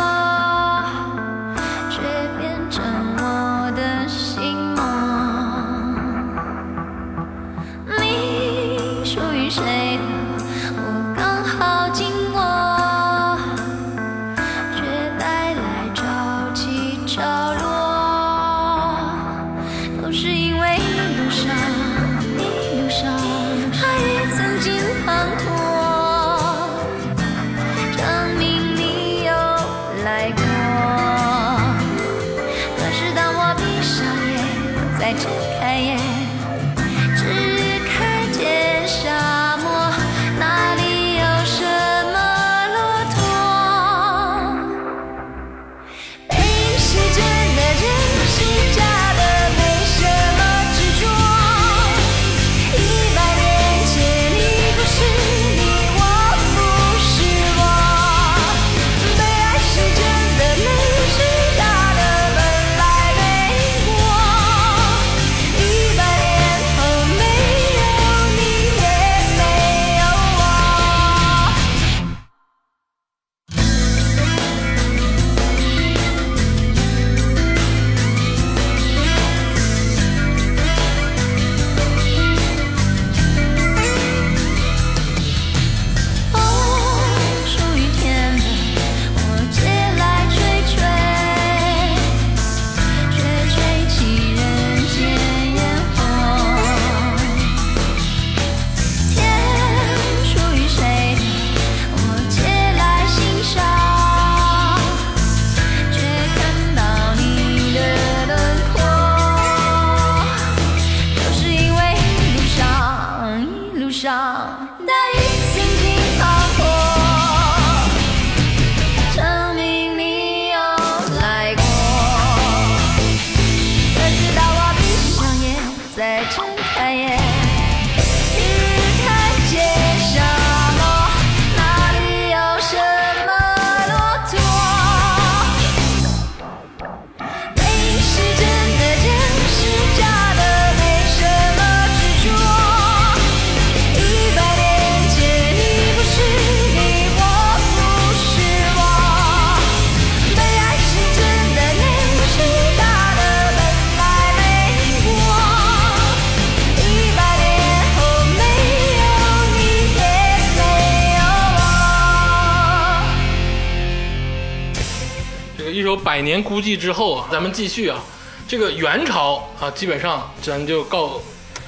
Speaker 5: 个一首《百年孤寂》之后啊，咱们继续啊，这个元朝啊，基本上咱就告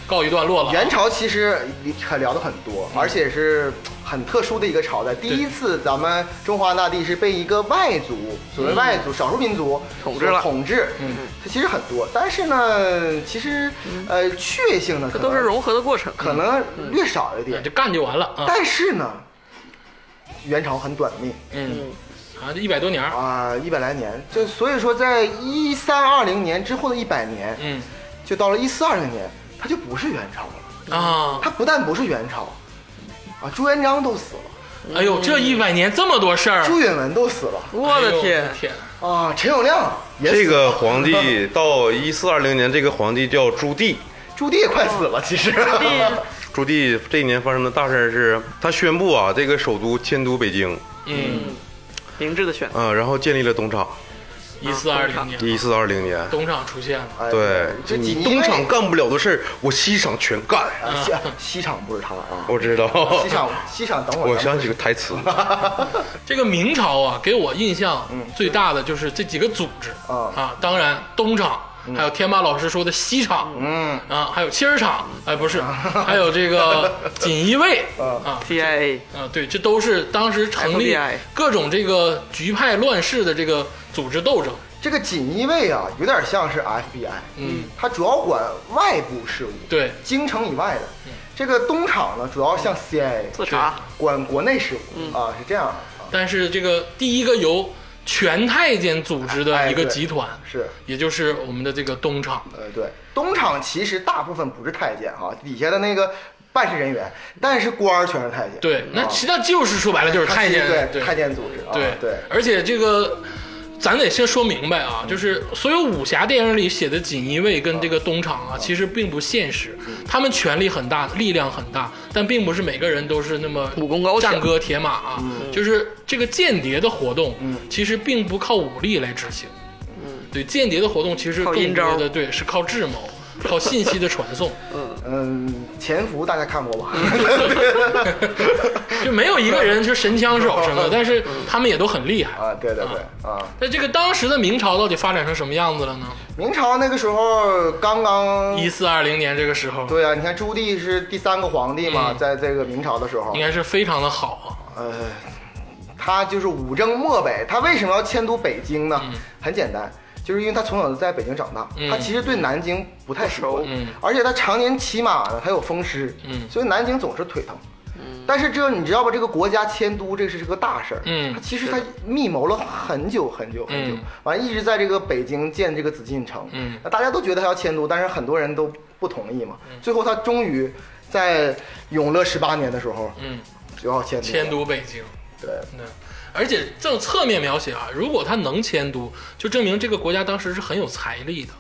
Speaker 5: 告一段落了。啊
Speaker 8: 元朝其实可聊的很多，而且是很特殊的一个朝代。第一次咱们中华大地是被一个外族，所谓外族少数民族
Speaker 6: 嗯统治了
Speaker 8: 所统治，嗯，它其实很多，但是呢，其实呃确性呢，
Speaker 6: 这
Speaker 8: 可
Speaker 6: 都是嗯
Speaker 8: 能
Speaker 6: 融合的过程。
Speaker 8: 可能略少一点
Speaker 5: 就，干就完了啊，
Speaker 8: 但是呢，元朝很短命
Speaker 5: 嗯，啊，这一百多年儿，
Speaker 8: 啊，一百来年，就所以说在一三二零年之后的一百年，
Speaker 5: 嗯
Speaker 8: 就到了一四二零年，它就不是元朝了，
Speaker 5: 啊，
Speaker 8: 它不但不是元朝，啊，朱元璋都死了。
Speaker 5: 哎呦，这一百年这么多事儿，
Speaker 8: 朱允炆都死了
Speaker 6: 我
Speaker 5: 哎呦
Speaker 6: 的天，
Speaker 5: 天，
Speaker 8: 啊，陈友谅也
Speaker 7: 这
Speaker 8: 死
Speaker 7: 个
Speaker 8: 了，
Speaker 7: 皇帝 到一四二零年，这个皇帝叫朱棣。
Speaker 8: 朱棣也快死
Speaker 7: 哦
Speaker 8: 了，其实。
Speaker 7: 朱棣这一年发生的大事儿是，他宣布啊，这个首都迁都北京，
Speaker 5: 嗯，
Speaker 6: 明智的选择。
Speaker 7: 嗯、然后建立了东厂。
Speaker 5: 一四二零年，
Speaker 7: 一四二零年，
Speaker 5: 东厂出现了，
Speaker 8: 哎
Speaker 7: 对，
Speaker 8: 这几
Speaker 7: 你东
Speaker 8: 年哎
Speaker 7: 厂干不了的事儿，我西厂全干。
Speaker 8: 啊，西西厂不是他啊，
Speaker 7: 我知道，
Speaker 8: 西厂西厂等会
Speaker 7: 我
Speaker 8: 儿咱们。
Speaker 7: 想起个台 词，
Speaker 5: 这个明朝啊，给我印象
Speaker 8: 嗯
Speaker 5: 最大的就是这几个组织
Speaker 8: 啊
Speaker 5: 啊，当然东厂，还有天霸老师说的西厂，
Speaker 8: 嗯，
Speaker 5: 啊，还有七儿厂，哎，不 是，还有这个锦衣卫
Speaker 8: 嗯
Speaker 5: 啊
Speaker 6: CIA
Speaker 5: 啊，对，这都是当时成立
Speaker 6: FBI
Speaker 5: 各种这个局派乱世的这个组织斗争。
Speaker 8: 这个锦衣卫啊，有点像是 FBI，
Speaker 5: 嗯，
Speaker 8: 他主要管外部事务，
Speaker 5: 对，
Speaker 8: 京城以外的。这个东厂呢，主要像 CIA，
Speaker 6: 自查，
Speaker 8: 管国内事务啊，是这样的啊，
Speaker 5: 但是这个第一个由全太监组织的
Speaker 8: 哎
Speaker 5: 一个
Speaker 8: 对
Speaker 5: 集团，
Speaker 8: 是。
Speaker 5: 也就是我们的这个东厂。
Speaker 8: 呃，对，东厂其实大部分不是太监哈，底下的那个办事人员，但是官儿全是太监。
Speaker 5: 对，那
Speaker 8: 啊
Speaker 5: 其那就是说白了就是太监，
Speaker 8: 对太监组织啊，
Speaker 5: 对
Speaker 8: 对，
Speaker 5: 而且这个。咱得先说明白啊，就是所有武侠电影里写的锦衣卫跟这个东厂啊，其实并不现实。他们权力很大，力量很大，但并不是每个人都是那么
Speaker 6: 武功高强嗯
Speaker 5: 战歌铁马啊。就是这个间谍的活动，其实并不靠武力来执行。对，间谍的活动其实
Speaker 6: 嗯靠
Speaker 5: 更
Speaker 6: 阴招
Speaker 5: 多的对是靠智 谋，靠信息的传送。
Speaker 8: 嗯，潜伏大家看过 吧？
Speaker 5: 就没有一个人是神枪手什么的，但是他们也都很厉害。
Speaker 8: 啊，对对对，啊，
Speaker 5: 那这个当时的明朝到底发展成什么样子了呢？
Speaker 8: 明朝那个时候刚刚，
Speaker 5: 一四二零年这个时候，
Speaker 8: 对啊，你看朱棣是第三个皇帝嘛，
Speaker 5: 嗯
Speaker 8: 在这个明朝的时候
Speaker 5: 应，该是非常的好啊
Speaker 8: 呃，他就是武征漠北，他为什么要迁都北京呢？很简单。就是因为他从小在北京长大，
Speaker 5: 嗯
Speaker 8: 他其实对南京不太熟，
Speaker 5: 嗯
Speaker 8: 而且他常年骑马呢，他有风湿，
Speaker 5: 嗯
Speaker 8: 所以南京总是腿疼。但是这你知道吧？这个国家迁都，这是个大事儿。
Speaker 5: 嗯
Speaker 8: 他其实他密谋了很久很久很久
Speaker 5: 嗯，
Speaker 8: 完、了一直在这个北京建这个紫禁城。
Speaker 5: 嗯
Speaker 8: 那大家都觉得他要迁都，但是很多人都不同意嘛。
Speaker 5: 嗯
Speaker 8: 最后他终于在永乐十八年的时候，
Speaker 5: 嗯，
Speaker 8: 就要迁都了。
Speaker 5: 迁都北京。
Speaker 8: 对，
Speaker 5: 对，而且这种侧面描写啊，如果他能迁都，就证明这个国家当时是很有财力的。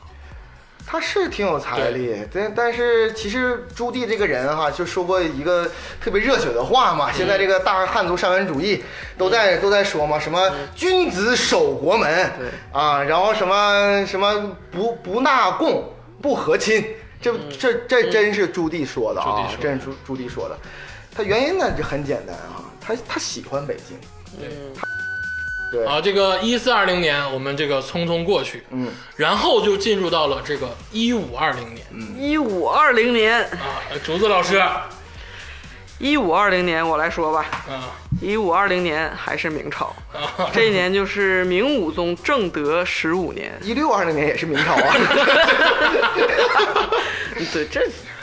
Speaker 8: 他是挺有财力，但但是其实朱棣这个人哈、就说过一个特别热血的话
Speaker 5: 嗯
Speaker 8: 嘛。现在这个大汉族三文主义都在、都在说嘛，什
Speaker 5: 嗯
Speaker 8: 么君子守国门，啊，然后什么什么不不纳贡不和亲，这、这这真是朱棣说的
Speaker 5: 嗯
Speaker 8: 啊
Speaker 5: 朱棣说，的
Speaker 8: 这是朱朱棣说的。他原因呢就很简单啊，他他喜欢北京，对
Speaker 5: 啊，这个一四二零年我们这个匆匆过去，
Speaker 8: 嗯，
Speaker 5: 然后就进入到了这个一五二零年
Speaker 6: 一五二零年，
Speaker 5: 啊。竹子老师啊，
Speaker 6: 一五二零年我来说吧，一五二零年还是明 朝，
Speaker 5: 啊
Speaker 6: 这一年就是明武宗正德十五 年。
Speaker 8: 一六二零年也是明 朝啊，
Speaker 6: 对，这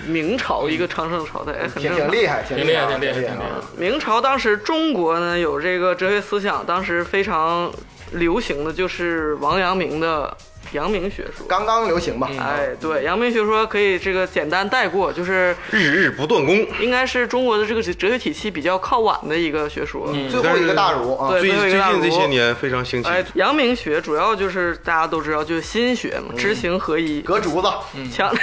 Speaker 6: 明朝一个常盛朝代，哎很
Speaker 8: 挺
Speaker 6: 正常
Speaker 8: 挺。厉害，挺
Speaker 5: 挺
Speaker 8: 厉
Speaker 5: 厉
Speaker 8: 害
Speaker 5: 害，
Speaker 8: 挺
Speaker 5: 挺厉害
Speaker 8: 厉害
Speaker 5: 挺厉
Speaker 8: 啊
Speaker 5: 害！
Speaker 6: 明朝当时中国呢有这个哲学思想，当时非常流行的就是王阳明的阳明学说。
Speaker 8: 刚刚流行吧，
Speaker 5: 嗯
Speaker 6: 哎，对，阳明学说可以这个简单带过，就是
Speaker 7: 日日不断功。
Speaker 6: 应该是中国的这个哲学体系比较靠晚的一个学说。
Speaker 8: 最后一个大儒啊，
Speaker 6: 对
Speaker 7: 哦最
Speaker 6: 最后
Speaker 7: 最
Speaker 6: 一个大
Speaker 7: 近
Speaker 6: 儒
Speaker 7: 这些年非常兴起，
Speaker 6: 哎，阳明学主要就是大家都知道，就是心学嘛，知行合一。
Speaker 8: 隔竹子，
Speaker 6: 强，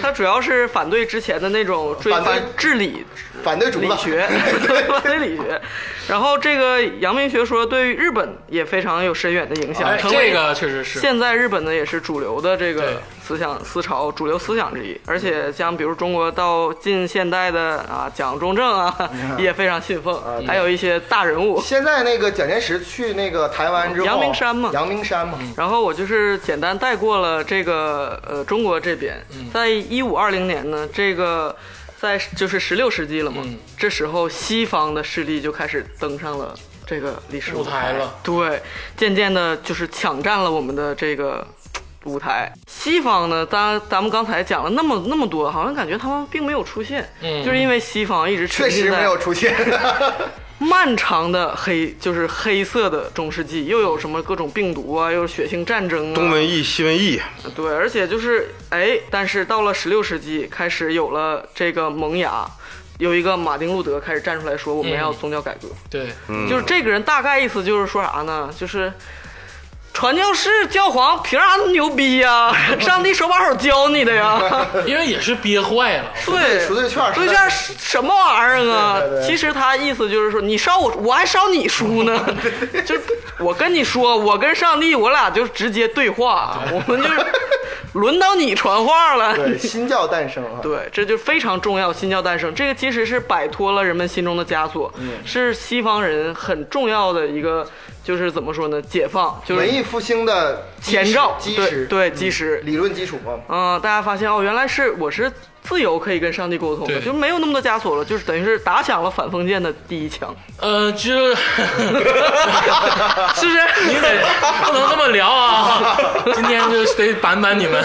Speaker 6: 它主要是反对之前的那种追
Speaker 8: 反对
Speaker 6: 反治理、
Speaker 8: 反对主
Speaker 6: 理
Speaker 8: 子
Speaker 6: 学，反对理学。然后这个阳明学说对于日本也非常有深远的影响，
Speaker 5: 哎，
Speaker 6: 成为
Speaker 5: 这个确实是，
Speaker 6: 现在日本呢也是主流的这
Speaker 5: 对
Speaker 6: 个思想思潮，主流思想之一。而且像比如中国到近现代的啊蒋中正啊，
Speaker 5: 嗯
Speaker 6: 也非常信奉，
Speaker 5: 啊
Speaker 6: 还有一些大人物。
Speaker 8: 现在那个蒋介石去那个台湾之后，
Speaker 6: 阳明山嘛嗯
Speaker 8: 阳明山嘛，
Speaker 6: 然后我就是简单带过了这个呃中国这边，在一五二零年呢，这个在就是十六世纪了嘛，
Speaker 5: 嗯
Speaker 6: 这时候西方的势力就开始登上了这个历史
Speaker 5: 舞台了
Speaker 6: 对，渐渐的就是抢占了我们的这个。舞台西方呢，咱咱们刚才讲了那么那么多，好像感觉他们并没有出现，
Speaker 5: 嗯
Speaker 6: 就是因为西方一直沉
Speaker 8: 确
Speaker 6: 浸
Speaker 8: 实
Speaker 6: 在
Speaker 8: 没有出现。
Speaker 6: 漫长的黑，就是黑色的中世纪，又有什么各种病毒啊，又有血腥战争啊，
Speaker 7: 东文艺、西文艺，
Speaker 6: 对，而且就是哎，但是到了十六世纪，开始有了这个萌芽，有一个马丁路德开始站出来说我们要宗教改革，
Speaker 5: 对，
Speaker 6: 就是这个人大概意思就是说啥呢？就是传教士、教皇凭啥那么牛逼呀、 上帝手把手教你的呀？
Speaker 5: 因为也是憋坏了，
Speaker 6: 对，
Speaker 8: 赎罪券儿
Speaker 6: 赎罪券儿是什么玩意儿啊
Speaker 8: 对对？对
Speaker 6: 其实他意思就是说，你烧我，我还烧你书呢。 就我跟你说，我跟上帝，我俩就直接对话，我们就是轮到你传话了。
Speaker 8: 对，新教诞生 啊，
Speaker 6: 对，这就非常重要。新教诞生，这个其实是摆脱了人们心中的枷锁，
Speaker 8: 嗯
Speaker 6: 是西方人很重要的一个，就是怎么说呢，解放，就
Speaker 8: 文
Speaker 6: 是
Speaker 8: 艺复兴的基
Speaker 6: 前
Speaker 8: 石
Speaker 6: 兆，
Speaker 8: 基
Speaker 6: 对
Speaker 8: 石，
Speaker 6: 对基石。
Speaker 8: 理论基础嘛。
Speaker 6: 嗯、大家发现哦，原来是我是自由可以跟上帝沟通的，
Speaker 5: 对
Speaker 6: 就没有那么多枷锁了，就是等于是打响了反封建的第一枪，
Speaker 5: 呃，这
Speaker 6: 是不是？
Speaker 5: 你得不能这么聊啊！今天就得板板你们。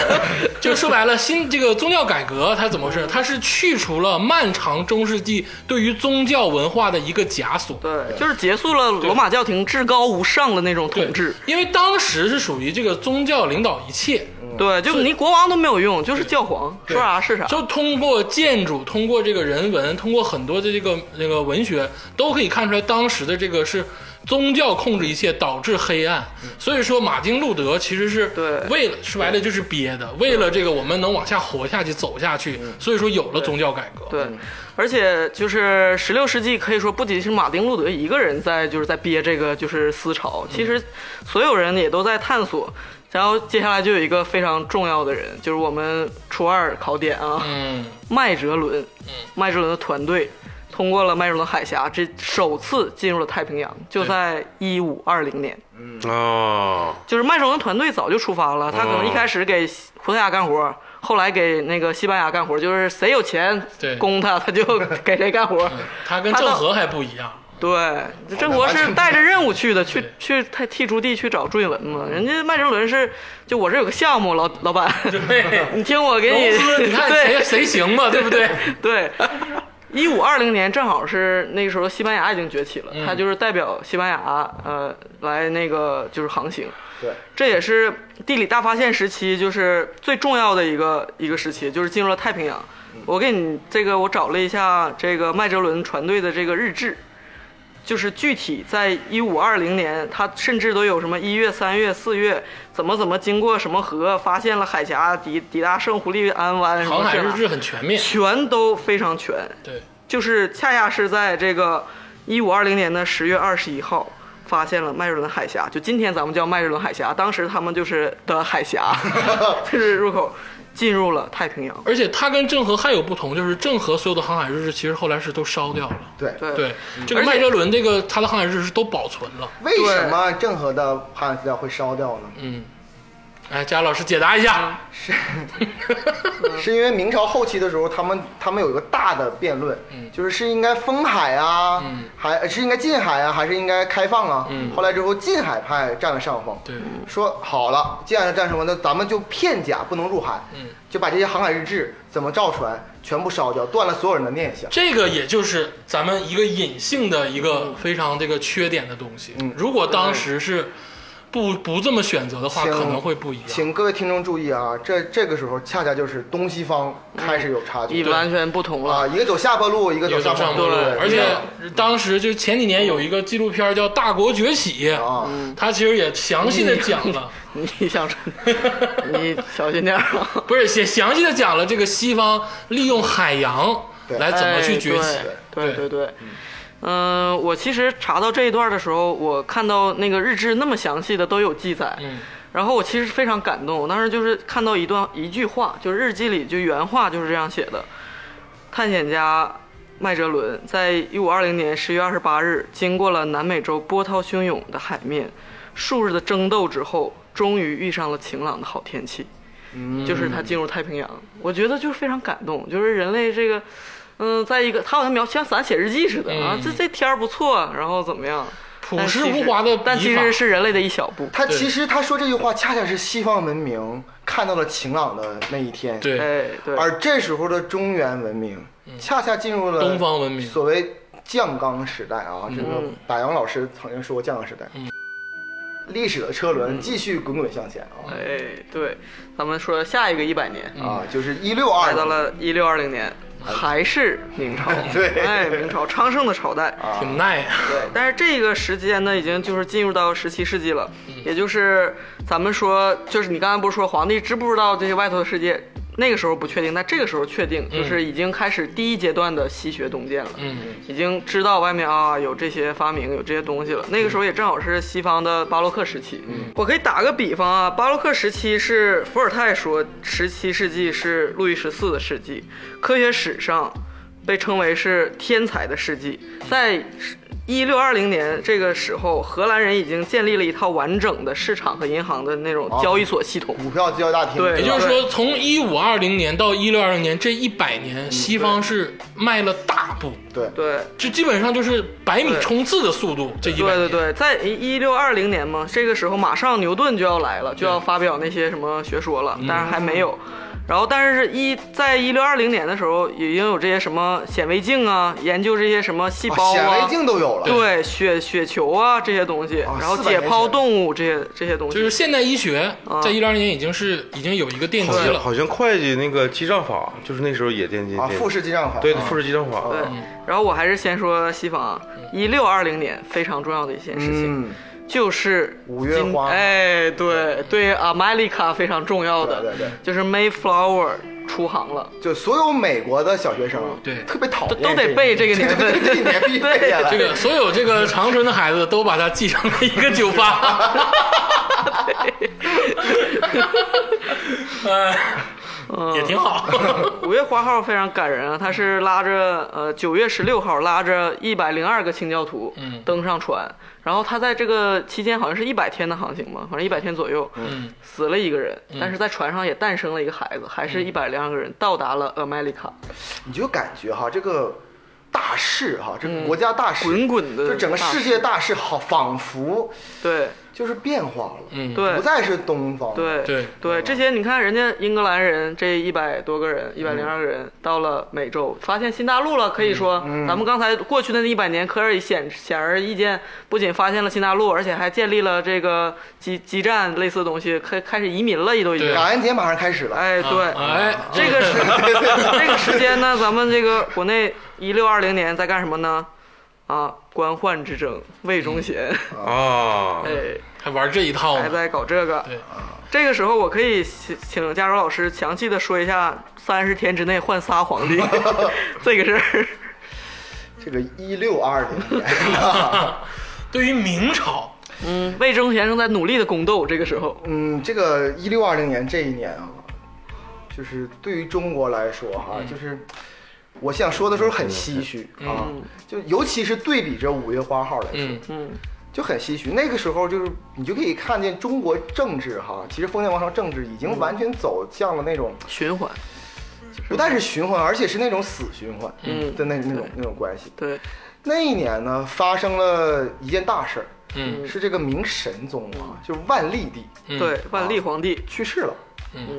Speaker 5: 就说白了，新这个宗教改革它怎么回事？它是去除了漫长中世纪对于宗教文化的一个枷锁。
Speaker 6: 对，就是结束了罗马教廷至高无上的那种
Speaker 5: 对
Speaker 6: 统治。，
Speaker 5: 因为当时是属于这个宗教领导一切，
Speaker 6: 对，就你国王都没有用，就是教皇，
Speaker 5: 对
Speaker 6: 说啥是啥。
Speaker 5: 就通过建筑，通过这个人文，通过很多的这个那个文学，都可以看出来当时的这个是宗教控制一切，导致黑暗。所以说，马丁路德其实是
Speaker 6: 嗯对
Speaker 5: 为了说白了就是憋的，为了这个我们能往下活下去、走下去，所以说有了宗教改革。
Speaker 6: 嗯对，而且就是十六世纪，可以说不仅是马丁路德一个人在就是在憋这个就是思潮，其实所有人也都在探索。然后接下来就有一个非常重要的人，就是我们初二考点啊，
Speaker 5: 嗯，
Speaker 6: 麦哲伦，麦哲伦的团队通过了麦哲伦海峡，这首次进入了太平洋，就在一五二零年。
Speaker 7: 啊，
Speaker 6: 就是麦哲伦团队早就出发了，他可能
Speaker 5: 哦
Speaker 6: 一开始给葡萄牙干活，后来给那个西班牙干活，就是谁有钱
Speaker 5: 对嗯
Speaker 6: 供他，他 就给谁干活。
Speaker 5: 他跟郑和还不一样。
Speaker 6: 对，这郑国是带着任务去的，去去他剃出地去找朱允文嘛。人家麦哲伦是，就我这有个项目，老老板，你听我给
Speaker 5: 融
Speaker 6: 你，
Speaker 5: 资，你看谁
Speaker 6: 对
Speaker 5: 谁行 嘛，对不对？
Speaker 6: 对。一五二零年正好是那个时候西班牙已经崛起了，
Speaker 5: 嗯
Speaker 6: 他就是代表西班牙呃来那个就是航行，
Speaker 8: 对，
Speaker 6: 这也是地理大发现时期，就是最重要的一个一个时期，就是进入了太平洋。
Speaker 5: 嗯
Speaker 6: 我给你这个，我找了一下这个麦哲伦船队的这个日志，就是具体在一五二零年，他甚至都有什么一月、三月、四月怎么怎么经过什么河，发现了海峡，抵抵达圣胡利安湾，什么
Speaker 5: 航海
Speaker 6: 这
Speaker 5: 日
Speaker 6: 那
Speaker 5: 志很全面。
Speaker 6: 全都非常全，
Speaker 5: 对，
Speaker 6: 就是恰恰是在这个一五二零年的十月二十一号。发现了麦哲伦海峡，就今天咱们叫麦哲伦海峡，当时他们就是的 海峡，就是入口进入了太平洋。
Speaker 5: 而且他跟郑和还有不同，就是郑和所有的航海日志其实后来是都烧掉了。
Speaker 8: 对，
Speaker 6: 对
Speaker 5: 对，
Speaker 8: 嗯
Speaker 5: 这个麦哲伦这个他的航海日志都保存了。
Speaker 8: 为什么郑和的汉资料会烧掉呢？
Speaker 5: 嗯，哎，贾老师解答一下。
Speaker 8: 嗯是因为明朝后期的时候，他们他们有一个大的辩论，就是是应该封海啊，
Speaker 5: 嗯
Speaker 8: 还是应该禁海啊，还是应该开放啊？
Speaker 5: 嗯
Speaker 8: 后来之后，禁海派占了上风，
Speaker 5: 对，
Speaker 8: 说好了，既然战什么，那咱们就片甲不能入海，
Speaker 5: 嗯
Speaker 8: 就把这些航海日志怎么造船全部烧掉，断了所有人的念 想。
Speaker 5: 这个也就是咱们一个隐性的一个非常这个缺点的东西。
Speaker 8: 嗯
Speaker 5: 如果当时是不不这么选择的话，
Speaker 8: 请
Speaker 5: 可能会不一样。
Speaker 8: 请各位听众注意啊，这这个时候恰恰就是东西方开始有差距
Speaker 6: 已完全不同
Speaker 8: 啊，
Speaker 6: 了。
Speaker 8: 一个走下坡路，一个
Speaker 5: 有上
Speaker 8: 走坡
Speaker 5: 上坡
Speaker 8: 路，
Speaker 5: 路
Speaker 8: 对，
Speaker 5: 而且当时就前几年有一个纪录片叫《大国崛起》，
Speaker 8: 啊，
Speaker 5: 它其实也详细的讲了，
Speaker 8: 嗯
Speaker 6: 你想，你小心点儿啊！
Speaker 5: 不是也详细的讲了这个西方利用海洋
Speaker 8: 对
Speaker 5: 来怎么去崛起
Speaker 6: 哎。对对
Speaker 5: 对
Speaker 6: 对。嗯、我其实查到这一段的时候，我看到那个日志那么详细的都有记载，
Speaker 5: 嗯
Speaker 6: 然后我其实非常感动。我当时就是看到一段一句话，就是日记里就原话就是这样写的：探险家麦哲伦在一五二零年十月二十八日，经过了南美洲波涛汹涌的海面，数日的争斗之后，终于遇上了晴朗的好天气。就是他进入太平洋，我觉得就是非常感动，就是人类这个，嗯，在一个他好像描像咱写日记似的啊，
Speaker 5: 嗯
Speaker 6: 这这天儿不错，然后怎么样，
Speaker 5: 朴
Speaker 6: 但
Speaker 5: 实
Speaker 6: 其
Speaker 5: 无
Speaker 6: 实
Speaker 5: 华的
Speaker 6: 但
Speaker 5: 笔
Speaker 6: 其
Speaker 5: 法
Speaker 6: 实是人类的一小步。
Speaker 8: 他
Speaker 5: 对
Speaker 8: 其实他说这句话，恰恰是西方文明看到了晴朗的那一天，
Speaker 5: 对嗯
Speaker 6: 哎，对，
Speaker 8: 而这时候的中原文明，恰恰进入了
Speaker 5: 东方文明嗯
Speaker 8: 所谓酱缸时代啊。这个柏杨老师曾经说过酱缸时代，历史的车
Speaker 5: 嗯
Speaker 8: 轮继续滚滚向前啊
Speaker 6: 哎，对，咱们说下一个一百年，
Speaker 8: 啊，就是一六
Speaker 6: 来
Speaker 8: 二
Speaker 6: 到了一六二零年，还是明朝，
Speaker 8: 对
Speaker 6: 哎，明朝昌盛的朝代，
Speaker 5: 挺耐，
Speaker 6: 对，但是这个时间呢，已经就是进入到十七世纪了，也就是咱们说，就是你刚才不是说皇帝知不知道这些外头的世界？那个时候不确定，但这个时候确定，就是已经开始第一阶段的西学东渐了，
Speaker 5: 嗯，
Speaker 6: 已经知道外面啊有这些发明，有这些东西了。那个时候也正好是西方的巴洛克时期。嗯，我可以打个比方啊，巴洛克时期是伏尔泰说，十七世纪是路易十四的世纪，科学史上被称为是天才的世纪。在一六二零年这个时候，荷兰人已经建立了一套完整的市场和银行的那种
Speaker 8: 哦
Speaker 6: 交易所系统。
Speaker 8: 股票交易大厅，
Speaker 6: 对
Speaker 5: 也就是说，从一五二零年到一六二零年这一百年，西方是迈了大步，
Speaker 8: 对
Speaker 6: 对，
Speaker 5: 这基本上就是百米冲刺的速度。这一百
Speaker 6: 对对
Speaker 5: 年，
Speaker 6: 对，在一六二零年嘛，这个时候马上牛顿就要来了，就要发表那些什么学说
Speaker 8: 嗯
Speaker 6: 了，但是还没有。然后，但是一在一六二零年的时候，已经有这些什么显微镜啊，研究这些什么细
Speaker 8: 啊
Speaker 6: 胞
Speaker 8: 显
Speaker 6: 啊，
Speaker 8: 微镜都有了，
Speaker 6: 对雪雪球啊这些东西，
Speaker 8: 啊
Speaker 6: 然后
Speaker 8: 400
Speaker 6: 解
Speaker 8: 年
Speaker 6: 剖
Speaker 8: 前
Speaker 6: 动物这些这些东西，
Speaker 5: 就是现代医学在一六二零年已经是已经有一个奠基
Speaker 7: 好像
Speaker 5: 了。
Speaker 7: 好像会计那个记账法，就是那时候也奠基
Speaker 8: 啊，
Speaker 7: 奠
Speaker 8: 复式记账法，
Speaker 7: 对
Speaker 8: 啊
Speaker 7: 复式记账法，
Speaker 6: 对，
Speaker 5: 嗯
Speaker 6: 然后我还是先说西方啊，一六二零年非常重要的一件事情，
Speaker 8: 嗯，
Speaker 6: 就是
Speaker 8: 五月
Speaker 6: 今
Speaker 8: 花
Speaker 6: 哎，对对，America 非常重要的，
Speaker 8: 对对对
Speaker 6: 就是 Mayflower 出航了，
Speaker 8: 就所有美国的小学生，
Speaker 5: 对
Speaker 8: 特别讨
Speaker 6: 都
Speaker 8: 厌
Speaker 6: 都得背这个年份，
Speaker 8: 这一年必须背下来，
Speaker 5: 这个所有这个长春的孩子都把它记成了一个酒吧。哎，也挺好。
Speaker 6: 五月花号非常感人啊，他是拉着呃九月十六号拉着一百零二个清教徒
Speaker 5: 嗯
Speaker 6: 登上船，然后他在这个期间好像是一百天的航行吧，反正一百天左右，
Speaker 5: 嗯嗯
Speaker 6: 死了一个人，但是在船上也诞生了一个孩子，还是一百零二个人到达了 America，
Speaker 8: 你就感觉哈，这个大势哈，这个国家大势，
Speaker 6: 嗯滚滚的
Speaker 8: 就整个
Speaker 6: 大
Speaker 8: 世界大势，好仿佛
Speaker 6: 对
Speaker 8: 就是变化了，
Speaker 5: 嗯，
Speaker 6: 对
Speaker 8: 不再是东方，，
Speaker 6: 对
Speaker 5: 对
Speaker 6: 对，这些你看人家英格兰人这一百多个人，一百零二个
Speaker 5: 嗯
Speaker 6: 人到了美洲，发现新大陆了，可以说咱们刚才过去的那一百年，科尔显显而易见，不仅发现了新大陆，而且还建立了这个基基站类似的东西，开开始移民了，也都已经
Speaker 5: 对。
Speaker 8: 感恩节马上开始了，
Speaker 6: 哎，对，
Speaker 5: 哎，
Speaker 6: 这 个时这个时间呢，咱们这个国内一六二零年在干什么呢？啊，官宦之争，魏忠贤，
Speaker 5: 嗯
Speaker 7: 啊，
Speaker 6: 哎，
Speaker 5: 还玩这一套
Speaker 6: 还
Speaker 5: 呢。
Speaker 6: 在搞这个。
Speaker 5: 对，
Speaker 6: 这个时候，我可以请请加州老师详细的说一下三十天之内换仨皇帝这个事儿。
Speaker 8: 这个一六二零年 啊，
Speaker 5: 对于明朝，
Speaker 6: 嗯，魏征先生在努力的宫斗，这个时候，
Speaker 8: 嗯，这个一六二零年这一年啊，就是对于中国来说哈，
Speaker 6: 嗯
Speaker 8: 就是。我想说的时候很唏嘘啊，
Speaker 6: 嗯
Speaker 8: 就尤其是对比着五月花号来说，
Speaker 5: 嗯，
Speaker 8: 就很唏嘘。那个时候就是你就可以看见中国政治哈，其实封建王朝政治已经完全走向了那种
Speaker 6: 循环，
Speaker 8: 不但是循环，而且是那种死循环，
Speaker 6: 嗯
Speaker 8: 的那那种那种关系。
Speaker 6: 对，
Speaker 8: 那一年呢，发生了一件大事儿，
Speaker 5: 嗯，
Speaker 8: 是这个明神宗啊，就是万历帝
Speaker 5: 嗯
Speaker 6: 对，万历皇帝，
Speaker 8: 去世了。
Speaker 5: 嗯，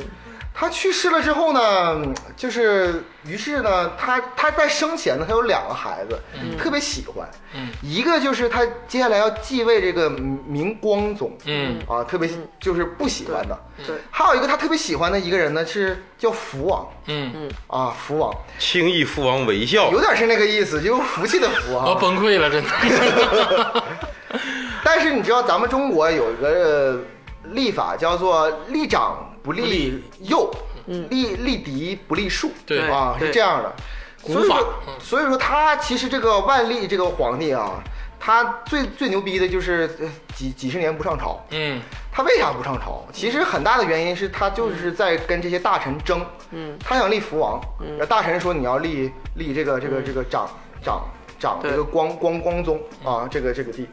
Speaker 8: 他去世了之后呢，就是于是呢，他他在生前呢，他有两个孩子，特别喜欢，
Speaker 5: 嗯
Speaker 8: 一个就是他接下来要继位这个明光宗，
Speaker 5: 嗯
Speaker 8: 啊，特别就是不喜欢的。
Speaker 6: 对，
Speaker 8: 还有一个他特别喜欢的一个人呢，是叫福王
Speaker 5: 嗯，
Speaker 8: 啊，福王
Speaker 5: 哦
Speaker 7: 轻易父王微笑
Speaker 8: 有，点是那个意思，就是福气的福
Speaker 5: 我要
Speaker 8: 啊。
Speaker 5: 哦崩溃了，真的。
Speaker 8: 但是你知道咱们中国有一个立法叫做立长不立幼，立立嫡不立庶，
Speaker 5: 对
Speaker 8: 啊，
Speaker 6: 对
Speaker 8: 是这样的。
Speaker 5: 古
Speaker 8: 所以
Speaker 5: 法
Speaker 8: 说，
Speaker 5: 嗯
Speaker 8: 所以说他其实这个万历这个皇帝啊，他最最牛逼的就是呃几几十年不上朝。
Speaker 5: 嗯，
Speaker 8: 他为啥不上朝？其实很大的原因是他就是在跟这些大臣争。嗯，他想立福王，然后大臣说你要立立这个这个这个长长长
Speaker 6: 对
Speaker 8: 这个光光光宗啊，这个这个地，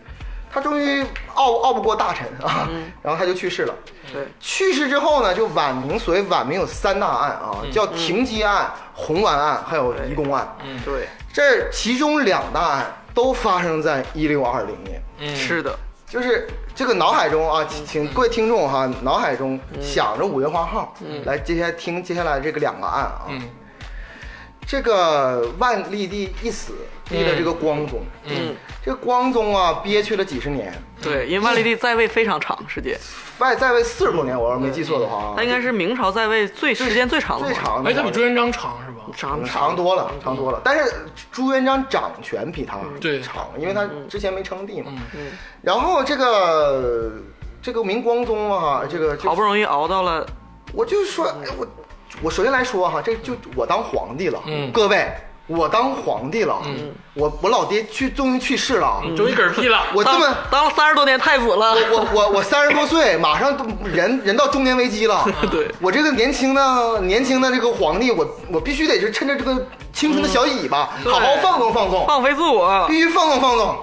Speaker 8: 他终于拗拗不过大臣啊，然后他就去世了。
Speaker 6: 对，
Speaker 8: 去世之后呢，就晚明，所谓晚明有三大案啊，叫停机案、红丸案，还有移宫案。
Speaker 6: 对，
Speaker 8: 这其中两大案都发生在一六二零年。
Speaker 5: 嗯
Speaker 6: 是的，
Speaker 8: 就是这个脑海中啊，请请各位听众哈，脑海中想着五月花号，
Speaker 6: 嗯
Speaker 8: 来接下来听接下来这个两个案啊，
Speaker 5: 嗯
Speaker 8: 这个万历帝一死立了这个光宗，
Speaker 5: 嗯，
Speaker 8: 这个光宗啊憋屈了几十年，
Speaker 6: 对，因为万历帝在位非常长时间，
Speaker 8: 外在位四十多年，我要是没记错的话啊，
Speaker 6: 嗯他应该是明朝在位最时间最长的嗯
Speaker 8: 最
Speaker 6: 皇
Speaker 8: 长的，嗯
Speaker 5: 哎，他比朱元璋长是吧？
Speaker 6: 长
Speaker 8: 长多了，长多了。但是朱元璋掌权比他
Speaker 5: 对
Speaker 8: 长，因为
Speaker 6: 嗯
Speaker 8: 他之前没称帝嘛
Speaker 5: 嗯。
Speaker 8: 然后这个这个明光宗啊，这个就
Speaker 6: 好不容易熬到了，
Speaker 8: 我就说，哎我我首先来说哈，这就我当皇帝了，
Speaker 5: 嗯
Speaker 8: 各位，我当皇帝了，我我老爹去终于去世了啊，
Speaker 5: 终于嗝屁 了，
Speaker 8: 我这么。
Speaker 6: 当当了三十多年太子了，
Speaker 8: 我我我三十多岁，马上都人人到中年危机了。
Speaker 6: 对
Speaker 8: 我这个年轻的年轻的这个皇帝，我我必须得是趁着这个青春的小尾巴，好好放纵放纵，
Speaker 6: 放飞自我
Speaker 8: 必，须放纵放纵。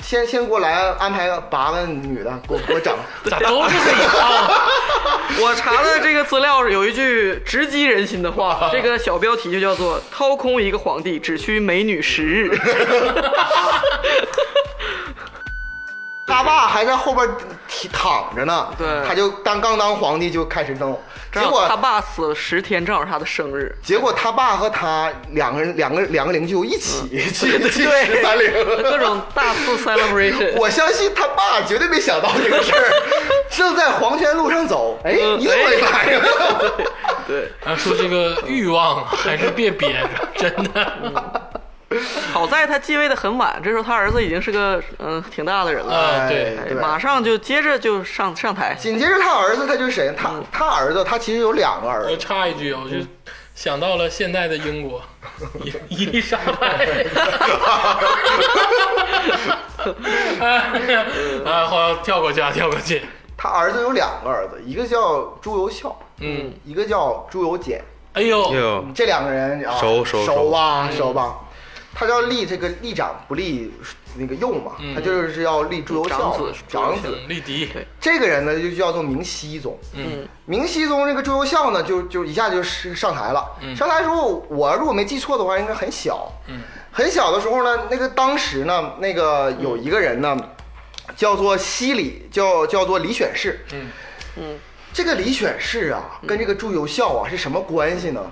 Speaker 8: 先先给我来安排个八个女的，给我给我整。
Speaker 5: 咋都是这个啊？
Speaker 6: 我查的这个资料有一句直击人心的
Speaker 8: 啊
Speaker 6: 话，这个小标题就叫做“掏空一个皇帝只需美女十日
Speaker 8: 他爸还在后边提躺着呢，
Speaker 6: 对
Speaker 8: 他就当刚当皇帝就开始弄，”， 结
Speaker 6: 正好他
Speaker 8: 果
Speaker 6: 爸死了十天，正好是他的生 日。
Speaker 8: 结果他爸和他两个人两个两个灵柩一起去去十三陵，
Speaker 6: 各种大 肆 celebration。
Speaker 8: 我相信他爸绝对没想到这个事儿，正在黄泉路上走，哎，你怎么也来了？
Speaker 6: 对，
Speaker 5: 啊说这个欲望还是别憋着， 真的。啊
Speaker 6: 好在他继位的很晚，这时候他儿子已经是个嗯、挺大的人了，
Speaker 5: 啊，对，
Speaker 8: 哎
Speaker 6: 哎
Speaker 8: 对
Speaker 6: 马上就接着就上上台。
Speaker 8: 紧接着他儿子，他就是谁？他他儿子，他其实有两个儿
Speaker 5: 我
Speaker 8: 子，
Speaker 5: 插一句，我就想到了现代的英国，伊丽莎白。嗯 啊，好，跳过去啊，跳过去。
Speaker 8: 他儿子有两个儿子，一个叫朱由校，
Speaker 5: 嗯，
Speaker 8: 一个叫朱由检。
Speaker 5: 哎呦，
Speaker 7: 哟，
Speaker 8: 这两个人啊，
Speaker 7: 熟熟
Speaker 8: 熟吧，熟吧。他要立这个立长不立那个幼嘛，他就是要立朱由校
Speaker 6: 长子
Speaker 8: 长子。
Speaker 5: 嗯，丽迪，
Speaker 8: 这个人呢就叫做明熹宗。
Speaker 5: 嗯，
Speaker 8: 明熹宗这个朱由校呢，就就一下就是上台了。上台的时候，我如果没记错的话，应该很小。
Speaker 5: 嗯，
Speaker 8: 很小的时候呢，那个当时呢，那个有一个人呢，叫做西里，叫叫做李选侍。
Speaker 5: 嗯
Speaker 8: 这个李选侍啊，
Speaker 6: 嗯
Speaker 8: 跟这个朱由校啊是什么关系呢？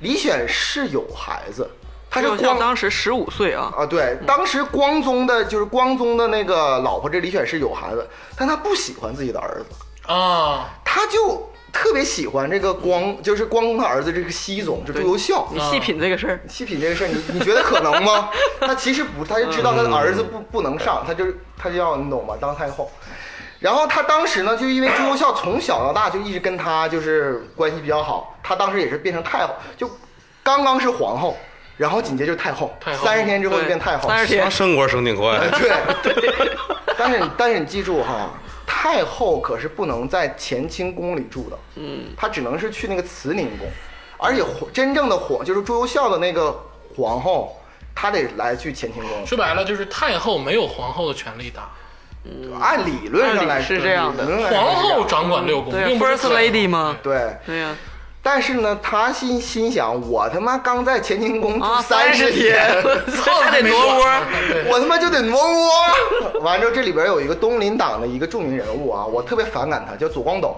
Speaker 8: 李选侍有孩子，他是
Speaker 6: 就像
Speaker 8: 光
Speaker 6: 当时十五岁啊，
Speaker 8: 啊，对，当时光宗的就是光宗的那个老婆，这李选侍有孩子，但他不喜欢自己的儿子，
Speaker 5: 啊，
Speaker 8: 他就特别喜欢这个光，就是光宗他儿子这个西总，就朱由校。
Speaker 6: 你细品这个事儿，
Speaker 8: 细品这个事儿，你你觉得可能 吗？他其实不，他就知道他的儿子不不能上，他就是他就要你懂吗？当太后。然后他当时呢，就因为朱由校从小到大就一直跟他就是关系比较好，他当时也是变成太后，就刚刚是皇后，然后紧接着就太后
Speaker 5: 太，后
Speaker 8: 三十天之后就变太后，
Speaker 6: 三十
Speaker 7: 他
Speaker 6: 天，
Speaker 7: 升官升挺快，
Speaker 8: 哎对 但是你但是你记住哈，太后可是不能在乾清宫里住的，嗯，她只能是去那个慈宁宫，而且皇真正的皇就是朱由校的那个皇后，她得来去乾清宫。
Speaker 5: 说白了就是太后没有皇后的权力大，
Speaker 8: 按理论上来
Speaker 6: 按理是这样的
Speaker 8: 理论上来
Speaker 5: 皇
Speaker 8: 是这样
Speaker 5: 后掌管六宫，
Speaker 6: 对啊
Speaker 5: 并不是
Speaker 6: ，first lady 嘛，
Speaker 8: 对，
Speaker 6: 对啊呀，
Speaker 8: 但是呢，她心心想，我他妈刚在乾清宫 住
Speaker 6: 啊，
Speaker 8: 三
Speaker 6: 十
Speaker 8: 天，
Speaker 6: 还得挪窝，
Speaker 8: 我他妈就得挪窝。 完之后，这里边有一个东林党的一个著名人物啊，我特别反感他，叫左光斗，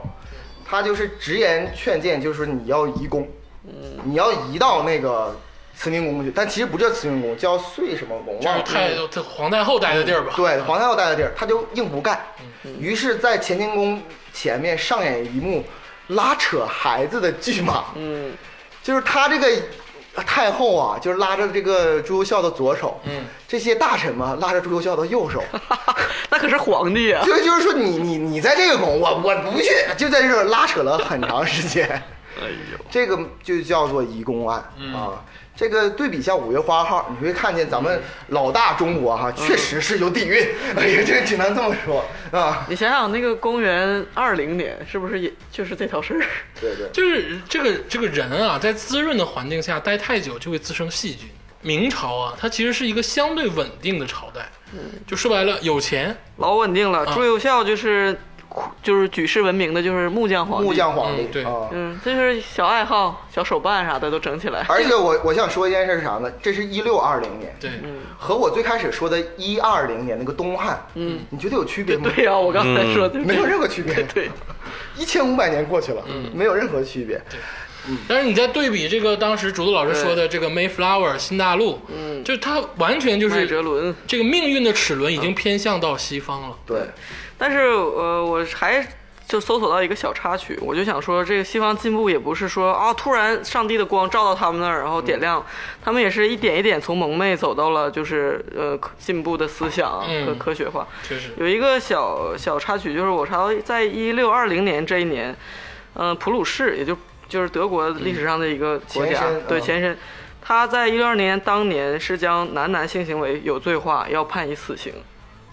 Speaker 8: 他就是直言劝谏，就是你要移宫，
Speaker 5: 嗯
Speaker 8: 你要移到那个慈宁宫去，但其实不叫慈宁宫，叫岁什么宫，
Speaker 5: 就
Speaker 8: 忘
Speaker 5: 是太
Speaker 8: 了。
Speaker 5: 这皇太后待的地儿吧？
Speaker 8: 对，皇太后待的地儿，他就硬不干。
Speaker 5: 嗯
Speaker 8: 于是，在乾清宫前面上演一幕拉扯孩子的剧码。嗯，就是他这个太后啊，就是拉着这个朱由校的左手，
Speaker 5: 嗯，
Speaker 8: 这些大臣嘛拉着朱由校的右 手，
Speaker 6: 那可是皇帝啊，
Speaker 8: 就就是说你你你在这个宫，我我不去，就在这儿拉扯了很长时间。
Speaker 7: 哎呦，
Speaker 8: 这个就叫做移宫案、啊。这个对比一下五月花号，你会看见咱们老大中国哈、确实是有底蕴。 哎呀，这个只能这么说啊。
Speaker 6: 你想想那个公元二零年，是不是也就是这条事儿？
Speaker 8: 对对，
Speaker 5: 就是这个这个人啊，在滋润的环境下待太久，就会滋生细菌。明朝啊，它其实是一个相对稳定的朝代，
Speaker 6: 嗯
Speaker 5: 就说白了，有钱，
Speaker 6: 老稳定
Speaker 8: 啊
Speaker 6: 了。朱由校就是就是举世闻名的，就是木匠皇帝。
Speaker 8: 木匠皇帝、
Speaker 5: 嗯对
Speaker 8: 啊。
Speaker 6: 嗯，这是小爱好、小手办啥的都整起来。
Speaker 8: 而且我我想说一件事是啥呢？这是一六二零年，
Speaker 5: 对，
Speaker 6: 嗯
Speaker 8: 和我最开始说的一二零年那个东汉，嗯，你觉得有区别吗？
Speaker 6: 对呀、我刚才说的、
Speaker 8: 没有任何区别
Speaker 6: 对。对，嗯
Speaker 8: 一千五百年过去了，没有任何区别。
Speaker 5: 但是你再对比这个当时竹子老师说的这个 Mayflower 新大陆，嗯，就它完全就
Speaker 6: 麦
Speaker 5: 是
Speaker 6: 哲伦。
Speaker 5: 这个命运的齿轮已
Speaker 6: 嗯
Speaker 5: 经偏向到西方了。
Speaker 8: 对，
Speaker 6: 但是呃，我还就搜索到一个小插曲，我就想说，这个西方进步也不是说啊，突然上帝的光照到他们那儿，然后点亮，他们也是一点一点从蒙昧走到了就是呃科进步的思想和、
Speaker 5: 嗯
Speaker 6: 科学化。
Speaker 5: 确实，
Speaker 6: 有一个小小插曲，就是我查到在一六二零年这一年，嗯、普鲁士也就就是德国历史上的一个国
Speaker 8: 前
Speaker 6: 家，
Speaker 8: 身
Speaker 6: 对
Speaker 8: 嗯
Speaker 6: 前身，他在一六二零年当年是将男男性行为有罪化，要判以死刑，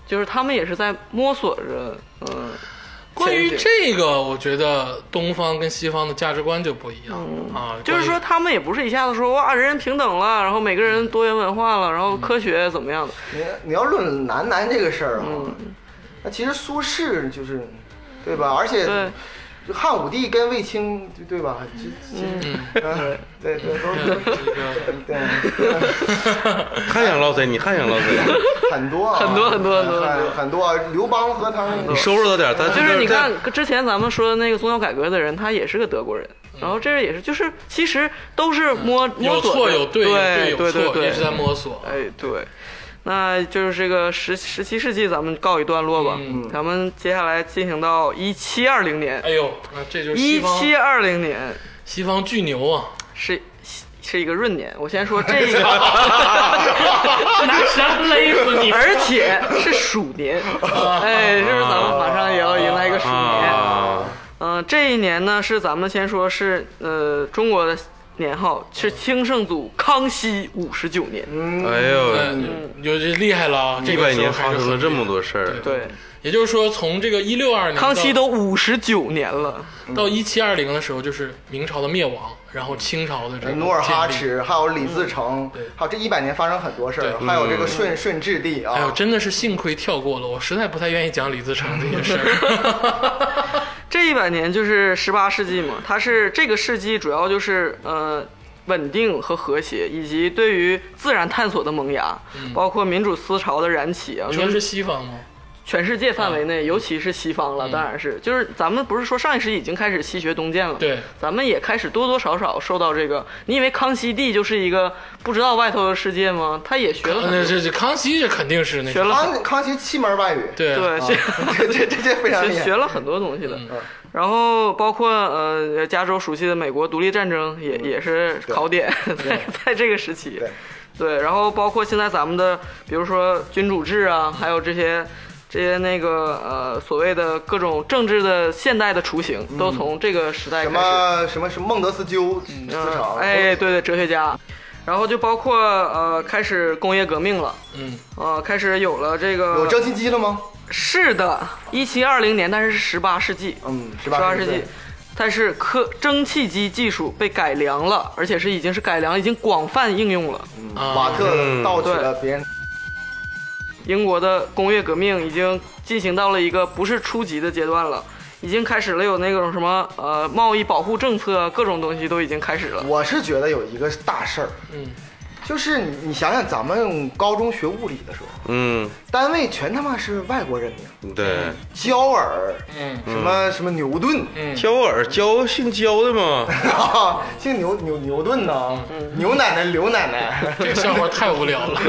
Speaker 6: 就是他们也是在摸索着，嗯、
Speaker 5: 关于
Speaker 6: 前景
Speaker 5: 这个，我觉得东方跟西方的价值观就不一样、啊，
Speaker 6: 嗯就是说，他们也不是一下子说哇，人人平等了，然后每个人多元文化了，然后科学怎么样的，
Speaker 8: 你你要论男男这个事儿啊，
Speaker 6: 嗯
Speaker 8: 那其实苏轼就是，对吧？而且
Speaker 6: 对
Speaker 8: 汉武帝跟卫青，对对吧？这其实，嗯， 对对都都
Speaker 5: 这个
Speaker 8: 对，
Speaker 7: 还想唠谁？你还想唠谁？
Speaker 8: 很多 啊
Speaker 6: 很多很多很多
Speaker 8: 很很多啊刘邦和他们
Speaker 7: 你 收拾他点儿，咱
Speaker 6: 就是你
Speaker 7: 在
Speaker 6: 看之前咱们说的那个宗教改革的人，他也是个德国人，然后这也是就是其实都是摸摸
Speaker 5: 嗯有
Speaker 6: 索
Speaker 5: 错
Speaker 6: 着
Speaker 5: 有对，
Speaker 6: 对
Speaker 5: 有对有
Speaker 6: 对对
Speaker 5: 错，
Speaker 6: 对
Speaker 5: 也是在摸索。
Speaker 6: 哎对，那就是这个十十七世纪咱们告一段落吧，咱们接下来进行到一七二零年
Speaker 5: 嗯哎，呦，那这就是西
Speaker 6: 一
Speaker 5: 方
Speaker 6: 七二零年
Speaker 5: 西方巨牛啊！
Speaker 6: 是。是一个闰年，我先说这 个，拿啥勒死你？而且是鼠 年，哎，是不是咱们马上也要迎来一个鼠年？
Speaker 7: 啊，
Speaker 6: 嗯，这一年呢是咱们先说是呃中国的年号是清圣祖康熙五十九年，
Speaker 7: 哎呦，
Speaker 5: 嗯，有这厉害了啊！这
Speaker 7: 一
Speaker 5: 个
Speaker 7: 百
Speaker 5: 时候
Speaker 7: 年
Speaker 5: 还
Speaker 7: 发
Speaker 5: 是
Speaker 7: 生了
Speaker 5: 很
Speaker 7: 这么多事儿，
Speaker 6: 对，
Speaker 5: 也就是说，从这个一六二年
Speaker 6: 康熙都五十九年了，
Speaker 5: 到一七二零的时候，就是明朝的灭亡，然后清朝的这个
Speaker 8: 努尔哈
Speaker 5: 建立，嗯
Speaker 8: 赤，还有李自成
Speaker 5: 对，
Speaker 8: 还有这一百年发生很多事儿，
Speaker 5: 对
Speaker 8: 还有这个顺顺治帝
Speaker 5: 哎呦，
Speaker 8: 啊，
Speaker 5: 真的是幸亏跳过了，我实在不太愿意讲李自成这些事 儿。
Speaker 6: 这一百年就是十八世纪嘛，它是这个世纪主要就是呃稳定和和谐，以及对于自然探索的萌芽，包括民主思潮的燃起啊，
Speaker 5: 你说是西方 吗？
Speaker 6: 全世界
Speaker 5: 啊
Speaker 6: 范围内，尤其是西方
Speaker 5: 嗯
Speaker 6: 了，当然是，就是咱们不是说上一世纪已经开始西学东渐了，
Speaker 5: 对，
Speaker 6: 咱们也开始多多少少受到这个。你以为康熙帝就是一个不知道外头的世界吗？他也学了很
Speaker 5: 那
Speaker 6: 多，
Speaker 5: 这这康熙这肯定是那
Speaker 6: 学
Speaker 5: 个，
Speaker 6: 了很
Speaker 8: 康康熙七门外语，啊
Speaker 5: 对啊
Speaker 6: 对学。
Speaker 8: 这这这这 非常
Speaker 6: 学
Speaker 8: 厉害
Speaker 6: 学。了很多东西的，
Speaker 8: 嗯
Speaker 6: 然后包括呃加州熟悉的美国独立战争也、也是考点，在 在这个时期，
Speaker 8: 嗯对
Speaker 6: 对，然后包括现在咱们的，比如说君主制啊，还有这些这些那个呃所谓的各种政治的现代的雏形，都从这个时代
Speaker 8: 嗯什
Speaker 6: 开始。
Speaker 8: 么什么什么孟德斯鸠思
Speaker 6: 嗯
Speaker 8: 潮，，
Speaker 6: 哎，对对，哲学家，然后就包括呃开始工业革命了，
Speaker 5: 嗯，
Speaker 6: 呃开始有了这个
Speaker 8: 有蒸汽机了吗？
Speaker 6: 是的，一七二零年，但是是十八世纪，
Speaker 8: 嗯，十
Speaker 6: 十
Speaker 8: 八
Speaker 6: 八世纪。但是科蒸汽机技术被改良了，而且是已经是改良，已经广泛应用了。
Speaker 5: 啊
Speaker 8: 嗯瓦特盗取了别人，
Speaker 6: 英国的工业革命已经进行到了一个不是初级的阶段了，已经开始了有那种什么呃贸易保护政策啊，各种东西都已经开始了。
Speaker 8: 我是觉得有一个大事儿，
Speaker 5: 嗯，
Speaker 8: 就是你你想想咱们高中学物理的时候，
Speaker 7: 嗯，
Speaker 8: 单位全他妈是外国人名，
Speaker 7: 对，
Speaker 8: 焦耳，
Speaker 5: 嗯，
Speaker 8: 什么什么牛顿，
Speaker 7: 焦耳焦姓焦的嘛，
Speaker 8: 啊， 姓牛牛牛顿呢，牛奶奶刘奶奶，
Speaker 5: 这个笑话太无聊了。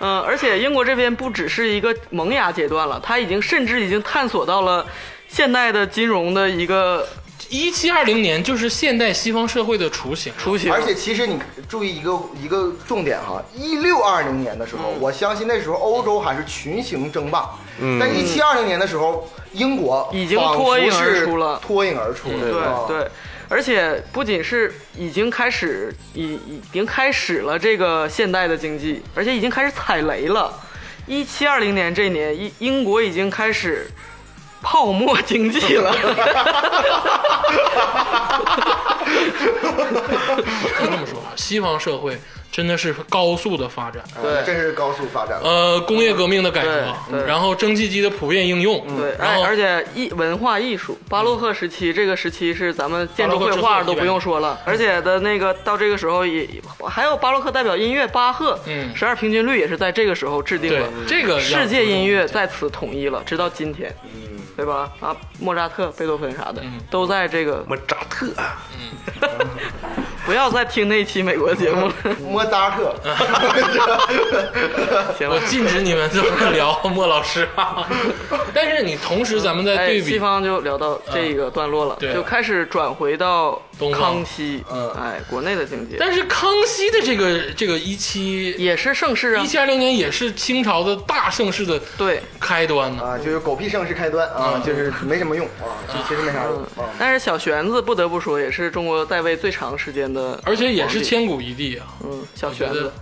Speaker 6: 嗯，而且英国这边不只是一个萌芽阶段了，它已经甚至已经探索到了现代的金融的一个
Speaker 5: 一七二零年就是现代西方社会的雏形。
Speaker 6: 雏形，
Speaker 8: 而且其实你注意一个一个重点哈，一六二零年的时
Speaker 6: 嗯
Speaker 8: 候，我相信那时候欧洲还是群雄争霸，但一七二零年的时候，英国
Speaker 6: 嗯已经
Speaker 8: 仿佛
Speaker 6: 脱颖而
Speaker 8: 是
Speaker 6: 出了
Speaker 8: 脱颖而出，对吧
Speaker 6: 对对，而且不仅是已经开始，已已经开始了这个现代的经济，而且已经开始踩雷了。一七二零年这一年，英英国已经开始泡沫经济 了。
Speaker 5: 可以这么说，啊西方社会真的是高速的发展。
Speaker 8: 啊真是高速发展了。
Speaker 5: 呃，工业革命的改革，嗯
Speaker 6: 对对嗯
Speaker 5: 然后蒸汽机的普遍应用，嗯
Speaker 6: 对，哎
Speaker 5: 然后
Speaker 6: 而而且艺文化艺术，巴洛克时期这个时期是咱们建筑绘画都不用说
Speaker 5: 嗯
Speaker 6: 了，而且的那个到这个时候也还有巴洛克代表音乐巴赫，
Speaker 5: 嗯
Speaker 6: 十二平均律也是在这个时候制定
Speaker 5: 对
Speaker 6: 了，
Speaker 5: 这个要
Speaker 6: 世界音乐在此统一了，直到今天，
Speaker 5: 嗯
Speaker 6: 对吧？啊，莫扎特、贝多芬啥的都在这个，
Speaker 7: 莫扎特，
Speaker 6: 不要再听那期美国 节目了，
Speaker 8: 莫扎 特，
Speaker 6: 行
Speaker 5: 我
Speaker 6: 了。
Speaker 5: 禁止你们这么聊莫老师啊。但是你同时咱们在
Speaker 6: 哎，
Speaker 5: 对
Speaker 6: 西
Speaker 5: 比，嗯
Speaker 6: 方就聊到这个段落了，
Speaker 5: 对
Speaker 6: 就开始转回到
Speaker 5: 东方
Speaker 6: 康熙，
Speaker 8: 嗯
Speaker 6: 哎，国内的经济
Speaker 5: 但是康熙的这个这个一七
Speaker 6: 也是盛世啊
Speaker 5: 一，七二零年也是清朝的大盛世的
Speaker 6: 对，
Speaker 5: 开端呢。
Speaker 8: 啊，就是狗屁盛世开端
Speaker 6: 嗯
Speaker 8: 啊，就是没什么用啊，就其实没啥
Speaker 5: 嗯
Speaker 8: 用啊。
Speaker 6: 但是小玄子不得不说，也是中国在位最长时间的皇帝，
Speaker 5: 而且也是千古一帝啊，
Speaker 6: 嗯小
Speaker 5: 我觉
Speaker 6: 玄
Speaker 5: 得
Speaker 6: 子，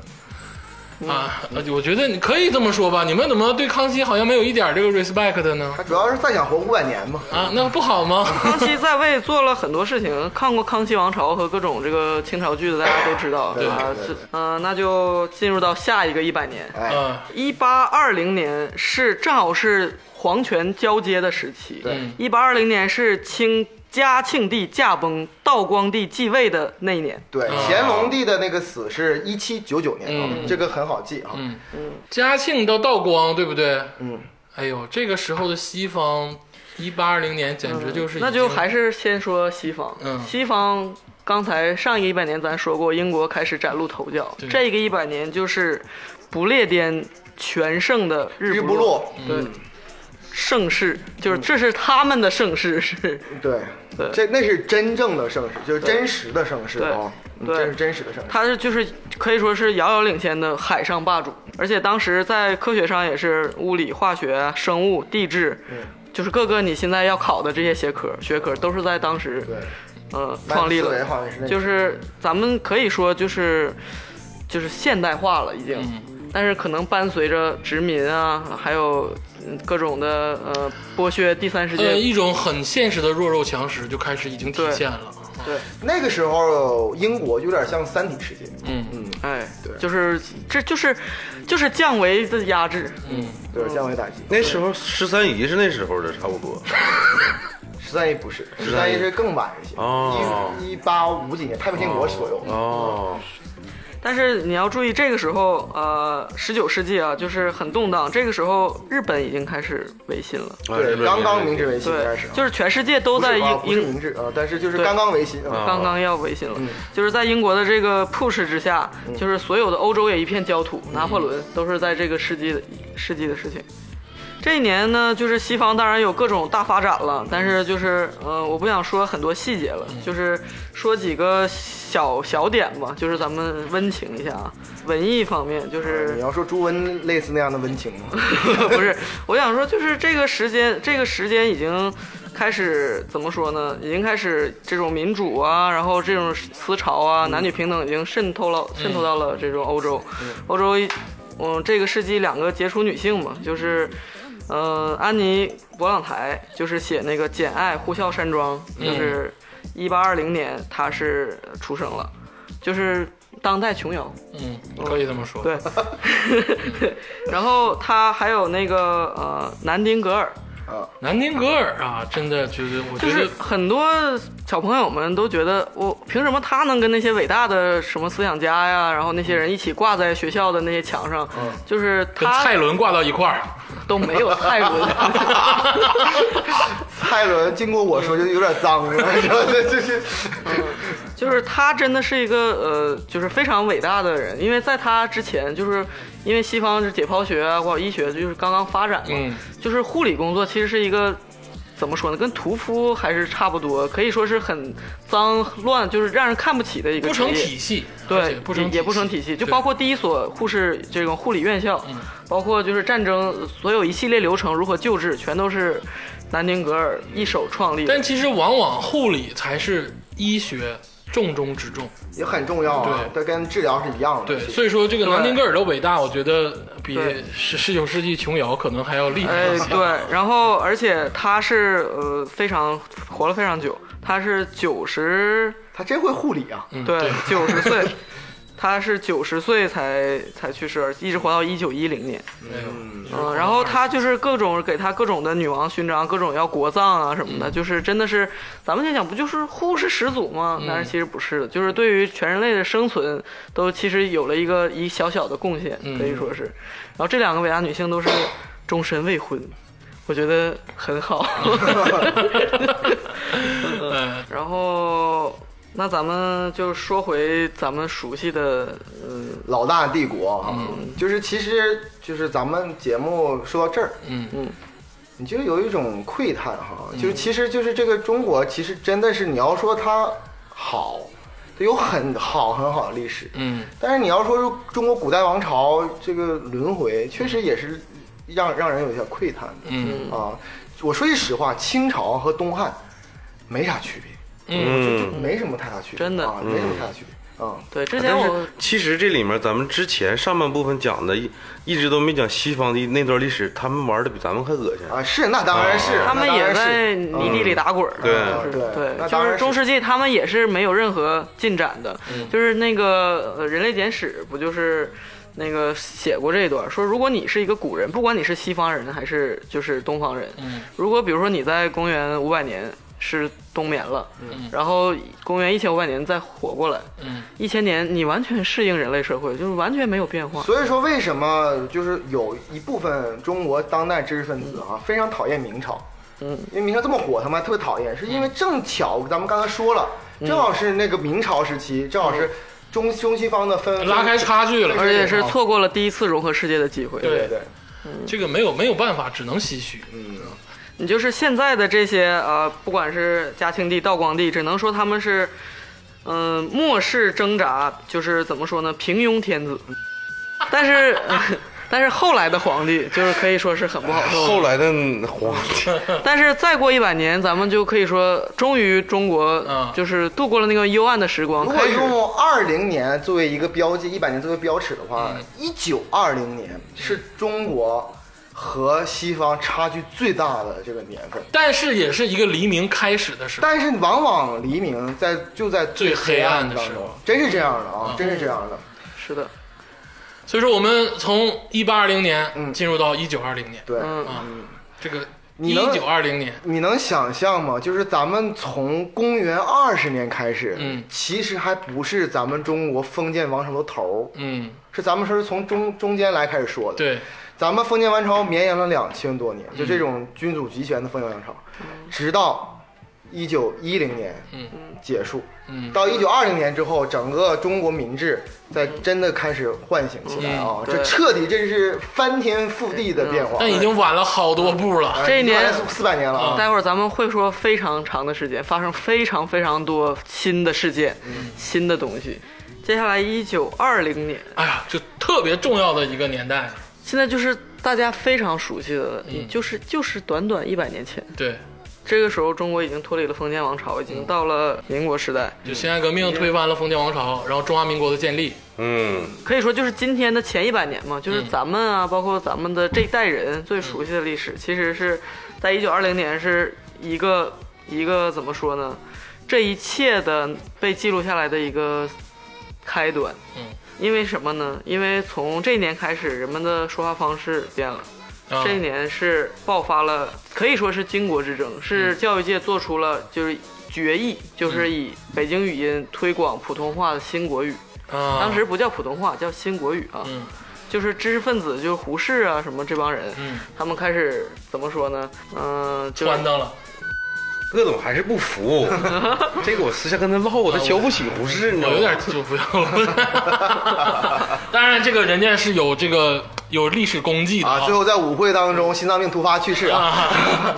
Speaker 5: 啊，呃我觉得你可以这么说吧。你们怎么对康熙好像没有一点这个 respect 呢？
Speaker 8: 他主要是再想活五百年
Speaker 6: 嗯
Speaker 8: 嘛，
Speaker 5: 啊，那不好吗？
Speaker 6: 康熙在位做了很多事情，看过《康熙王朝》和各种这个清朝剧的，大家都知道，
Speaker 8: 对
Speaker 6: 吧？
Speaker 8: 对
Speaker 6: 是
Speaker 8: 对
Speaker 6: 呃，那就进入到下一个一百年，
Speaker 8: 哎，
Speaker 5: 嗯，
Speaker 6: 一八二零年是正好是皇权交接的时期，
Speaker 5: 对
Speaker 6: 一八二零年是清嘉庆帝驾崩、道光帝继位的那一年，
Speaker 8: 对，乾隆帝的那个死是一七九九年啊，这个很好记啊。
Speaker 5: 嗯嘉庆到道光，对不对？嗯，哎呦，这个时候的西方，一八二零年简直就是已经、
Speaker 6: 嗯那就还是先说西方，
Speaker 5: 嗯
Speaker 6: 西方刚才上一个一百年咱说过，英国开始崭露头角
Speaker 5: 对，
Speaker 6: 这个一百年就是不列颠全盛的日
Speaker 8: 日
Speaker 6: 不嗯
Speaker 8: 不落，
Speaker 6: 对。盛世
Speaker 8: 嗯
Speaker 6: 就是这是他们的盛世，是
Speaker 8: 对，
Speaker 6: 对
Speaker 8: 这那是真正的盛世，就是真实的盛世
Speaker 6: 对
Speaker 8: 啊，嗯
Speaker 6: 对
Speaker 8: 这是真实的盛世。
Speaker 6: 他是就是可以说是遥遥领先的海上霸主，而且当时在科学上也是物理、化学、生物、地质，就是各个你现在要考的这些学科学科都是在当时
Speaker 8: 对，
Speaker 6: 呃创立
Speaker 8: 思维
Speaker 6: 了，
Speaker 8: 好像是那个
Speaker 6: 就是咱们可以说就是就是现代化了已经，
Speaker 8: 嗯
Speaker 6: 但是可能伴随着殖民啊，还有嗯各种的呃剥削第三世界，
Speaker 5: 呃一种很现实的弱肉强食就开始已经体现了。啊
Speaker 6: 对，
Speaker 8: 那个时候英国有点像三体世界，
Speaker 5: 嗯，
Speaker 6: 哎，
Speaker 8: 对
Speaker 6: 就是这就是就是降维的压制，
Speaker 8: 对，降维打击。
Speaker 6: 嗯
Speaker 7: 那时候十三姨是那时候的，差不多。
Speaker 8: 十三姨不是，十三姨是更晚一些
Speaker 7: 哦，
Speaker 8: 一一八五几年太平天国左右。
Speaker 7: 哦，
Speaker 6: 但是你要注意，这个时候，呃，十九世纪啊，就是很动荡。这个时候，日本已经开始维新了，
Speaker 7: 啊
Speaker 8: 对，刚刚明治维新开
Speaker 6: 对
Speaker 8: 始啊，，
Speaker 6: 就是全世界都
Speaker 8: 不是
Speaker 6: 在英
Speaker 8: 啊不是
Speaker 6: 英
Speaker 8: 明治啊，但是就是
Speaker 6: 对
Speaker 8: 刚刚维新啊。
Speaker 6: 刚刚要维新了，就是在英国的这个 push 之下，
Speaker 8: 嗯
Speaker 6: 就是所有的欧洲也一片焦土，拿破仑都是在这个世纪的世纪的事情。这一年呢，就是西方当然有各种大发展了，但是就是呃，我不想说很多细节
Speaker 8: 嗯
Speaker 6: 了，就是说几个小小点吧，就是咱们温情一下啊。文艺方面，就是
Speaker 8: 啊你要说朱温类似那样的温情吗？
Speaker 6: 不是，我想说，就是这个时间，这个时间已经开始怎么说呢？已经开始这种民主啊，然后这种思潮啊，男女平等已经渗透了，渗透到了这种欧洲。欧洲，嗯，这个世纪两个杰出女性嘛，就是。呃，安妮·勃朗台就是写那个《简爱·呼啸山庄》，就是一八二零年她是出生了，就是当代琼瑶，
Speaker 5: 嗯，可以这么说。
Speaker 6: 对， 然后他还有那个呃南丁格尔，
Speaker 5: 南丁格尔啊，真的觉得，我
Speaker 6: 就
Speaker 5: 觉
Speaker 6: 是
Speaker 5: 得
Speaker 6: 很多小朋友们都觉得我凭什么他能跟那些伟大的什么思想家呀，然后那些人一起挂在学校的那些墙上，就是
Speaker 5: 嗯跟
Speaker 6: 他
Speaker 5: 蔡伦挂到一块儿，
Speaker 6: 都没 有蔡 伦。
Speaker 8: 蔡伦经过我说就有点脏了，是吧？ 这这这，
Speaker 6: 嗯就是他真的是一个呃，就是非常伟大的人，因为在他之前，就是因为西方是解剖学啊，或者医学就是刚刚发展嘛，
Speaker 5: 嗯
Speaker 6: 就是护理工作其实是一个怎么说呢，跟屠夫还是差不多，可以说是很脏乱，就是让人看不起的一个
Speaker 5: 不
Speaker 6: 职业。
Speaker 5: 成体系，而
Speaker 6: 对
Speaker 5: 且，不成
Speaker 6: 也也不成体系，就包括第一所护士这种护理院校，
Speaker 5: 嗯
Speaker 6: 包括就是战争所有一系列流程如何救治，全都是南丁格尔一手创立的。
Speaker 5: 但其实往往护理才是医学重中之重。
Speaker 8: 也很重要啊，它跟治疗是一样的。
Speaker 5: 对，
Speaker 8: 其实
Speaker 5: 所以说这个南丁格尔的伟大，我觉得比
Speaker 6: 对
Speaker 5: 十十九世纪琼瑶可能还要厉害
Speaker 6: 哎
Speaker 5: 一，些。
Speaker 6: 对，然后而且他是呃非常活了非常久，他是九十
Speaker 8: 他真会护理啊，
Speaker 5: 嗯
Speaker 6: 对九十岁，他是九十岁才才去世，一直活到一九一零年。
Speaker 5: 哎呦
Speaker 6: 嗯，然后他就是各种给他各种的女王勋章，各种要国葬啊什么
Speaker 7: 嗯
Speaker 6: 的，就是真的是，咱们就讲不就是护士始祖吗？
Speaker 7: 嗯
Speaker 6: 但是其实不是的，就是对于全人类的生存都其实有了一个一小小的贡献，
Speaker 7: 嗯
Speaker 6: 可以说是。然后这两个伟大女性都是终身未婚，我觉得很 好。
Speaker 5: 呃，
Speaker 6: 然后那咱们就说回咱们熟悉的，嗯、
Speaker 8: 老大帝国啊，
Speaker 5: 嗯
Speaker 8: 就是其实就是咱们节目说到这儿，
Speaker 5: 嗯
Speaker 8: 嗯，你就有一种窥探哈，就是其实就是这个中国，其实真的是你要说它好，它有很好很好的历史，
Speaker 5: 嗯，
Speaker 8: 但是你要说是中国古代王朝这个轮回，确实也是让让人有些窥探的，
Speaker 5: 嗯
Speaker 8: 啊，我说句实话，清朝和东汉没啥区别，啊
Speaker 7: 嗯，
Speaker 8: 没什么太大区别，
Speaker 6: 真的嗯
Speaker 8: 啊，没什么太大区别，啊。
Speaker 6: 对，之前
Speaker 7: 但
Speaker 6: 我
Speaker 7: 是其实这里面咱们之前上半部分讲的，一一直都没讲西方的那段历史，他们玩的比咱们还恶心。
Speaker 8: 啊，是那当然是，
Speaker 6: 哦
Speaker 7: 啊
Speaker 6: 他
Speaker 8: 那
Speaker 6: 们
Speaker 8: 当
Speaker 6: 也
Speaker 8: 然是嗯
Speaker 6: 在泥地里打滚儿、
Speaker 7: 对
Speaker 6: 就是
Speaker 8: 对那
Speaker 6: 对，
Speaker 8: 当
Speaker 6: 就
Speaker 8: 然
Speaker 6: 是
Speaker 8: 是嗯
Speaker 6: 中世纪他们也是没有任何进展的，就是那个呃《人类简史》不就是。那个写过这一段，说如果你是一个古人，不管你是西方人还是就是东方人，如果比如说你在公元五百年是冬眠了，
Speaker 8: 嗯
Speaker 6: 然后公元一千五百年再活过来，一千年你完全适应人类社会，就是完全没有变化。
Speaker 8: 所以说，为什么就是有一部分中国当代知识分子啊，非常讨厌明朝？嗯，因为明朝这么火，他妈特别讨厌，是因
Speaker 6: 嗯
Speaker 8: 为正巧咱们刚才说了，正好是那个明朝时期，正好
Speaker 6: 嗯
Speaker 8: 是中中西方的分
Speaker 5: 嗯拉开差距了，
Speaker 6: 而且是错过了第一次融合世界的机会。
Speaker 8: 啊对对，
Speaker 5: 这个没有没有办法，只能唏嘘。
Speaker 6: 嗯你就是现在的这些呃，不管是嘉庆帝、道光帝，只能说他们是，嗯、末世挣扎，就是怎么说呢，平庸天子。但是， 但是后来的皇帝就是可以说是很不好受的。
Speaker 7: 后来的皇帝，
Speaker 6: 但是再过一百年，咱们就可以说，终于中国
Speaker 5: 嗯
Speaker 6: 就是度过了那个幽暗的时光，
Speaker 8: 如
Speaker 6: 开
Speaker 8: 果
Speaker 6: 始
Speaker 8: 用二零年作为一个标记，一百年作为标尺的话，
Speaker 5: 嗯
Speaker 8: 一九二零年是中国和西方差距最大的这个年份。
Speaker 5: 但是也是一个黎明开始的时候，
Speaker 8: 但是往往黎明在就在
Speaker 5: 最黑暗
Speaker 8: 暗
Speaker 5: 的
Speaker 8: 当
Speaker 5: 时
Speaker 8: 中
Speaker 5: 候，嗯
Speaker 8: 真是这样的啊，真是这样的。
Speaker 6: 是的，
Speaker 5: 所以说我们从一八二零年进入到一九二零年，
Speaker 8: 对，
Speaker 6: 嗯，
Speaker 5: 啊，这个
Speaker 8: 你
Speaker 5: 一
Speaker 8: 能
Speaker 5: 九二零年，
Speaker 8: 你能想象吗？就是咱们从公元二十年开始，
Speaker 5: 嗯
Speaker 8: 其实还不是咱们中国封建王朝的头儿，
Speaker 5: 嗯，
Speaker 8: 是咱们是从中中间来开始说的。，
Speaker 5: 对，
Speaker 8: 咱们封建王朝绵延了两千多年，就
Speaker 5: 嗯
Speaker 8: 这种君主集权的封建王朝，
Speaker 6: 嗯
Speaker 8: 直到一九一零年，
Speaker 5: 嗯
Speaker 8: 结束。
Speaker 5: 嗯
Speaker 8: 到一九二零年之后，整个中国民治在真的开始唤醒起来啊！
Speaker 6: 嗯
Speaker 8: 这
Speaker 6: 对
Speaker 8: 彻底这是翻天覆地的变
Speaker 5: 嗯
Speaker 8: 化。呃
Speaker 5: 但已经晚了好多步了。
Speaker 6: 这一年
Speaker 8: 四百年了啊！
Speaker 6: 待会儿咱们会说非常长的时间，发生非常非常多新的事件、新的东西。接下来一九二零年，
Speaker 5: 哎呀，就特别重要的一个年代，
Speaker 6: 现在就是大家非常熟悉的，就是就是短短一百年前，
Speaker 5: 对，
Speaker 6: 这个时候中国已经脱离了封建王朝，已经到了民国时代，
Speaker 5: 就辛亥革命推翻了封建王朝，然后中华民国的建立，
Speaker 7: 嗯，
Speaker 6: 可以说就是今天的前一百年嘛，就是咱们啊，包括咱们的这一代人最熟悉的历史，其实是在一九二零年是一个一个怎么说呢？这一切的被记录下来的一个开端。
Speaker 5: 嗯，
Speaker 6: 因为什么呢？因为从这一年开始，人们的说话方式变了。
Speaker 5: 啊
Speaker 6: 这一年是爆发了，可以说是巾帼之争，
Speaker 5: 嗯
Speaker 6: 是教育界做出了就是决议，
Speaker 5: 嗯
Speaker 6: 就是以北京语音推广普通话的新国语。
Speaker 5: 啊，
Speaker 6: 当时不叫普通话，叫新国语啊，
Speaker 5: 嗯
Speaker 6: 就是知识分子，就是胡适啊什么这帮人，
Speaker 5: 嗯
Speaker 6: 他们开始怎么说呢？嗯、就是
Speaker 5: 穿到了，
Speaker 7: 鄂总还是不服。这个我私下跟他唠，他瞧不起胡适，你知
Speaker 5: 我有
Speaker 7: 道吗
Speaker 5: 点就不要 了。当然，这个人家是有这个有历史功绩的
Speaker 6: 啊
Speaker 8: 啊，最后在舞会当中心脏病突发去世啊！
Speaker 5: 啊，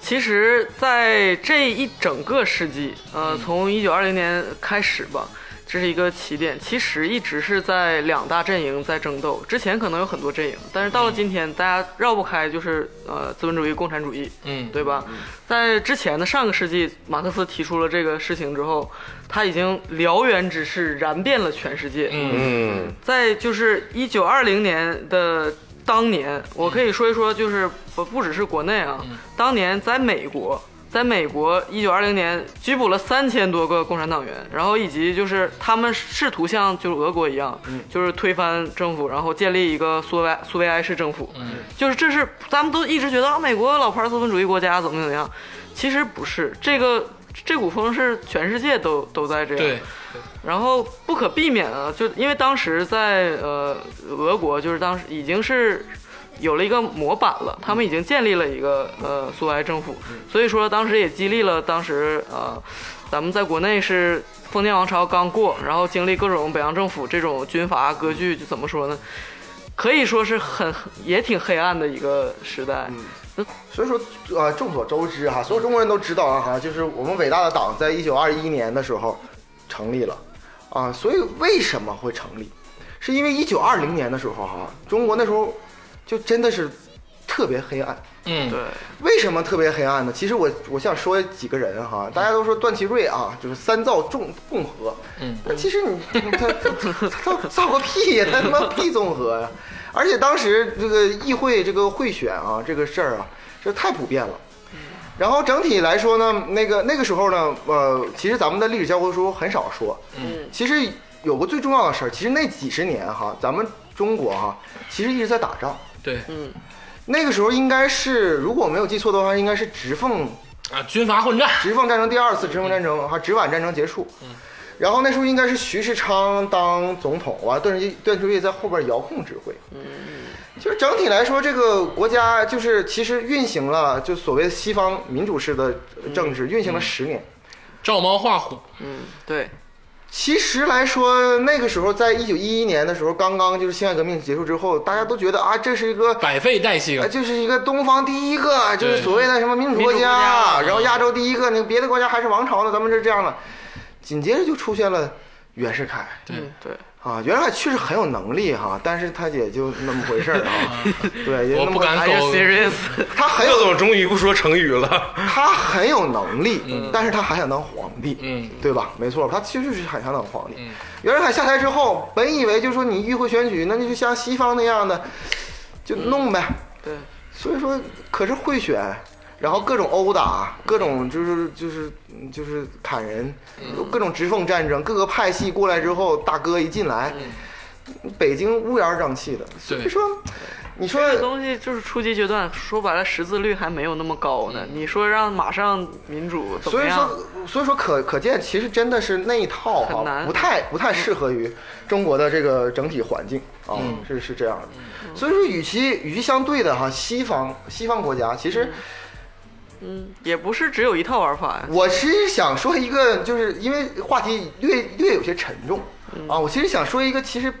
Speaker 6: 其实在这一整个世纪，
Speaker 5: 嗯
Speaker 6: 呃，从一九二零年开始吧，这是一个起点。其实一直是在两大阵营在争斗，之前可能有很多阵营，但是到
Speaker 5: 嗯
Speaker 6: 了今天，大家绕不开就是呃资本主义、共产主义，
Speaker 5: 嗯
Speaker 6: 对吧？在之前的上个世纪，马克思提出了这个事情之后，他已经燎原之势燃遍了全世界，嗯
Speaker 7: 嗯，
Speaker 6: 在就是一九二零年的当年，我可以说一说，就是不不只是国内啊，当年在美国，在美国一九二零年拘捕了三千多个共产党员，然后以及就是他们试图像就是俄国一样，就是推翻政府，然后建立一个苏维埃苏维埃式政府，就是这是咱们都一直觉得啊，美国老牌资本主义国家怎么怎么样，其实不是这个。这股风是全世界都都在这样，
Speaker 5: 对，
Speaker 6: 然后不可避免啊，就因为当时在呃俄国，就是当时已经是有了一个模板了，他们已经建立了一个呃苏维埃政府，所以说当时也激励了当时呃咱们在国内是呃封建王朝刚过，然后经历各种北洋政府这种军阀割据，就怎么说呢？可以说是很也挺黑暗的一个时代，
Speaker 8: 所以说，呃，众所周知哈、所有中国人都知道啊，哈，就是我们伟大的党在一九二一年的时候成立了，啊、所以为什么会成立，是因为一九二零年的时候哈、中国那时候就真的是特别黑暗。
Speaker 5: 嗯，
Speaker 6: 对，
Speaker 8: 为什么特别黑暗呢？其实我我想说几个人哈、大家都说段祺瑞啊，就是三造众共和，
Speaker 5: 嗯，
Speaker 8: 那其实你他他造造个屁呀，他他妈屁综合呀！而且当时这个议会这个贿选啊，这个事儿啊，这太普遍了。然后整体来说呢，那个那个时候呢，呃，其实咱们的历史教科书很少说，
Speaker 6: 嗯，
Speaker 8: 其实有个最重要的事儿，其实那几十年哈，咱们中国哈，其实一直在打仗。
Speaker 5: 对
Speaker 6: 嗯
Speaker 8: 那个时候应该是，如果我没有记错的话，应该是直奉
Speaker 5: 啊，军阀混战，
Speaker 8: 直奉战争第二次直奉战争，哈，直皖战争结束。然后那时候应该是徐世昌当总统，啊完段祺段祺瑞在后边遥控指挥。就是整体来说，这个国家就是其实运行了，就所谓西方民主式的政治，运行了十年。
Speaker 5: 照猫画虎，
Speaker 6: 嗯，对，
Speaker 8: 其实来说，那个时候在一九一一年的时候，刚刚就是辛亥革命结束之后，大家都觉得啊，这是一个
Speaker 5: 百废待兴
Speaker 6: 哎
Speaker 8: 啊，，就是一个东方第一个，就是所谓的什么民主
Speaker 6: 民
Speaker 8: 国
Speaker 6: 主国家
Speaker 8: 然后亚洲第一个，那个别的国家还是王朝呢，咱们是这样的。紧接着就出现了袁世凯
Speaker 5: 对
Speaker 6: 嗯，对，
Speaker 8: 啊，袁世凯确实很有能力哈，但是他也就那么回事儿啊，对，也
Speaker 5: 我
Speaker 8: 那
Speaker 5: 不
Speaker 8: 么
Speaker 5: 敢
Speaker 8: 回
Speaker 6: 哎呀
Speaker 5: 狗
Speaker 6: ，serious，
Speaker 8: 他很
Speaker 7: 乐
Speaker 8: 有
Speaker 7: 总终于不说成语了。
Speaker 6: 嗯
Speaker 8: 他很有能力，但是他还想当皇帝，
Speaker 5: 嗯，
Speaker 8: 对吧？没错，他其实就是很想当皇帝。
Speaker 6: 嗯
Speaker 8: 袁世凯下台之后，本以为就说你议会选举，那就像西方那样的，就弄呗。
Speaker 6: 嗯对，
Speaker 8: 所以说，可是贿选，然后各种殴打，各种就是就是就是砍人，
Speaker 6: 嗯
Speaker 8: 各种直奉战争，各个派系过来之后，大哥一进来，
Speaker 6: 嗯
Speaker 8: 北京乌烟瘴气的。所以
Speaker 5: 对
Speaker 8: 说，你说
Speaker 6: 这个东西就是初级阶段，说白了识字率还没有那么高呢。你说让马上民主怎
Speaker 8: 嗯所
Speaker 6: 么
Speaker 8: 以
Speaker 6: 样？
Speaker 8: 说，所以说可可见，其实真的是那一套
Speaker 6: 很
Speaker 8: 哈、
Speaker 6: 难
Speaker 8: 不太不太适合于中国的这个整体环境啊，
Speaker 6: 嗯
Speaker 8: 是是这样的。所以说，与其与其相对的哈，西方西方国家其实
Speaker 6: 嗯也不是只有一套玩法呀。
Speaker 8: 我其实想说一个，就是因为话题略略有些沉重
Speaker 6: 嗯
Speaker 8: 啊，我其实想说一个，其实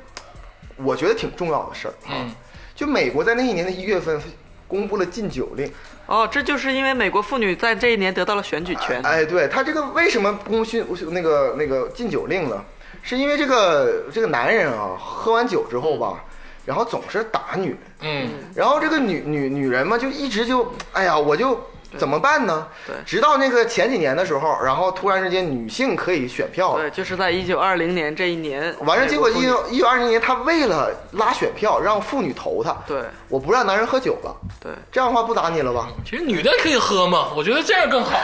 Speaker 8: 我觉得挺重要的事儿啊
Speaker 5: 嗯，
Speaker 8: 就美国在那一年的一月份公布了禁酒令。
Speaker 6: 哦，这就是因为美国妇女在这一年得到了选举权。
Speaker 8: 哎，对他这个为什么公训那个那个禁酒令呢？是因为这个这个男人啊，喝完酒之后吧，然后总是打女人，
Speaker 5: 嗯，
Speaker 8: 然后这个女女女人嘛，就一直就哎呀，我就怎么办呢？
Speaker 6: 对
Speaker 8: 直到那个前几年的时候，然后突然之间女性可以选票了
Speaker 6: 对，。就是在一九二零年这一年，
Speaker 8: 完哦事儿结果
Speaker 6: 美国妇
Speaker 8: 一
Speaker 6: 女
Speaker 8: 九一九二零年，他为了拉选票，让妇女投他，
Speaker 6: 对
Speaker 8: 我不让男人喝酒了，
Speaker 6: 对
Speaker 8: 这样的话不打你了吧？
Speaker 5: 其实女的可以喝嘛，我觉得这样更好，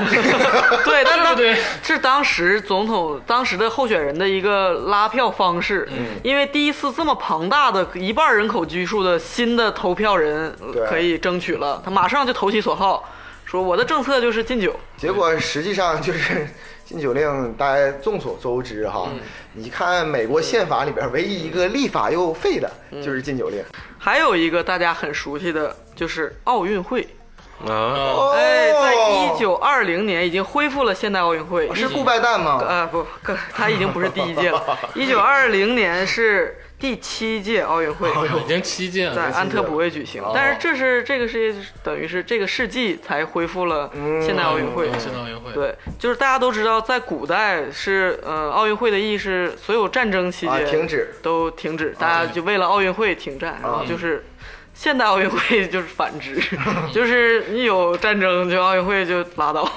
Speaker 6: 对，但
Speaker 5: 对
Speaker 6: 是
Speaker 5: 不对？
Speaker 6: 是当时总统当时的候选人的一个拉票方式，
Speaker 8: 嗯
Speaker 6: 因为第一次这么庞大的一半人口基数的新的投票人呃
Speaker 8: 对
Speaker 6: 可以争取了，他马上就投其所好，说我的政策就是禁酒。
Speaker 8: 结果实际上就是 禁酒令，大家众所周知哈。
Speaker 6: 嗯
Speaker 8: 你看美国宪法里边唯一一个立法又废的，
Speaker 6: 嗯
Speaker 8: 就是禁酒令。
Speaker 6: 还有一个大家很熟悉的就是奥运会，
Speaker 7: 啊，
Speaker 8: 哦
Speaker 6: 哎，在一九二零年已经恢复了现代奥运
Speaker 5: 哦
Speaker 6: 会，啊
Speaker 8: 是顾拜旦 吗？
Speaker 6: 呃不，可他已经不是第一届了，一九二零年是第七届奥运会。
Speaker 5: 哎已经哦七届
Speaker 6: 在
Speaker 5: 了，哦
Speaker 6: 安特普卫举行，但是这是这个世界等于是这个世纪才恢复了现代奥运会。
Speaker 5: 嗯现代奥运会，
Speaker 6: 对，就是大家都知道，在古代是，呃，奥运会的意义是所有战争期
Speaker 8: 啊
Speaker 6: 间
Speaker 8: 停止
Speaker 6: 都停止，
Speaker 8: 啊
Speaker 6: 大家就为了奥运会停战，然后就是现代奥运会 就是反 之，就是一有战争就奥运会就拉 倒。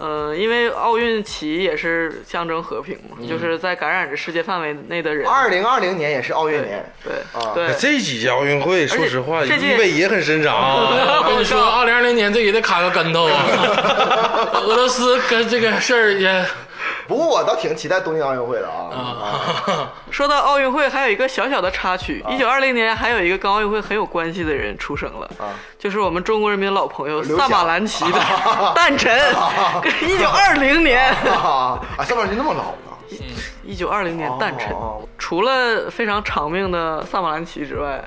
Speaker 6: 嗯，因为奥运旗也是象征和平
Speaker 8: 嗯
Speaker 6: 嘛，就是在感染着世界范围内的人。
Speaker 8: 二零二零年也是奥运年，
Speaker 6: 对
Speaker 8: 啊
Speaker 6: 对，
Speaker 7: 这几届奥运会，说实话，
Speaker 6: 而且这届
Speaker 7: 意味也很深 长啊。
Speaker 5: 哎我跟你说，二零二零年这也得卡个跟头 啊！俄罗斯跟这个事儿也
Speaker 8: 不过我倒挺期待东京奥运会的啊。
Speaker 6: 说到奥运会，还有一个小小的插曲。一九二零年，还有一个跟奥运会很有关系的人出生了，
Speaker 8: 啊
Speaker 6: 就是我们中国人民老朋友
Speaker 8: 刘
Speaker 6: 萨马
Speaker 8: 翔
Speaker 6: 兰 奇的诞辰。一九二零年，
Speaker 8: 啊 啊！上半身那么老呢？
Speaker 6: 一九二零年诞辰
Speaker 8: 哦。
Speaker 6: 除了非常长命的萨马兰奇之外，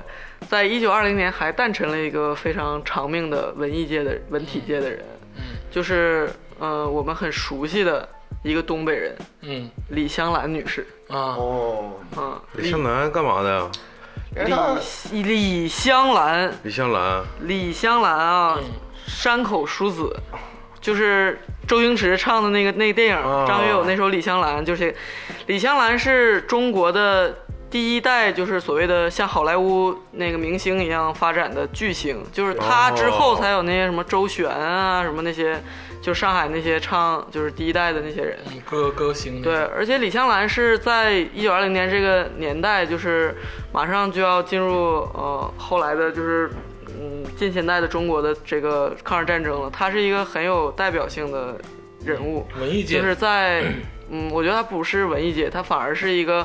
Speaker 6: 在一九二零年还诞辰了一个非常长命的文艺界的文体界的人，就是呃我们很熟悉的一个东北人
Speaker 5: 嗯
Speaker 6: 李香兰女士。
Speaker 5: 啊，
Speaker 8: 哦，哎
Speaker 6: 嗯，
Speaker 7: 李向南干嘛的？
Speaker 8: 人家
Speaker 6: 李李香兰。
Speaker 7: 李向南，
Speaker 6: 李香兰啊，山口淑子，就是周星驰唱的那个那个电影，
Speaker 7: 哦
Speaker 6: 张学友那首《李香兰》，就是李香兰是中国的第一代，就是所谓的像好莱坞那个明星一样发展的巨星，就是他之后才有那些什么周璇啊，什么那些，就上海那些唱就是第一代的那些人。
Speaker 5: 歌歌星
Speaker 6: 对，啊而且李香兰是在一九二零年这个年代，就是马上就要进入呃后来的，就是嗯近现代的中国的这个抗日战争了。她是一个很有代表性的人物，
Speaker 5: 嗯文艺界
Speaker 6: 就是在嗯，我觉得她不是文艺界，她反而是一个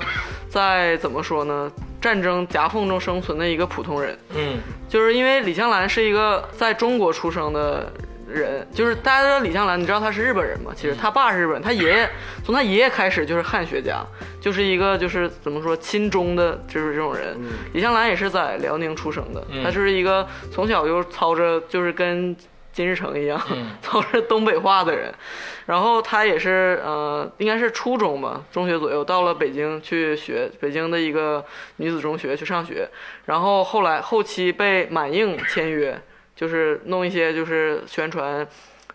Speaker 6: 在怎么说呢，战争夹缝中生存的一个普通人。
Speaker 5: 嗯，
Speaker 6: 就是因为李香兰是一个在中国出生的人，就是大家知道李香兰，你知道她是日本人吗？其实她爸是日本人，她爷爷从她爷爷开始就是汉学家，就是一个就是怎么说亲中的就是这种人。李香兰也是在辽宁出生的，她就是一个从小就操着就是跟金日成一样、操着东北话的人。然后他也是呃，应该是初中吧，中学左右到了北京去学北京的一个女子中学去上学，然后后来后期被满映签约，就是弄一些就是宣传。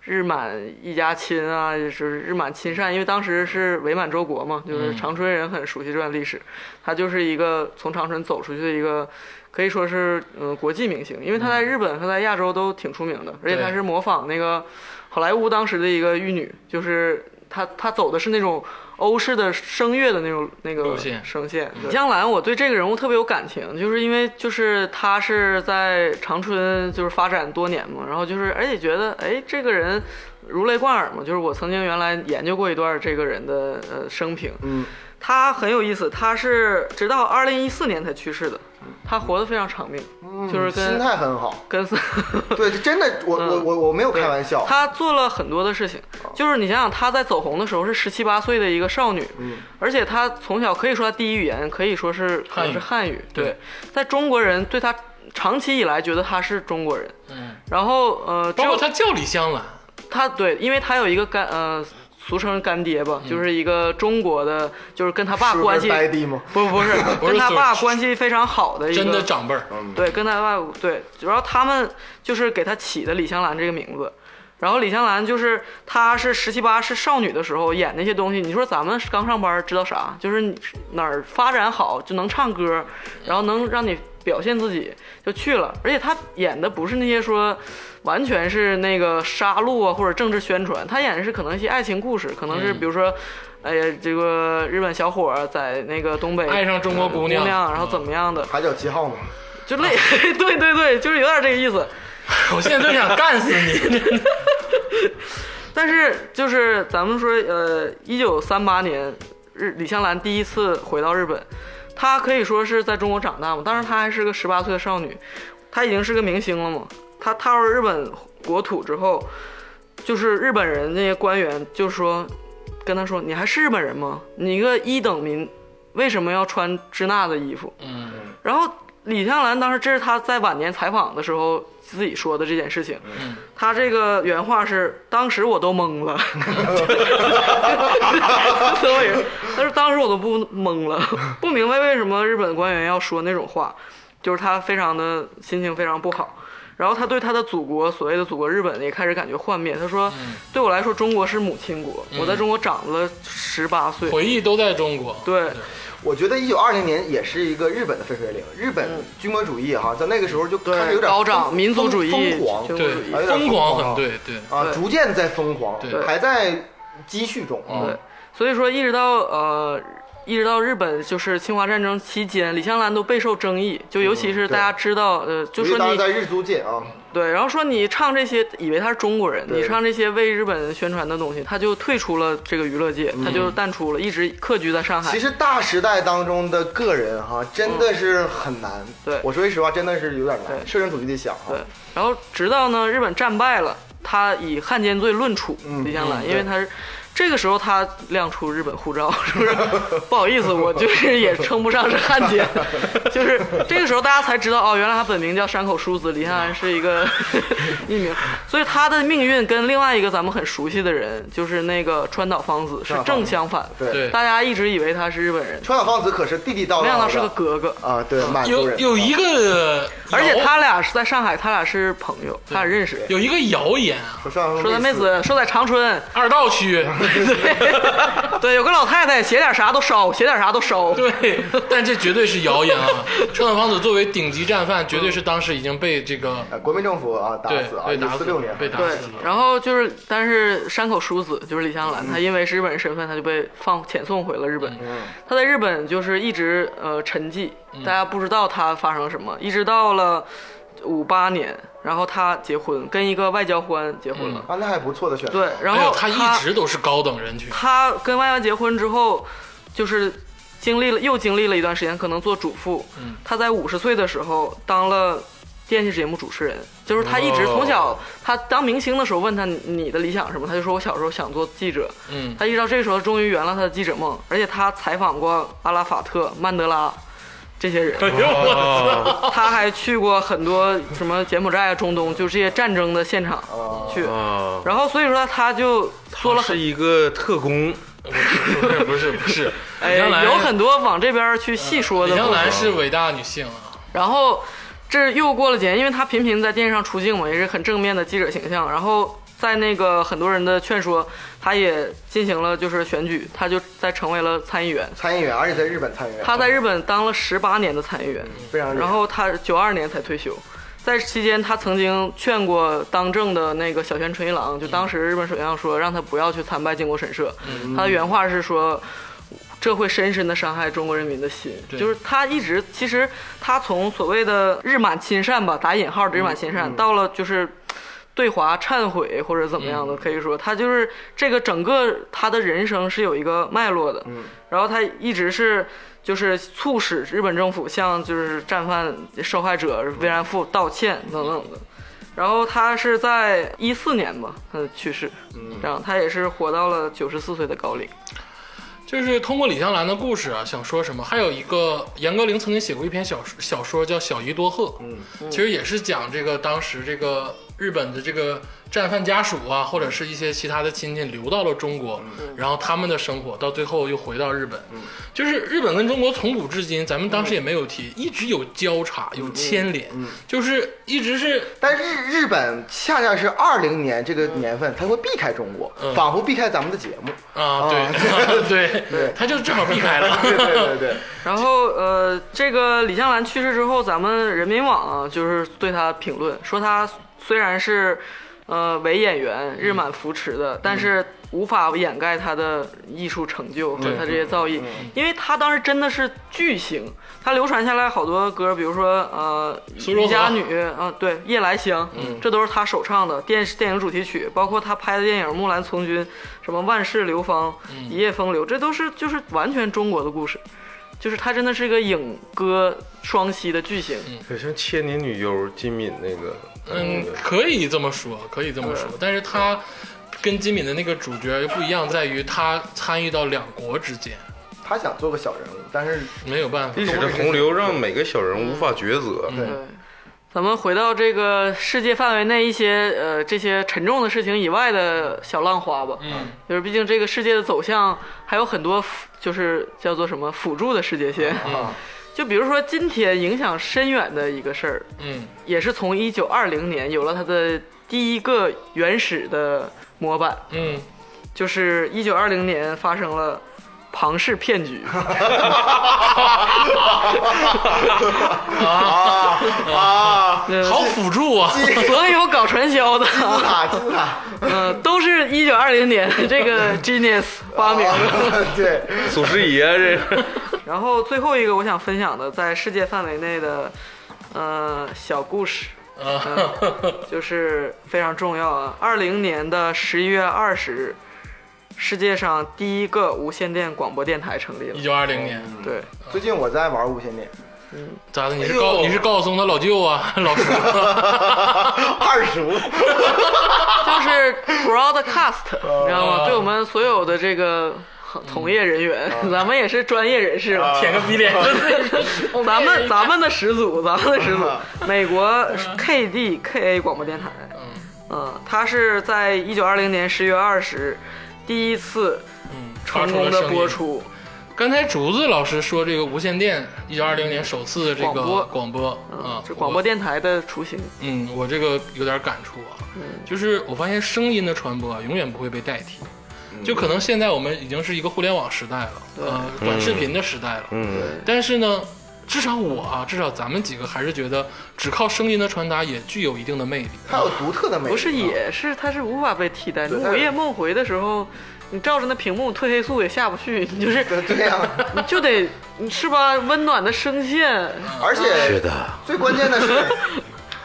Speaker 6: 日满一家亲啊，就是日满亲善，因为当时是伪满洲国嘛，就是长春人很熟悉这段历史，他就是一个从长春走出去的一个，可以说是嗯、呃国际明星，因为他在日本和在亚洲都挺出名的，而且他
Speaker 5: 嗯对
Speaker 6: 是模仿那个好莱坞当时的一个玉女，就是她她走的是那种欧式的声乐的那种那个
Speaker 5: 路线
Speaker 6: 声线。对江兰，我对这个人物特别有感情，就是因为就是她是在长春就是发展多年嘛，然后就是而且觉得哎这个人如雷贯耳嘛，就是我曾经原来研究过一段这个人的呃生平，嗯，他很有意思，他是直到二零一四年才去世的，他活得非常长命，就是
Speaker 8: 嗯心
Speaker 6: 跟
Speaker 8: 态很好。
Speaker 6: 跟
Speaker 8: 对，真的，我我我我没有开玩笑。
Speaker 6: 她做了很多的事情，就是你想想，她在走红的时候是十七八岁的一个少女，
Speaker 8: 嗯
Speaker 6: 而且她从小可以说她第一语言可以说是可能是汉语，对，在中国人对她长期以来觉得她是中国人，
Speaker 5: 嗯，
Speaker 6: 然后呃，只
Speaker 5: 包
Speaker 6: 有
Speaker 5: 括他叫李香兰，
Speaker 6: 他对，因为他有一个干呃，俗称干爹吧，
Speaker 5: 嗯
Speaker 6: 就是一个中国的，就是跟他爸
Speaker 8: 是不是
Speaker 6: 关系
Speaker 8: 呆弟吗
Speaker 6: 不 不是
Speaker 5: 不是
Speaker 6: 跟他爸
Speaker 5: 俗
Speaker 6: 关系非常好的一个
Speaker 5: 真的长辈儿，
Speaker 6: 对，跟他爸对，主要他们就是给他起的李香兰这个名字。然后李香兰就是，她是十七八是少女的时候演那些东西。你说咱们刚上班知道啥？就是你哪儿发展好就能唱歌，然后能让你表现自己就去了。而且她演的不是那些说完全是那个杀戮啊或者政治宣传，她演的是可能一些爱情故事，可能是
Speaker 5: 嗯
Speaker 6: 比如说，哎呀这个日本小伙儿在那个东北
Speaker 5: 爱上中国姑
Speaker 6: 姑
Speaker 5: 娘
Speaker 6: 然后怎么样的，
Speaker 8: 还叫七号吗？
Speaker 6: 就类， 对对对，就是有点这个意思。
Speaker 5: 我现在都想干死 你！
Speaker 6: 但是就是咱们说，呃，一九三八年，日李香兰第一次回到日本，她可以说是在中国长大嘛，当时她还是个十八岁的少女，她已经是个明星了嘛。她踏入日本国土之后，就是日本人那些官员就说，跟她说：“你还是日本人吗？你一个一等民，为什么要穿支那的衣服？”
Speaker 5: 嗯，
Speaker 6: 然后李香兰当时这是她在晚年采访的时候自己说的这件事情，她这个原话是：“当时我都懵了。”所以，但是当时我都不懵了，不明白为什么日本官员要说那种话，就是他非常的心情非常不好。然后他对他的祖国，所谓的祖国日本也开始感觉幻灭。他说：“对我来说，中国是母亲国，我在中国长了十八岁。
Speaker 5: 回忆都在中国。
Speaker 6: 对，
Speaker 8: 我觉得一九二零年也是一个日本的分水岭，日本军国主义哈，在那个时候就开始有点
Speaker 6: 高涨
Speaker 8: 疯
Speaker 6: 民族主义
Speaker 8: 疯狂，
Speaker 6: 军国
Speaker 5: 对
Speaker 6: 主义，
Speaker 8: 哎有点
Speaker 5: 疯
Speaker 8: 狂
Speaker 5: 狂很
Speaker 8: 啊
Speaker 5: 对对。
Speaker 8: 啊，
Speaker 6: 对
Speaker 8: 逐渐在疯狂
Speaker 5: 对，
Speaker 8: 还在积蓄中啊。
Speaker 6: 对，所以说一直到呃，一直到日本就是侵华战争期间，李香兰都备受争议，就尤其
Speaker 8: 嗯
Speaker 6: 是大家知道，呃，就
Speaker 8: 尤其
Speaker 6: 说
Speaker 8: 当时
Speaker 6: 你嗯
Speaker 8: 在日租界啊，
Speaker 6: 对，然后说你唱这些，以为他是中国人，
Speaker 8: 对
Speaker 6: 你唱这些为日本宣传的东西，他就退出了这个娱乐界，他就淡出了，一直客居在上海
Speaker 8: 嗯其。实大时代当中的个人哈，真的是很难。
Speaker 6: 对
Speaker 8: 我说句实话，真的是有点难。
Speaker 6: 对
Speaker 8: 设身处地的想啊哈
Speaker 6: 对，，然后直到呢日本战败了，他以汉奸罪论处
Speaker 8: 嗯
Speaker 6: 李香兰，因为他是。这个时候他亮出日本护 照，是不是？不好意思，我就是也称不上是汉奸， 就是这个时候大家才知道哦，原来他本名叫山口淑子，李香兰是一 个艺名，所以他的命运跟另外一个咱们很熟悉的人，就是那个川岛芳子是
Speaker 8: 川岛芳
Speaker 6: 正
Speaker 8: 子
Speaker 6: 相反。
Speaker 8: 对哦
Speaker 5: 对
Speaker 6: 大家一直以为他是日本人，
Speaker 8: 川岛芳子可是地地道道
Speaker 6: 没
Speaker 8: 的，
Speaker 6: 想到是个嗯哥哥。
Speaker 8: 啊，对，满族
Speaker 5: 有
Speaker 8: 人。啊
Speaker 5: 有一个，
Speaker 6: 而且他俩是在上海，他俩是朋友，他俩认识。
Speaker 5: 有一个谣言啊，
Speaker 8: 说川岛
Speaker 6: 说他
Speaker 8: 芳
Speaker 6: 妹子说在 长春，
Speaker 5: 二道区，
Speaker 6: 啊 对，对，有个老太太写点啥都烧，写点啥都烧，
Speaker 5: 对，但这绝对是谣言啊！川岛芳子作为顶级战犯，绝对是当时已经被这个
Speaker 8: 呃国民政府啊打
Speaker 5: 对
Speaker 8: 死啊，
Speaker 5: 被
Speaker 8: 一九
Speaker 5: 打
Speaker 8: 四
Speaker 5: 死
Speaker 8: 六年
Speaker 5: 了，被打
Speaker 6: 对
Speaker 5: 死了。
Speaker 6: 然后就是，但是山口淑子就是李香
Speaker 5: 嗯
Speaker 6: 兰，她因为是日本人身份，她就被放遣送回了日本。
Speaker 8: 嗯
Speaker 6: 她在日本就是一直呃沉寂，
Speaker 5: 嗯
Speaker 6: 大家不知道她发生了什么，一直到了五八年，然后她结婚，跟一个外交官结婚了。
Speaker 8: 啊，那还不错的选择。
Speaker 6: 对，然
Speaker 5: 还嗯有
Speaker 6: 后
Speaker 5: 他一直都是高等人群，
Speaker 6: 她跟外妈结婚之后，就是经历了又经历了一段时间，可能做主妇。
Speaker 5: 嗯
Speaker 6: 她在五十岁的时候当了电视节目主持人，就是她一直
Speaker 5: 哦
Speaker 6: 从小，她当明星的时候问她你你的理想是什么，她就说我小时候想做记者。
Speaker 5: 嗯，
Speaker 6: 她一直到这时候终于圆了她的记者梦，而且她采访过阿拉法特、曼德拉。这些人，
Speaker 5: 哎呦我
Speaker 6: 她还去过很多什么柬埔寨啊、中东，就这些战争的现场
Speaker 5: 哦
Speaker 6: 去。
Speaker 7: 啊，
Speaker 6: 然后所以说，她就做了
Speaker 7: 他
Speaker 6: 很
Speaker 7: 是一个特工，
Speaker 5: 操！不是不是不 是，
Speaker 6: 哎
Speaker 5: 李香，兰
Speaker 6: 有很多往这边儿去细说的
Speaker 5: 李
Speaker 6: 部
Speaker 5: 香
Speaker 6: 分。
Speaker 5: 兰是伟大女性啊，
Speaker 6: 然后这又过了几年，因为她频频在电视上出镜嘛，也是很正面的记者形象。然后在那个很多人的劝说，她也进行了就是选举，她就再成为了参议员。
Speaker 8: 参议员，而且在日本参议员，
Speaker 6: 她在日本当了十八年的参议员，
Speaker 8: 非常厉害
Speaker 6: 然后她九二年才退休。在期间，她曾经劝过当政的那个小泉纯一郎，就当时日本首相说让他不要去参拜靖国神社。他的原话是说，这会深深的伤害中国人民的心。
Speaker 5: 对
Speaker 6: 就是他一直，其实他从所谓的日满亲善吧，打引号的日满亲善，到了就是对华忏悔或者怎么样的，可以说他就是这个整个他的人生是有一个脉络的。然后他一直是。就是促使日本政府向就是战犯受害者慰安妇道歉等等的，然后他是在一四年吧，嗯去世，这样他也是活到了九十四岁的高龄。
Speaker 5: 就是通过李香兰的故事啊，想说什么？还有一个严歌苓曾经写过一篇小说小说叫《小姨多鹤》，嗯，其实也是讲这个当时这个日本的这个战犯家属啊，或者是一些其他的亲戚流到了中国，
Speaker 8: 嗯
Speaker 5: 然后他们的生活到最后又回到日本，就是日本跟中国从古至今，咱们当时也没有提，
Speaker 8: 嗯
Speaker 5: 一直有交叉有牵连，就是一直是
Speaker 8: 但日日本恰恰是二零年这个年份，它会避开中国，
Speaker 6: 嗯
Speaker 8: 仿佛避开咱们的节 目。
Speaker 5: 啊，对、对
Speaker 8: 对
Speaker 5: 他就正好避开了，
Speaker 8: 对对对对，
Speaker 6: 然后呃，这个李香兰去世之后，咱们人民网、啊、就是对她评论说她虽然是呃伪演员日满扶持的，但是无法掩盖她的艺术成就和她这些造诣，因为她当时真的是巨星，她流传下来好多歌，比如说呃
Speaker 5: 苏州嗯
Speaker 6: 渔
Speaker 5: 河
Speaker 6: 家女啊、对夜来香，这都是她首唱的电视电影主题曲，包括她拍的电影《木兰从军》，什么万世流芳、
Speaker 5: 嗯
Speaker 6: 一夜风流，这都是就是完全中国的故事。就是她真的是一个影歌双栖的巨星，
Speaker 7: 有像千年女优金敏那个，
Speaker 5: 嗯，可以这么说，可以这么
Speaker 6: 嗯
Speaker 5: 说，但是他跟金敏的那个主角又不一样，在于他参与到两国之间，
Speaker 8: 他想做个小人物，但是
Speaker 5: 没有办法
Speaker 7: 历。史的洪流让每个小人无法抉择。
Speaker 8: 对
Speaker 5: 嗯
Speaker 6: 对，咱们回到这个世界范围内一些呃这些沉重的事情以外的小浪花吧。
Speaker 5: 嗯，
Speaker 6: 就是毕竟这个世界的走向还有很多辅就是叫做什么辅助的世界线。
Speaker 5: 嗯
Speaker 8: 啊，
Speaker 6: 就比如说今天影响深远的一个事儿，
Speaker 5: 嗯
Speaker 6: 也是从一九二零年有了它的第一个原始的模板，
Speaker 5: 嗯，
Speaker 6: 就是一九二零年发生了庞氏 骗局。
Speaker 8: 啊啊！
Speaker 6: 嗯
Speaker 5: 好辅助啊！
Speaker 6: 所有搞传 销的，
Speaker 8: 金字塔，金字塔，
Speaker 6: 嗯，都是一九二零 年这个 genius 发明
Speaker 5: 哦
Speaker 6: 的。
Speaker 8: 对，
Speaker 7: 祖师爷这
Speaker 6: 然后最后一个我想分享的，在世界范围内的，呃，小故事，呃
Speaker 5: 啊，
Speaker 6: 就是非常重要啊。二零年的十一月二十日，世界上第一个无线电广播电台成立
Speaker 5: 一
Speaker 6: 了。
Speaker 5: 九二零年，
Speaker 6: 对，
Speaker 8: 最近我在玩无 线电，
Speaker 5: 咋的？你
Speaker 8: 哎
Speaker 5: 是
Speaker 8: 呦
Speaker 5: 高你是高晓松他老舅啊， 老叔
Speaker 8: 二叔，
Speaker 6: 就是 broadcast，你
Speaker 5: 哦
Speaker 6: 知道吗？对我们所有的这个
Speaker 5: 嗯
Speaker 6: 从业人员，
Speaker 5: 哦
Speaker 6: 咱们也是专业人士嘛。
Speaker 5: 舔个逼脸，
Speaker 6: 咱们咱们的 始祖，咱们的始
Speaker 5: 嗯
Speaker 6: 祖，美国 KDKA 广播电台，嗯，它是在一九二零年十月二十第一次
Speaker 5: 发
Speaker 6: 成
Speaker 5: 出了
Speaker 6: 功
Speaker 5: 声
Speaker 6: 的
Speaker 5: 音
Speaker 6: 播。出，
Speaker 5: 刚才竹子老师说这个无线电，一九二零年首次这
Speaker 6: 广播
Speaker 5: 个广播啊
Speaker 6: 嗯，，这广播电台的雏形，
Speaker 5: 嗯，我这个有点感触啊，
Speaker 8: 嗯
Speaker 5: 就是我发现声音的传播啊，永远不会被代替。
Speaker 8: 嗯
Speaker 5: 就可能现在我们已经是一个互联网时代了，呃，短视频的时代了，
Speaker 7: 嗯，
Speaker 5: 但是呢，至少我啊，至少咱们几个还是觉得，只靠声音的传达也具有一定的魅力。
Speaker 8: 他有独特的美，啊
Speaker 6: 不是，也是它是无法被替代。你
Speaker 8: 它
Speaker 6: 午夜梦回的时候，你照着那屏幕褪黑素也下不去，你就是
Speaker 8: 对呀，
Speaker 6: 你就得你是吧？温暖的声线，
Speaker 8: 而且
Speaker 7: 是的，
Speaker 8: 最关键 的是，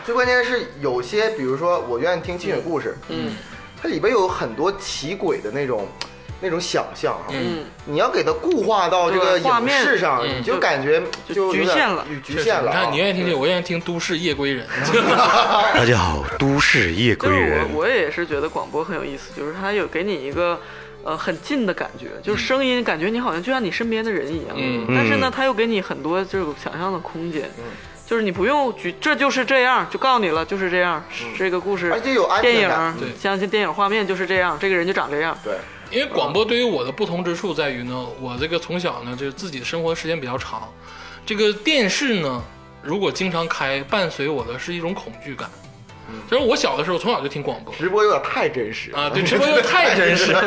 Speaker 8: 最关键的是有些，比如说我愿意听清水故事，嗯，它里边有很多奇诡的那种。那种想象啊哈，
Speaker 5: 嗯
Speaker 8: 你要给它固化到这个
Speaker 6: 对画
Speaker 8: 影
Speaker 6: 面
Speaker 8: 视上，
Speaker 5: 嗯
Speaker 8: 你就感觉
Speaker 6: 就
Speaker 8: 就有
Speaker 6: 局
Speaker 8: 点
Speaker 6: 限了，
Speaker 8: 局限了
Speaker 5: 你
Speaker 8: 啊。
Speaker 5: 看，你愿意听这个，我愿意听《都市夜归人》
Speaker 7: 大家好，都市夜
Speaker 6: 就是我我也是觉得广播很有意思，就是它有给你一个呃很近的感觉，就是声音感觉你好像就像你身边的人一样。
Speaker 5: 嗯
Speaker 6: 但是呢，它又给你很多这种想象的空间。就是你不用举，这就是这样，就告诉你了，就是这样。这个故事，
Speaker 8: 而且有安全
Speaker 6: 电
Speaker 8: 感
Speaker 5: 对
Speaker 6: 影，相信电影画面就是这样，这个人就长这样。
Speaker 8: 对，
Speaker 5: 因为广播对于我的不同之处在于呢，我这个从小呢，就是自己生活时间比较长，这个电视呢，如果经常开，伴随我的是一种恐惧感。就是我小的时候，从小就听广播
Speaker 8: 直播有点太真实
Speaker 5: 啊，对，直播又太真 实了。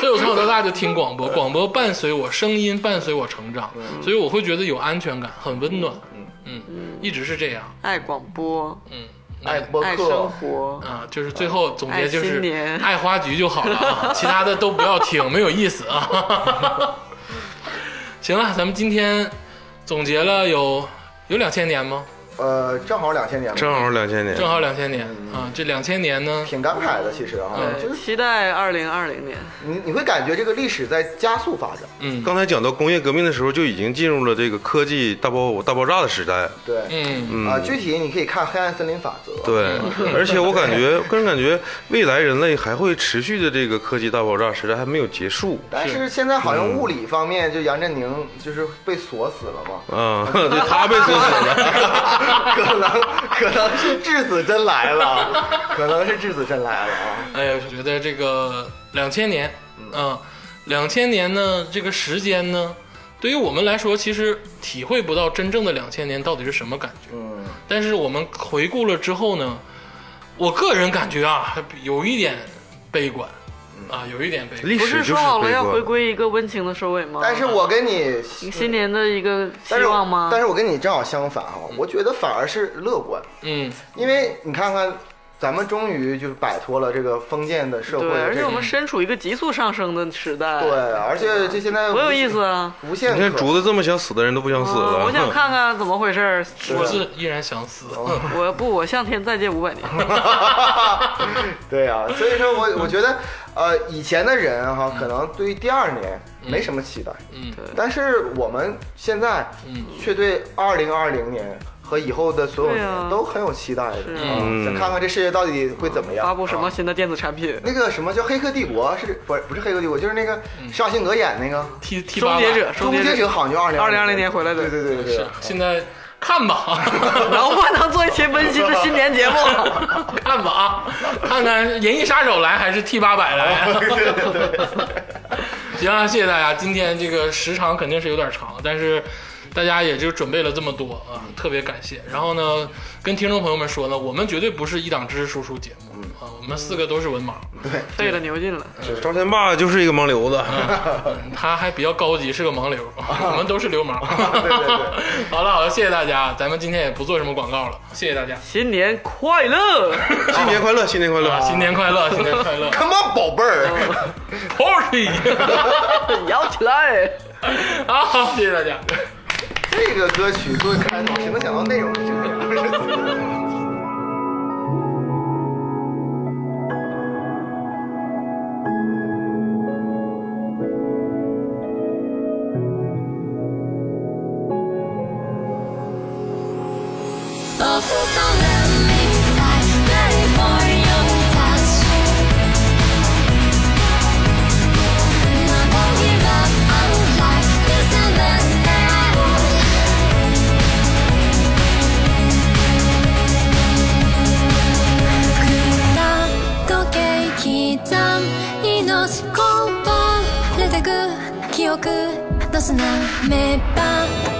Speaker 5: 所以我从小到大就听广播，广播伴随我声音，伴随我成长，所以我会觉得有安全感，很温暖。嗯一直是这样。
Speaker 6: 爱广播，
Speaker 5: 嗯，
Speaker 8: 爱哎播
Speaker 6: 爱生
Speaker 8: 客，
Speaker 6: 活，
Speaker 5: 啊，就是最后总结就
Speaker 6: 爱
Speaker 5: 是
Speaker 6: 新年
Speaker 5: 爱花菊就好了啊，其他的都不要听，没有意思啊。 行了，咱们今天总结了有有两千年吗？
Speaker 8: 呃，正好两千年嘛，
Speaker 7: 正好两千年，
Speaker 5: 正好两千年啊，这两千年呢，
Speaker 8: 挺感慨的。其实啊，
Speaker 6: 对
Speaker 8: 就是
Speaker 6: 期待二零二零年。
Speaker 8: 你你会感觉这个历史在加速发展，
Speaker 5: 嗯
Speaker 7: 刚才讲到工业革命的时候，就已经进入了这个科技大爆大爆炸的时代。
Speaker 8: 对，
Speaker 5: 嗯
Speaker 8: 啊，具体你可以看《黑暗森林法则》，
Speaker 7: 对，
Speaker 6: 嗯
Speaker 7: 而且我感觉，个人感觉，未来人类还会持续的这个科技大爆炸时代还没有结束。，
Speaker 8: 但是现在好像
Speaker 5: 嗯
Speaker 8: 物理方面，就杨振宁就是被锁死了嘛
Speaker 7: 啊，对，他被锁死了。
Speaker 8: 可能可能是质子真来了，可能是质子真来了啊。
Speaker 5: 哎呀，我觉得这个两千年，嗯，两千年呢，这个时间呢，对于我们来说，其实体会不到真正的两千年到底是什么感觉。
Speaker 6: 哦
Speaker 8: 嗯，
Speaker 5: 但是我们回顾了之后呢，我个人感觉啊，还有一点悲观，
Speaker 6: 嗯
Speaker 5: 啊，有一点悲观。
Speaker 7: 历
Speaker 6: 不
Speaker 7: 史
Speaker 6: 是
Speaker 7: 就是
Speaker 6: 说好了
Speaker 7: 悲
Speaker 6: 要回
Speaker 7: 观。
Speaker 6: 归一个温情的收尾吗？
Speaker 8: 但是我跟你，
Speaker 6: 你新年的一个
Speaker 8: 但
Speaker 6: 希
Speaker 8: 是
Speaker 6: 望吗？
Speaker 8: 但是我跟你正好相反哈，我觉得反而是乐观，
Speaker 5: 嗯
Speaker 8: 因为你看看，咱们终于就是摆脱了这个封建的社会
Speaker 6: 对，
Speaker 8: 的
Speaker 6: 而且
Speaker 8: 这
Speaker 6: 我
Speaker 8: 种，
Speaker 6: 们身处一个急速上升的时代，
Speaker 8: 对，，而且这现在
Speaker 6: 多有
Speaker 8: 无
Speaker 6: 意思啊！
Speaker 8: 无限
Speaker 7: 你看
Speaker 8: 可
Speaker 7: 竹子这么想死的人都不想死了。
Speaker 6: 嗯我想看看怎么回事儿。
Speaker 5: 我是依然想死。
Speaker 6: 我不，我向天再借五百 年。
Speaker 8: 对啊，所以说我我觉得，呃，以前的人哈、可能对于第二年
Speaker 6: 嗯
Speaker 8: 没什么期待，
Speaker 5: 嗯，
Speaker 8: 但是我们现在却对二零二零年和以后的所有
Speaker 6: 嗯对啊
Speaker 8: 人都很有期待的，
Speaker 6: 是
Speaker 8: 啊
Speaker 7: 嗯
Speaker 8: 想看看这世界到底会怎么样。
Speaker 6: 发布什么新的电子产品？
Speaker 8: 那个什么叫《黑客帝国》是不是不是《黑客帝国》，就是那个施瓦辛格演那个
Speaker 5: ，T T 八
Speaker 6: 终结者，
Speaker 8: 《 终结者》，好像就二零
Speaker 6: 2020年回来的
Speaker 8: 对对对对对
Speaker 5: 是。现在看 吧，
Speaker 6: 能不能做一期温馨的新年节 目？
Speaker 5: 看吧啊，看看《银翼杀手》来还是 T 八百 来。 行啊，谢谢大家。今天这个时长肯定是有点长，但是大家也就准备了这么多啊，特别感谢。然后呢，跟听众朋友们说呢，我们绝对不是一档知识输出节
Speaker 8: 嗯
Speaker 5: 目啊，我们四个都是文盲，
Speaker 6: 费了牛劲了，
Speaker 7: 张天霸就是一个盲流子，
Speaker 5: 嗯他还比较高级，是个盲流， 我们都是流氓。
Speaker 8: 对对
Speaker 5: 好了好了，谢谢大家，咱们今天也不做什么广告了，谢谢大家，
Speaker 6: 新年快乐！
Speaker 7: 新年快乐，新年快
Speaker 5: 啊，
Speaker 7: 乐，
Speaker 5: 新年快乐，新年快 乐
Speaker 8: Come on，宝贝儿。
Speaker 5: ，Party！
Speaker 6: 摇起来！
Speaker 5: 啊，好，谢谢大家。
Speaker 8: 这个歌曲作为开头，谁能想到内容是这样？
Speaker 3: 豆腐送的名菜，那里会有杂质。那不一般，我来，你怎么来？だと劇団命交番レタグ記憶の砂目ば